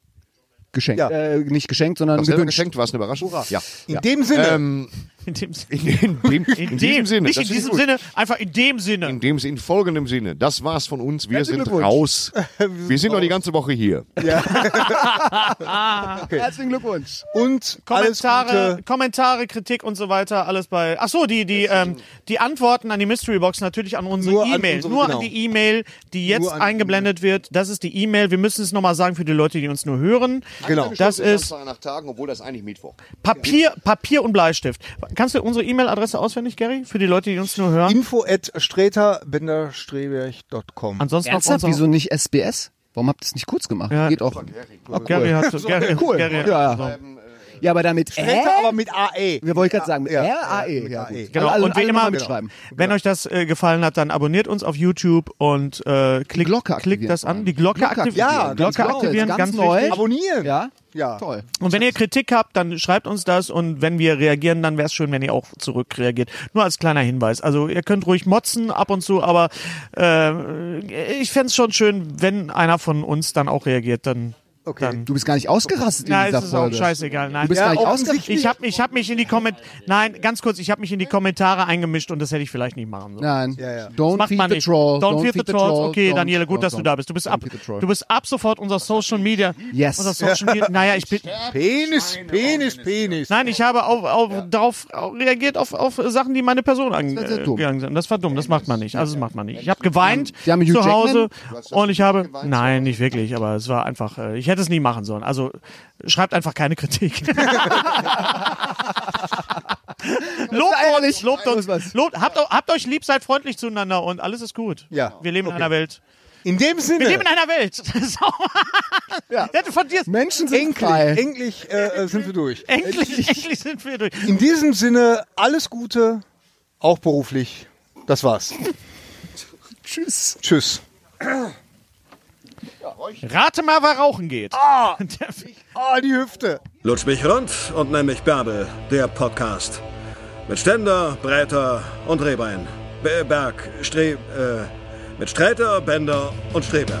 Speaker 6: geschenkt.
Speaker 3: Ja.
Speaker 6: Äh, nicht geschenkt, sondern
Speaker 2: Hast du selber
Speaker 6: gewünscht.
Speaker 2: geschenkt? War es eine Überraschung? Ja.
Speaker 3: in dem Sinne.
Speaker 2: Ähm,
Speaker 5: in dem Sinne.
Speaker 2: in, in, dem, in
Speaker 5: dem,
Speaker 2: diesem Sinne.
Speaker 5: Nicht
Speaker 2: das finde
Speaker 5: in
Speaker 2: ich
Speaker 5: diesem
Speaker 2: gut.
Speaker 5: Sinne, einfach in dem Sinne.
Speaker 2: In dem in folgendem Sinne. Das war's von uns. Wir sind
Speaker 6: Glückwunsch. <laughs>
Speaker 2: raus. Wir sind noch die ganze Woche hier.
Speaker 6: Herzlichen Glückwunsch.
Speaker 3: und alles
Speaker 5: Kommentare,
Speaker 3: Gute.
Speaker 5: Kommentare, Kritik und so weiter, alles bei. Ach so, die die ähm, die Antworten an die Mystery Box natürlich an
Speaker 3: Nur
Speaker 5: unsere
Speaker 3: an
Speaker 5: E-Mail,
Speaker 3: unsere-
Speaker 5: nur
Speaker 3: genau.
Speaker 5: an die E-Mail, die jetzt
Speaker 3: Nur an die
Speaker 5: eingeblendet wird. Das ist die E-Mail. Wir müssen es nochmal sagen für die Leute, die uns nur hören.
Speaker 3: Genau.
Speaker 5: Das ist
Speaker 2: nach Tagen, obwohl das eigentlich Mittwoch.
Speaker 5: Papier, Papier und Bleistift. Kannst du unsere E-Mail-Adresse auswendig, Gary, für die Leute, die uns nur hören?
Speaker 3: Info at streterbender-streberich.com.
Speaker 5: Ansonsten auf
Speaker 6: Ernsthaft,
Speaker 5: unserer.
Speaker 6: wieso nicht SBS? Warum habt ihr es nicht kurz gemacht?
Speaker 5: Ja.
Speaker 6: Geht auch.
Speaker 5: Gary hat
Speaker 3: <laughs>
Speaker 5: Gary,
Speaker 6: Cool.
Speaker 5: Gary,
Speaker 6: Ja. Ja, aber damit.
Speaker 3: Streter,
Speaker 6: Äh?
Speaker 3: aber mit E. AE.
Speaker 6: Wir wollten gerade sagen,
Speaker 3: Ja.
Speaker 6: RAE.
Speaker 3: Mit
Speaker 6: E, Ja,
Speaker 3: AE.
Speaker 6: gut.
Speaker 5: Genau.
Speaker 6: Alle-
Speaker 5: und wie
Speaker 6: alle
Speaker 5: immer,
Speaker 6: nochmal mitschreiben. Genau.
Speaker 5: wenn euch das äh, gefallen hat, dann abonniert uns auf YouTube und äh, klickt,
Speaker 6: Glocke
Speaker 5: klickt
Speaker 6: aktivieren
Speaker 5: das
Speaker 6: vor allem.
Speaker 5: an. Die Glocke,
Speaker 6: Glocke
Speaker 5: aktivieren.
Speaker 6: aktivieren,
Speaker 5: Ja,
Speaker 6: ganz
Speaker 5: Glocke
Speaker 6: genau.
Speaker 5: aktivieren,
Speaker 6: Ganz
Speaker 5: ganz,
Speaker 6: neu.
Speaker 5: wichtig.
Speaker 3: Abonnieren.
Speaker 6: Ja?
Speaker 3: Ja.
Speaker 6: Toll.
Speaker 5: Und wenn ihr Kritik habt, dann schreibt uns das und wenn wir reagieren, dann wäre es schön, wenn ihr auch zurückreagiert. Nur als kleiner Hinweis. Also ihr könnt ruhig motzen ab und zu, aber äh, ich fänd's schon schön, wenn einer von uns dann auch reagiert. Dann, okay. dann
Speaker 6: Du bist gar nicht ausgerastet
Speaker 5: na,
Speaker 6: in
Speaker 5: es
Speaker 6: dieser
Speaker 5: ist
Speaker 6: Folge.
Speaker 5: auch scheißegal. Nein.
Speaker 6: Du bist
Speaker 5: ja,
Speaker 6: gar nicht ausgerastet.
Speaker 5: ich habe ich hab mich in die Kommentare. Nein, ganz kurz, ich habe mich in die Kommentare eingemischt und das hätte ich vielleicht nicht machen sollen.
Speaker 6: Nein.
Speaker 3: ja.
Speaker 6: Don't
Speaker 5: Macht
Speaker 6: feed
Speaker 5: man
Speaker 6: the
Speaker 5: nicht.
Speaker 6: troll.
Speaker 5: Don't, feed the, trolls. Okay,
Speaker 6: Don't-
Speaker 5: Daniele, gut,
Speaker 6: don't-
Speaker 5: dass du
Speaker 6: don't-
Speaker 5: da bist. Du bist
Speaker 6: don't
Speaker 5: ab,
Speaker 6: feed the troll.
Speaker 5: du bist ab sofort unser Social Media.
Speaker 6: Yes.
Speaker 5: Unser Social Media. Naja, ich
Speaker 6: <laughs>
Speaker 5: bin.
Speaker 3: Penis, Penis, Penis.
Speaker 5: Nein, ich habe auf, auf, darauf reagiert auf, auf Sachen, die meine Person
Speaker 6: war sehr dumm.
Speaker 5: angegangen sind. Das war dumm, das macht man nicht. Also das macht man nicht. Ich habe geweint
Speaker 6: Sie haben Hugh
Speaker 5: zu Hause
Speaker 6: Jackman?
Speaker 5: und ich habe. Nein, nicht wirklich, aber es war einfach. äh, Ich hätte es nie machen sollen. Also schreibt einfach keine
Speaker 6: <laughs>
Speaker 5: Kritik. lobt uns, lobt uns, lobt, habt, au- habt euch lieb, seid freundlich zueinander und alles ist gut.
Speaker 3: Ja.
Speaker 5: Wir leben in einer Welt.
Speaker 3: In dem Sinne.
Speaker 5: Wir leben in einer Welt. <laughs> So.
Speaker 6: Ja.
Speaker 5: Hätte Von dir
Speaker 6: Menschen sind
Speaker 3: Endlich,
Speaker 6: frei.
Speaker 3: endlich äh, äh, sind wir durch.
Speaker 5: endlich, endlich sind wir durch.
Speaker 3: In diesem Sinne, alles Gute, auch beruflich. Das war's.
Speaker 6: Tschüss.
Speaker 3: Tschüss.
Speaker 5: Rate mal, wer rauchen geht. <laughs> Oh,
Speaker 3: Ah, die Hüfte.
Speaker 4: Lutsch mich rund und nenn mich Bärbel, der Podcast. Mit Ständer, Breiter und Rehbein. Be- Berg, Stre... Äh, mit Streiter, Bender und Streberg.